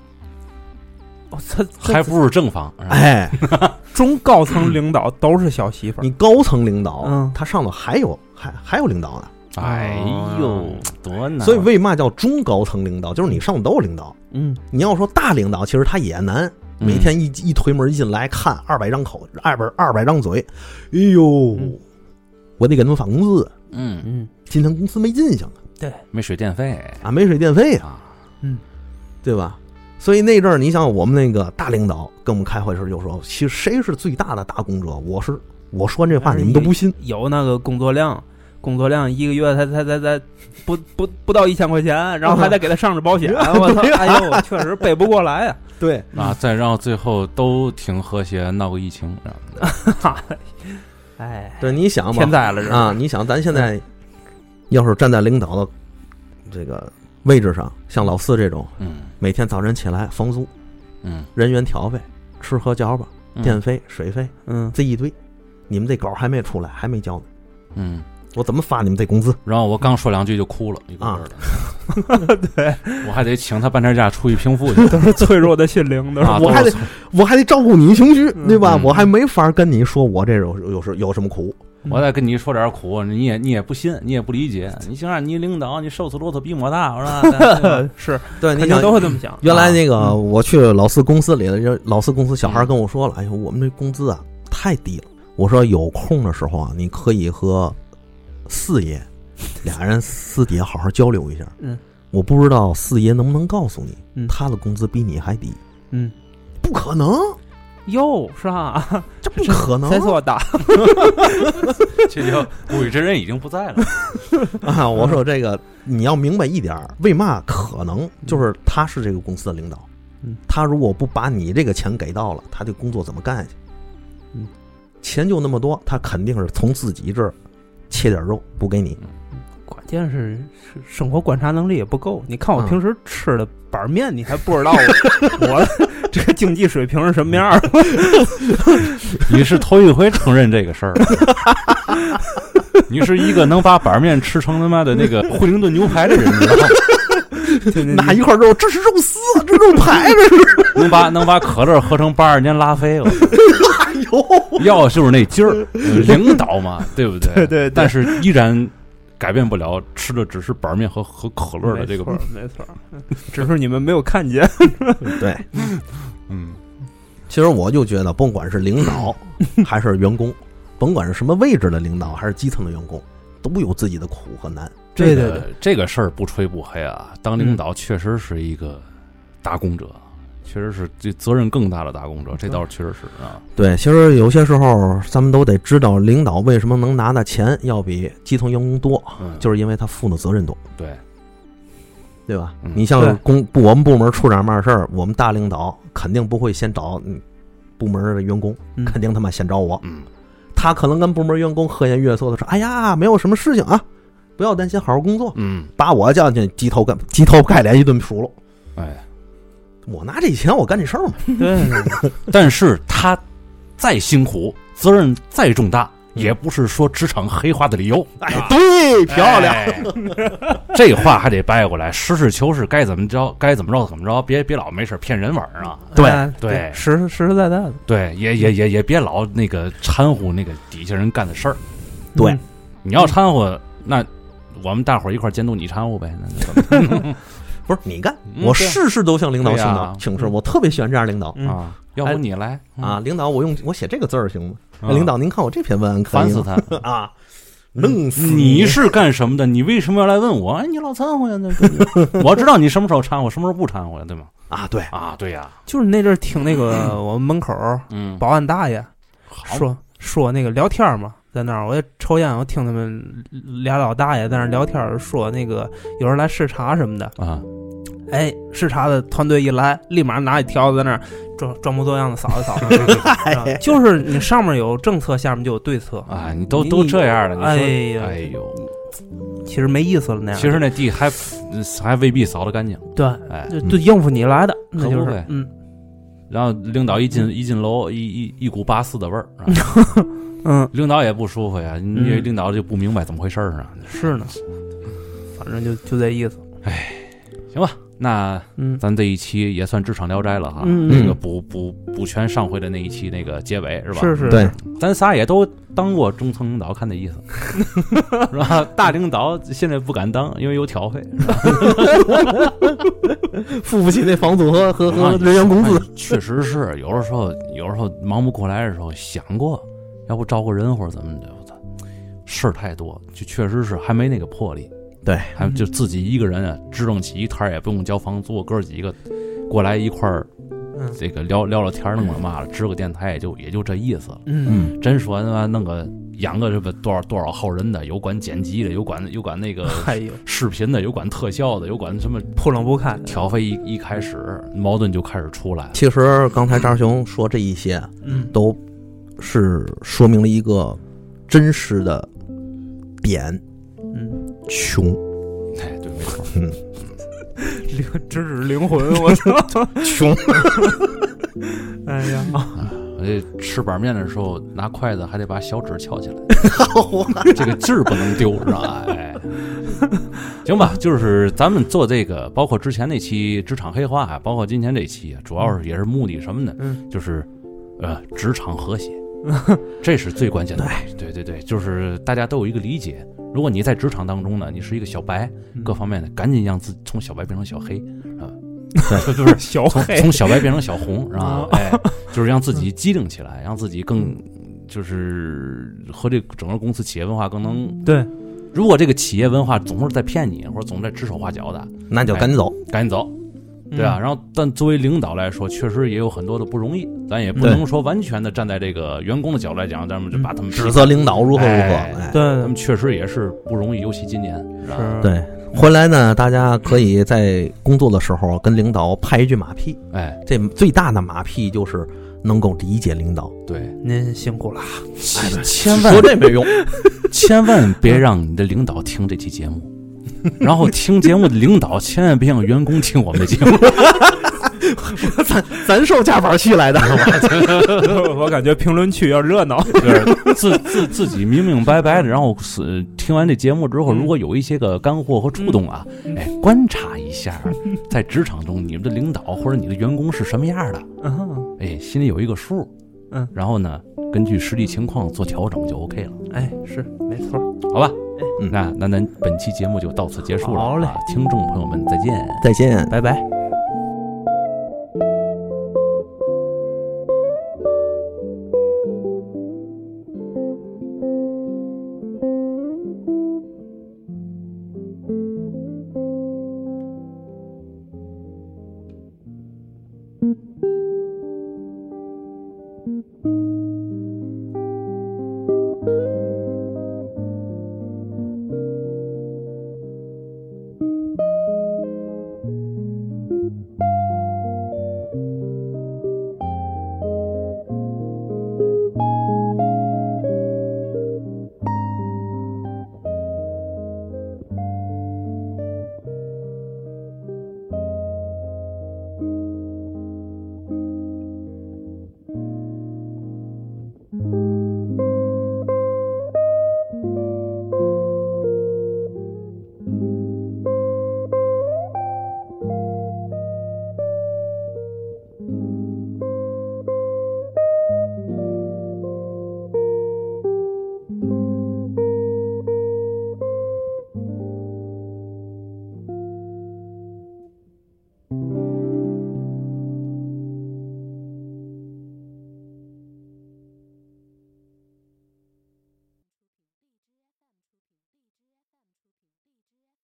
Speaker 3: 我操，哦这
Speaker 1: 还不如正方。
Speaker 3: 嗯
Speaker 1: 是吧，
Speaker 2: 哎，
Speaker 3: 中高层领导都是小媳妇儿
Speaker 2: 你。高层领导，
Speaker 3: 嗯
Speaker 2: 他上头还有还还有领导呢，
Speaker 1: 哎呦，多难！
Speaker 2: 哦
Speaker 1: 啊
Speaker 2: 所以为嘛叫中高层领导？就是你上头都有领导。
Speaker 3: 嗯
Speaker 2: 你要说大领导，其实他也难，
Speaker 1: 嗯
Speaker 2: 每天一一推门进来看二百张口，二百二百张嘴，哎呦
Speaker 3: 嗯，
Speaker 2: 我得给他们发工资，
Speaker 1: 嗯，
Speaker 3: 嗯，
Speaker 2: 今天工资没进项啊，
Speaker 1: 没水电费
Speaker 2: 啊，没水电费啊。
Speaker 1: 啊，
Speaker 3: 嗯
Speaker 2: 对吧？所以那阵儿，你想我们那个大领导跟我们开会时候就说，其实谁是最大的打工者？我是我说完这话
Speaker 3: 但是
Speaker 2: 你们都不信，
Speaker 3: 有那个工作量，工作量一个月才才才才不不不到一千块 钱，然后还得给他上着保险，我操！哎呦，确实背不过来 呀。
Speaker 2: 对，
Speaker 1: 啊，再让最后都挺和谐，闹个疫情，啊
Speaker 3: 哎，
Speaker 2: 对，你想吧，
Speaker 3: 天灾了这是
Speaker 2: 啊！你想，咱现在要是站在领导的这个位置上，像老四这种，
Speaker 1: 嗯
Speaker 2: 每天早晨起来房租、
Speaker 1: 嗯，
Speaker 2: 人员调配、吃喝交吧、
Speaker 1: 嗯
Speaker 2: 电费、水费
Speaker 3: 嗯
Speaker 2: 这一堆，你们这狗还没出来，还没交呢，
Speaker 1: 嗯，
Speaker 2: 我怎么发你们这工资？
Speaker 1: 然后我刚说两句就哭了，一个
Speaker 2: 啊
Speaker 1: 劲儿的， 对，我还得请他半天假出去平复去，
Speaker 3: 都是 脆弱的心灵，都是
Speaker 1: 啊，
Speaker 2: 我还得
Speaker 1: 都是
Speaker 2: 我还得照顾你情绪，对吧？
Speaker 1: 嗯
Speaker 2: 我还没法跟你说我这有有什有什么苦。
Speaker 1: 我再跟你说点苦，你也你也不信，你也不理解， 你想让你领导，你瘦死骆驼比我大，是吧？
Speaker 3: 是
Speaker 2: 对，你
Speaker 3: 肯定
Speaker 2: 想
Speaker 3: 都会这么想。
Speaker 2: 原来那
Speaker 3: 啊
Speaker 2: 个
Speaker 3: 嗯
Speaker 2: 我去老四公司里的人，老四公司小孩跟我说了，哎呦，我们这工资啊太低了。我说有空的时候啊，你可以和四爷俩人私底下好好交流一下。
Speaker 3: 嗯，
Speaker 2: 我不知道四爷能不能告诉你，
Speaker 3: 嗯
Speaker 2: 他的工资比你还低？
Speaker 3: 嗯，
Speaker 2: 不可能，
Speaker 3: 哟是吧？
Speaker 2: 这不可 能
Speaker 3: 谁说的？
Speaker 1: 这就物以之人已经不在了，
Speaker 2: 啊！我说这个你要明白一点儿，为嘛可能就是他是这个公司的领导
Speaker 3: 嗯，
Speaker 2: 他如果不把你这个钱给到了，他这工作怎么干下去
Speaker 3: 嗯？
Speaker 2: 钱就那么多，他肯定是从自己这儿切点肉补给你。
Speaker 3: 关键是是生活观察能力也不够。你看我
Speaker 2: 嗯
Speaker 3: 平时吃的板面，你还不知道我我的这个经济水平是什么样 儿？
Speaker 1: 你是头一回承认这个事儿。 你是一个能把板面吃成他妈的那个惠灵顿牛排的人，你知道吗？
Speaker 3: 就那
Speaker 2: 拿一块肉，这是肉丝，这是肉排，这是。
Speaker 1: 能把能把可乐喝成八二年拉菲，我
Speaker 2: 哎呦，
Speaker 1: 要就是那劲儿，领导嘛，对不对？
Speaker 3: 对对对
Speaker 1: 但是依然改变不了吃的只是板面和和可乐的这个
Speaker 3: 没，错没错，只是你们没有看见。
Speaker 2: 对，
Speaker 1: 嗯
Speaker 2: 其实我就觉得，甭管是领导 还是员工，甭管是什么位置的领导还是基层的员工，都有自己的苦和难。
Speaker 1: 这
Speaker 3: 对
Speaker 1: 个
Speaker 3: 对对，嗯
Speaker 1: 这个事儿不吹不黑啊，当领导确实是一个打工者，确实是这责任更大的打工者，这倒是确实是啊，
Speaker 2: 对，其实有些时候咱们都得知道，领导为什么能拿的钱要比基层员工多，
Speaker 3: 啊
Speaker 1: 嗯，
Speaker 2: 就是因为他负的责任多，
Speaker 1: 对，
Speaker 2: 对吧？
Speaker 1: 嗯
Speaker 2: 你
Speaker 3: 对
Speaker 2: 像公部我们部门出点嘛事儿，我们大领导肯定不会先找嗯部门的员工，
Speaker 3: 嗯
Speaker 2: 肯定他妈先找我。
Speaker 1: 嗯
Speaker 2: 他可能跟部门员工和颜悦色的说：“哎呀，没有什么事情啊，不要担心，好好工作。
Speaker 1: 嗯”，
Speaker 2: 把我叫进去，鸡头盖鸡头盖脸一顿数落。
Speaker 1: 哎，啊
Speaker 2: 我拿这钱，我干这事儿嘛，
Speaker 3: 对对对
Speaker 1: 但是他再辛苦，责任再重大。也不是说职场黑化的理由，
Speaker 2: 哎， 对，漂亮，
Speaker 1: 哎这话还得掰过来，实事求是，该怎么着该怎么着怎么着，别别老没事儿骗人玩儿啊！
Speaker 3: 哎
Speaker 1: 对
Speaker 3: 实实实在在的。
Speaker 1: 对，也也也也别老那个掺和那个底下人干的事儿。
Speaker 2: 对
Speaker 3: 嗯，
Speaker 1: 你要掺和，那我们大伙儿一块儿监督你掺和呗。那就怎么
Speaker 2: 不是你干，
Speaker 1: 嗯
Speaker 2: 我
Speaker 1: 对啊
Speaker 2: 事事都向领导
Speaker 1: 对啊嗯
Speaker 2: 请
Speaker 1: 呀
Speaker 2: 教请示，我特别喜欢这样领导。啊
Speaker 3: 嗯
Speaker 1: 啊，要不你来
Speaker 2: 哎啊，，领导，我用我写这个字儿行吗？
Speaker 1: 嗯
Speaker 2: 领，导，您看我这篇文案可
Speaker 1: 啊烦
Speaker 2: 以
Speaker 1: 死
Speaker 2: 吗？
Speaker 1: 他！
Speaker 2: 啊，弄死
Speaker 1: 你是干什么的？你为什么要来问我？哎，你老掺和呀，那对我知道你什么时候掺和，什么时候不掺和呀，对吗？
Speaker 2: 啊，对，
Speaker 1: 啊，对呀，
Speaker 3: 就是那阵儿听那个我们门口儿
Speaker 1: 嗯，
Speaker 3: 保安大爷
Speaker 1: 好，
Speaker 3: 说说那个聊天儿嘛，在那儿我也抽烟，我听他们俩老大爷在那儿聊天儿，说那个有人来视察什么的，
Speaker 1: 啊，
Speaker 3: 哎，视察的团队一来，立马拿起笤子在那儿装装模作样的扫一 扫，
Speaker 2: 哎，
Speaker 3: 就是你上面有政策，下面就有对策，
Speaker 1: 啊，你都都这样了，
Speaker 3: 哎
Speaker 1: 你说，
Speaker 3: 呀
Speaker 1: 哎呦，
Speaker 3: 其实没意思了那样。
Speaker 1: 其实那地还嗯还未必扫得干净，
Speaker 3: 对，
Speaker 1: 哎，
Speaker 3: 就就应付你来的，那就
Speaker 1: 可不
Speaker 3: 是
Speaker 1: 呗
Speaker 3: 嗯
Speaker 1: 然后领导一进一进楼，一一一股八四的味儿，啊
Speaker 3: 嗯
Speaker 1: 领导也不舒服呀，你这
Speaker 3: 嗯
Speaker 1: 领导就不明白怎么回事儿啊。
Speaker 3: 是呢，反正就就这意思，
Speaker 1: 那
Speaker 3: 嗯
Speaker 1: 咱这一期也算职场聊斋了哈，
Speaker 3: 嗯
Speaker 1: 啊那个补补补全上回的那一期那个结尾是吧？
Speaker 3: 是是
Speaker 2: 对，
Speaker 1: 咱仨也都当过中层领导，看那意思， 是吧？大领导现在不敢当，因为有挑费，
Speaker 2: 付不起那房租和和和人员工资，
Speaker 1: 哎确实是有的时候，有的时候忙不过来的时候想过，要不招个人或者怎么的，我操，事儿太多，就确实是还没那个魄力。
Speaker 2: 对
Speaker 1: 还就自己一个人啊，支棱起一摊儿，也不用交房租，哥儿几个过来一块儿，
Speaker 3: 嗯
Speaker 1: 这个聊聊聊天儿，弄个嘛了，支个电台也就也就这意思了。
Speaker 3: 嗯
Speaker 2: 嗯，
Speaker 1: 真说他妈弄个养个什么多少多少号人的，有管剪辑的，有管有管那 个
Speaker 3: 哎呦，
Speaker 1: 视频的，有管特效的，有管什么
Speaker 3: 扑棱不开，
Speaker 1: 挑费一一开始矛盾就开始出来了。
Speaker 2: 其实刚才张雄说这一些
Speaker 3: 嗯
Speaker 2: 都是说明了一个真实的点，
Speaker 3: 嗯，
Speaker 2: 穷，
Speaker 1: 哎，对，没错。
Speaker 3: 灵直指灵魂，我操，
Speaker 2: 穷，
Speaker 3: 哎呀，
Speaker 1: 我这吃板面的时候拿筷子还得把小指翘起来，这个劲儿不能丢，是吧？哎，行吧，就是咱们做这个，包括之前那期职场黑话啊，包括今天这期，主要是也是目的什么呢？
Speaker 3: 嗯
Speaker 1: 就是呃，职场和谐，这是最关键的。对对对，就是大家都有一个理解。如果你在职场当中呢，你是一个小白，各方面的，赶紧让自己从小白变成小黑啊， 就就是
Speaker 3: 小
Speaker 1: 从
Speaker 3: 黑，
Speaker 1: 从小白变成小红，是吧
Speaker 3: 啊？
Speaker 1: 哎，就是让自己机灵起来，让自己更就是和这整个公司企业文化更能。
Speaker 3: 对，
Speaker 1: 如果这个企业文化总是在骗你，或者总是在指手画脚的，
Speaker 2: 那就赶紧走，
Speaker 1: 赶紧走，对啊吧？
Speaker 3: 嗯
Speaker 1: 然后，但作为领导来说，确实也有很多的不容易，咱也不
Speaker 2: 对嗯
Speaker 1: 能说完全的站在这个员工的角度来讲，咱们就把他们
Speaker 2: 指责领导如何如何，
Speaker 1: 哎
Speaker 2: 哎，
Speaker 1: 他们
Speaker 3: 对，
Speaker 1: 确实也是不容易，尤其今年，是吧？
Speaker 3: 嗯是，
Speaker 2: 对。哎回来呢，大家可以在工作的时候跟领导拍一句马屁，
Speaker 1: 哎，
Speaker 2: 这最大的马屁就是能够理解领导。
Speaker 1: 对，哎
Speaker 3: 您辛苦了，
Speaker 1: 千千万
Speaker 2: 说这没用，
Speaker 1: 千万别让你的领导听这期节 目，然后听节目的领导千万别让员工听我们的节 目。
Speaker 2: 咱受加班气来的。
Speaker 3: 我感觉评论区要热闹，
Speaker 1: 就是自自自己明明白白的，然后是听完这节目之后，如果有一些个干货和触动啊，
Speaker 3: 嗯
Speaker 1: 哎，观察一下，在职场中你们的领导或者你的员工是什么样的，
Speaker 3: 嗯
Speaker 1: 哎，心里有一个数，
Speaker 3: 嗯，
Speaker 1: 然后呢，根据实际情况做调整就 OK 了，
Speaker 3: 哎，是没错儿，
Speaker 1: 好吧？
Speaker 2: 嗯
Speaker 1: 那那咱本期节目就到此结束了，
Speaker 3: 好嘞
Speaker 1: 啊，听众朋友们再见。
Speaker 2: 再见。
Speaker 3: 拜拜。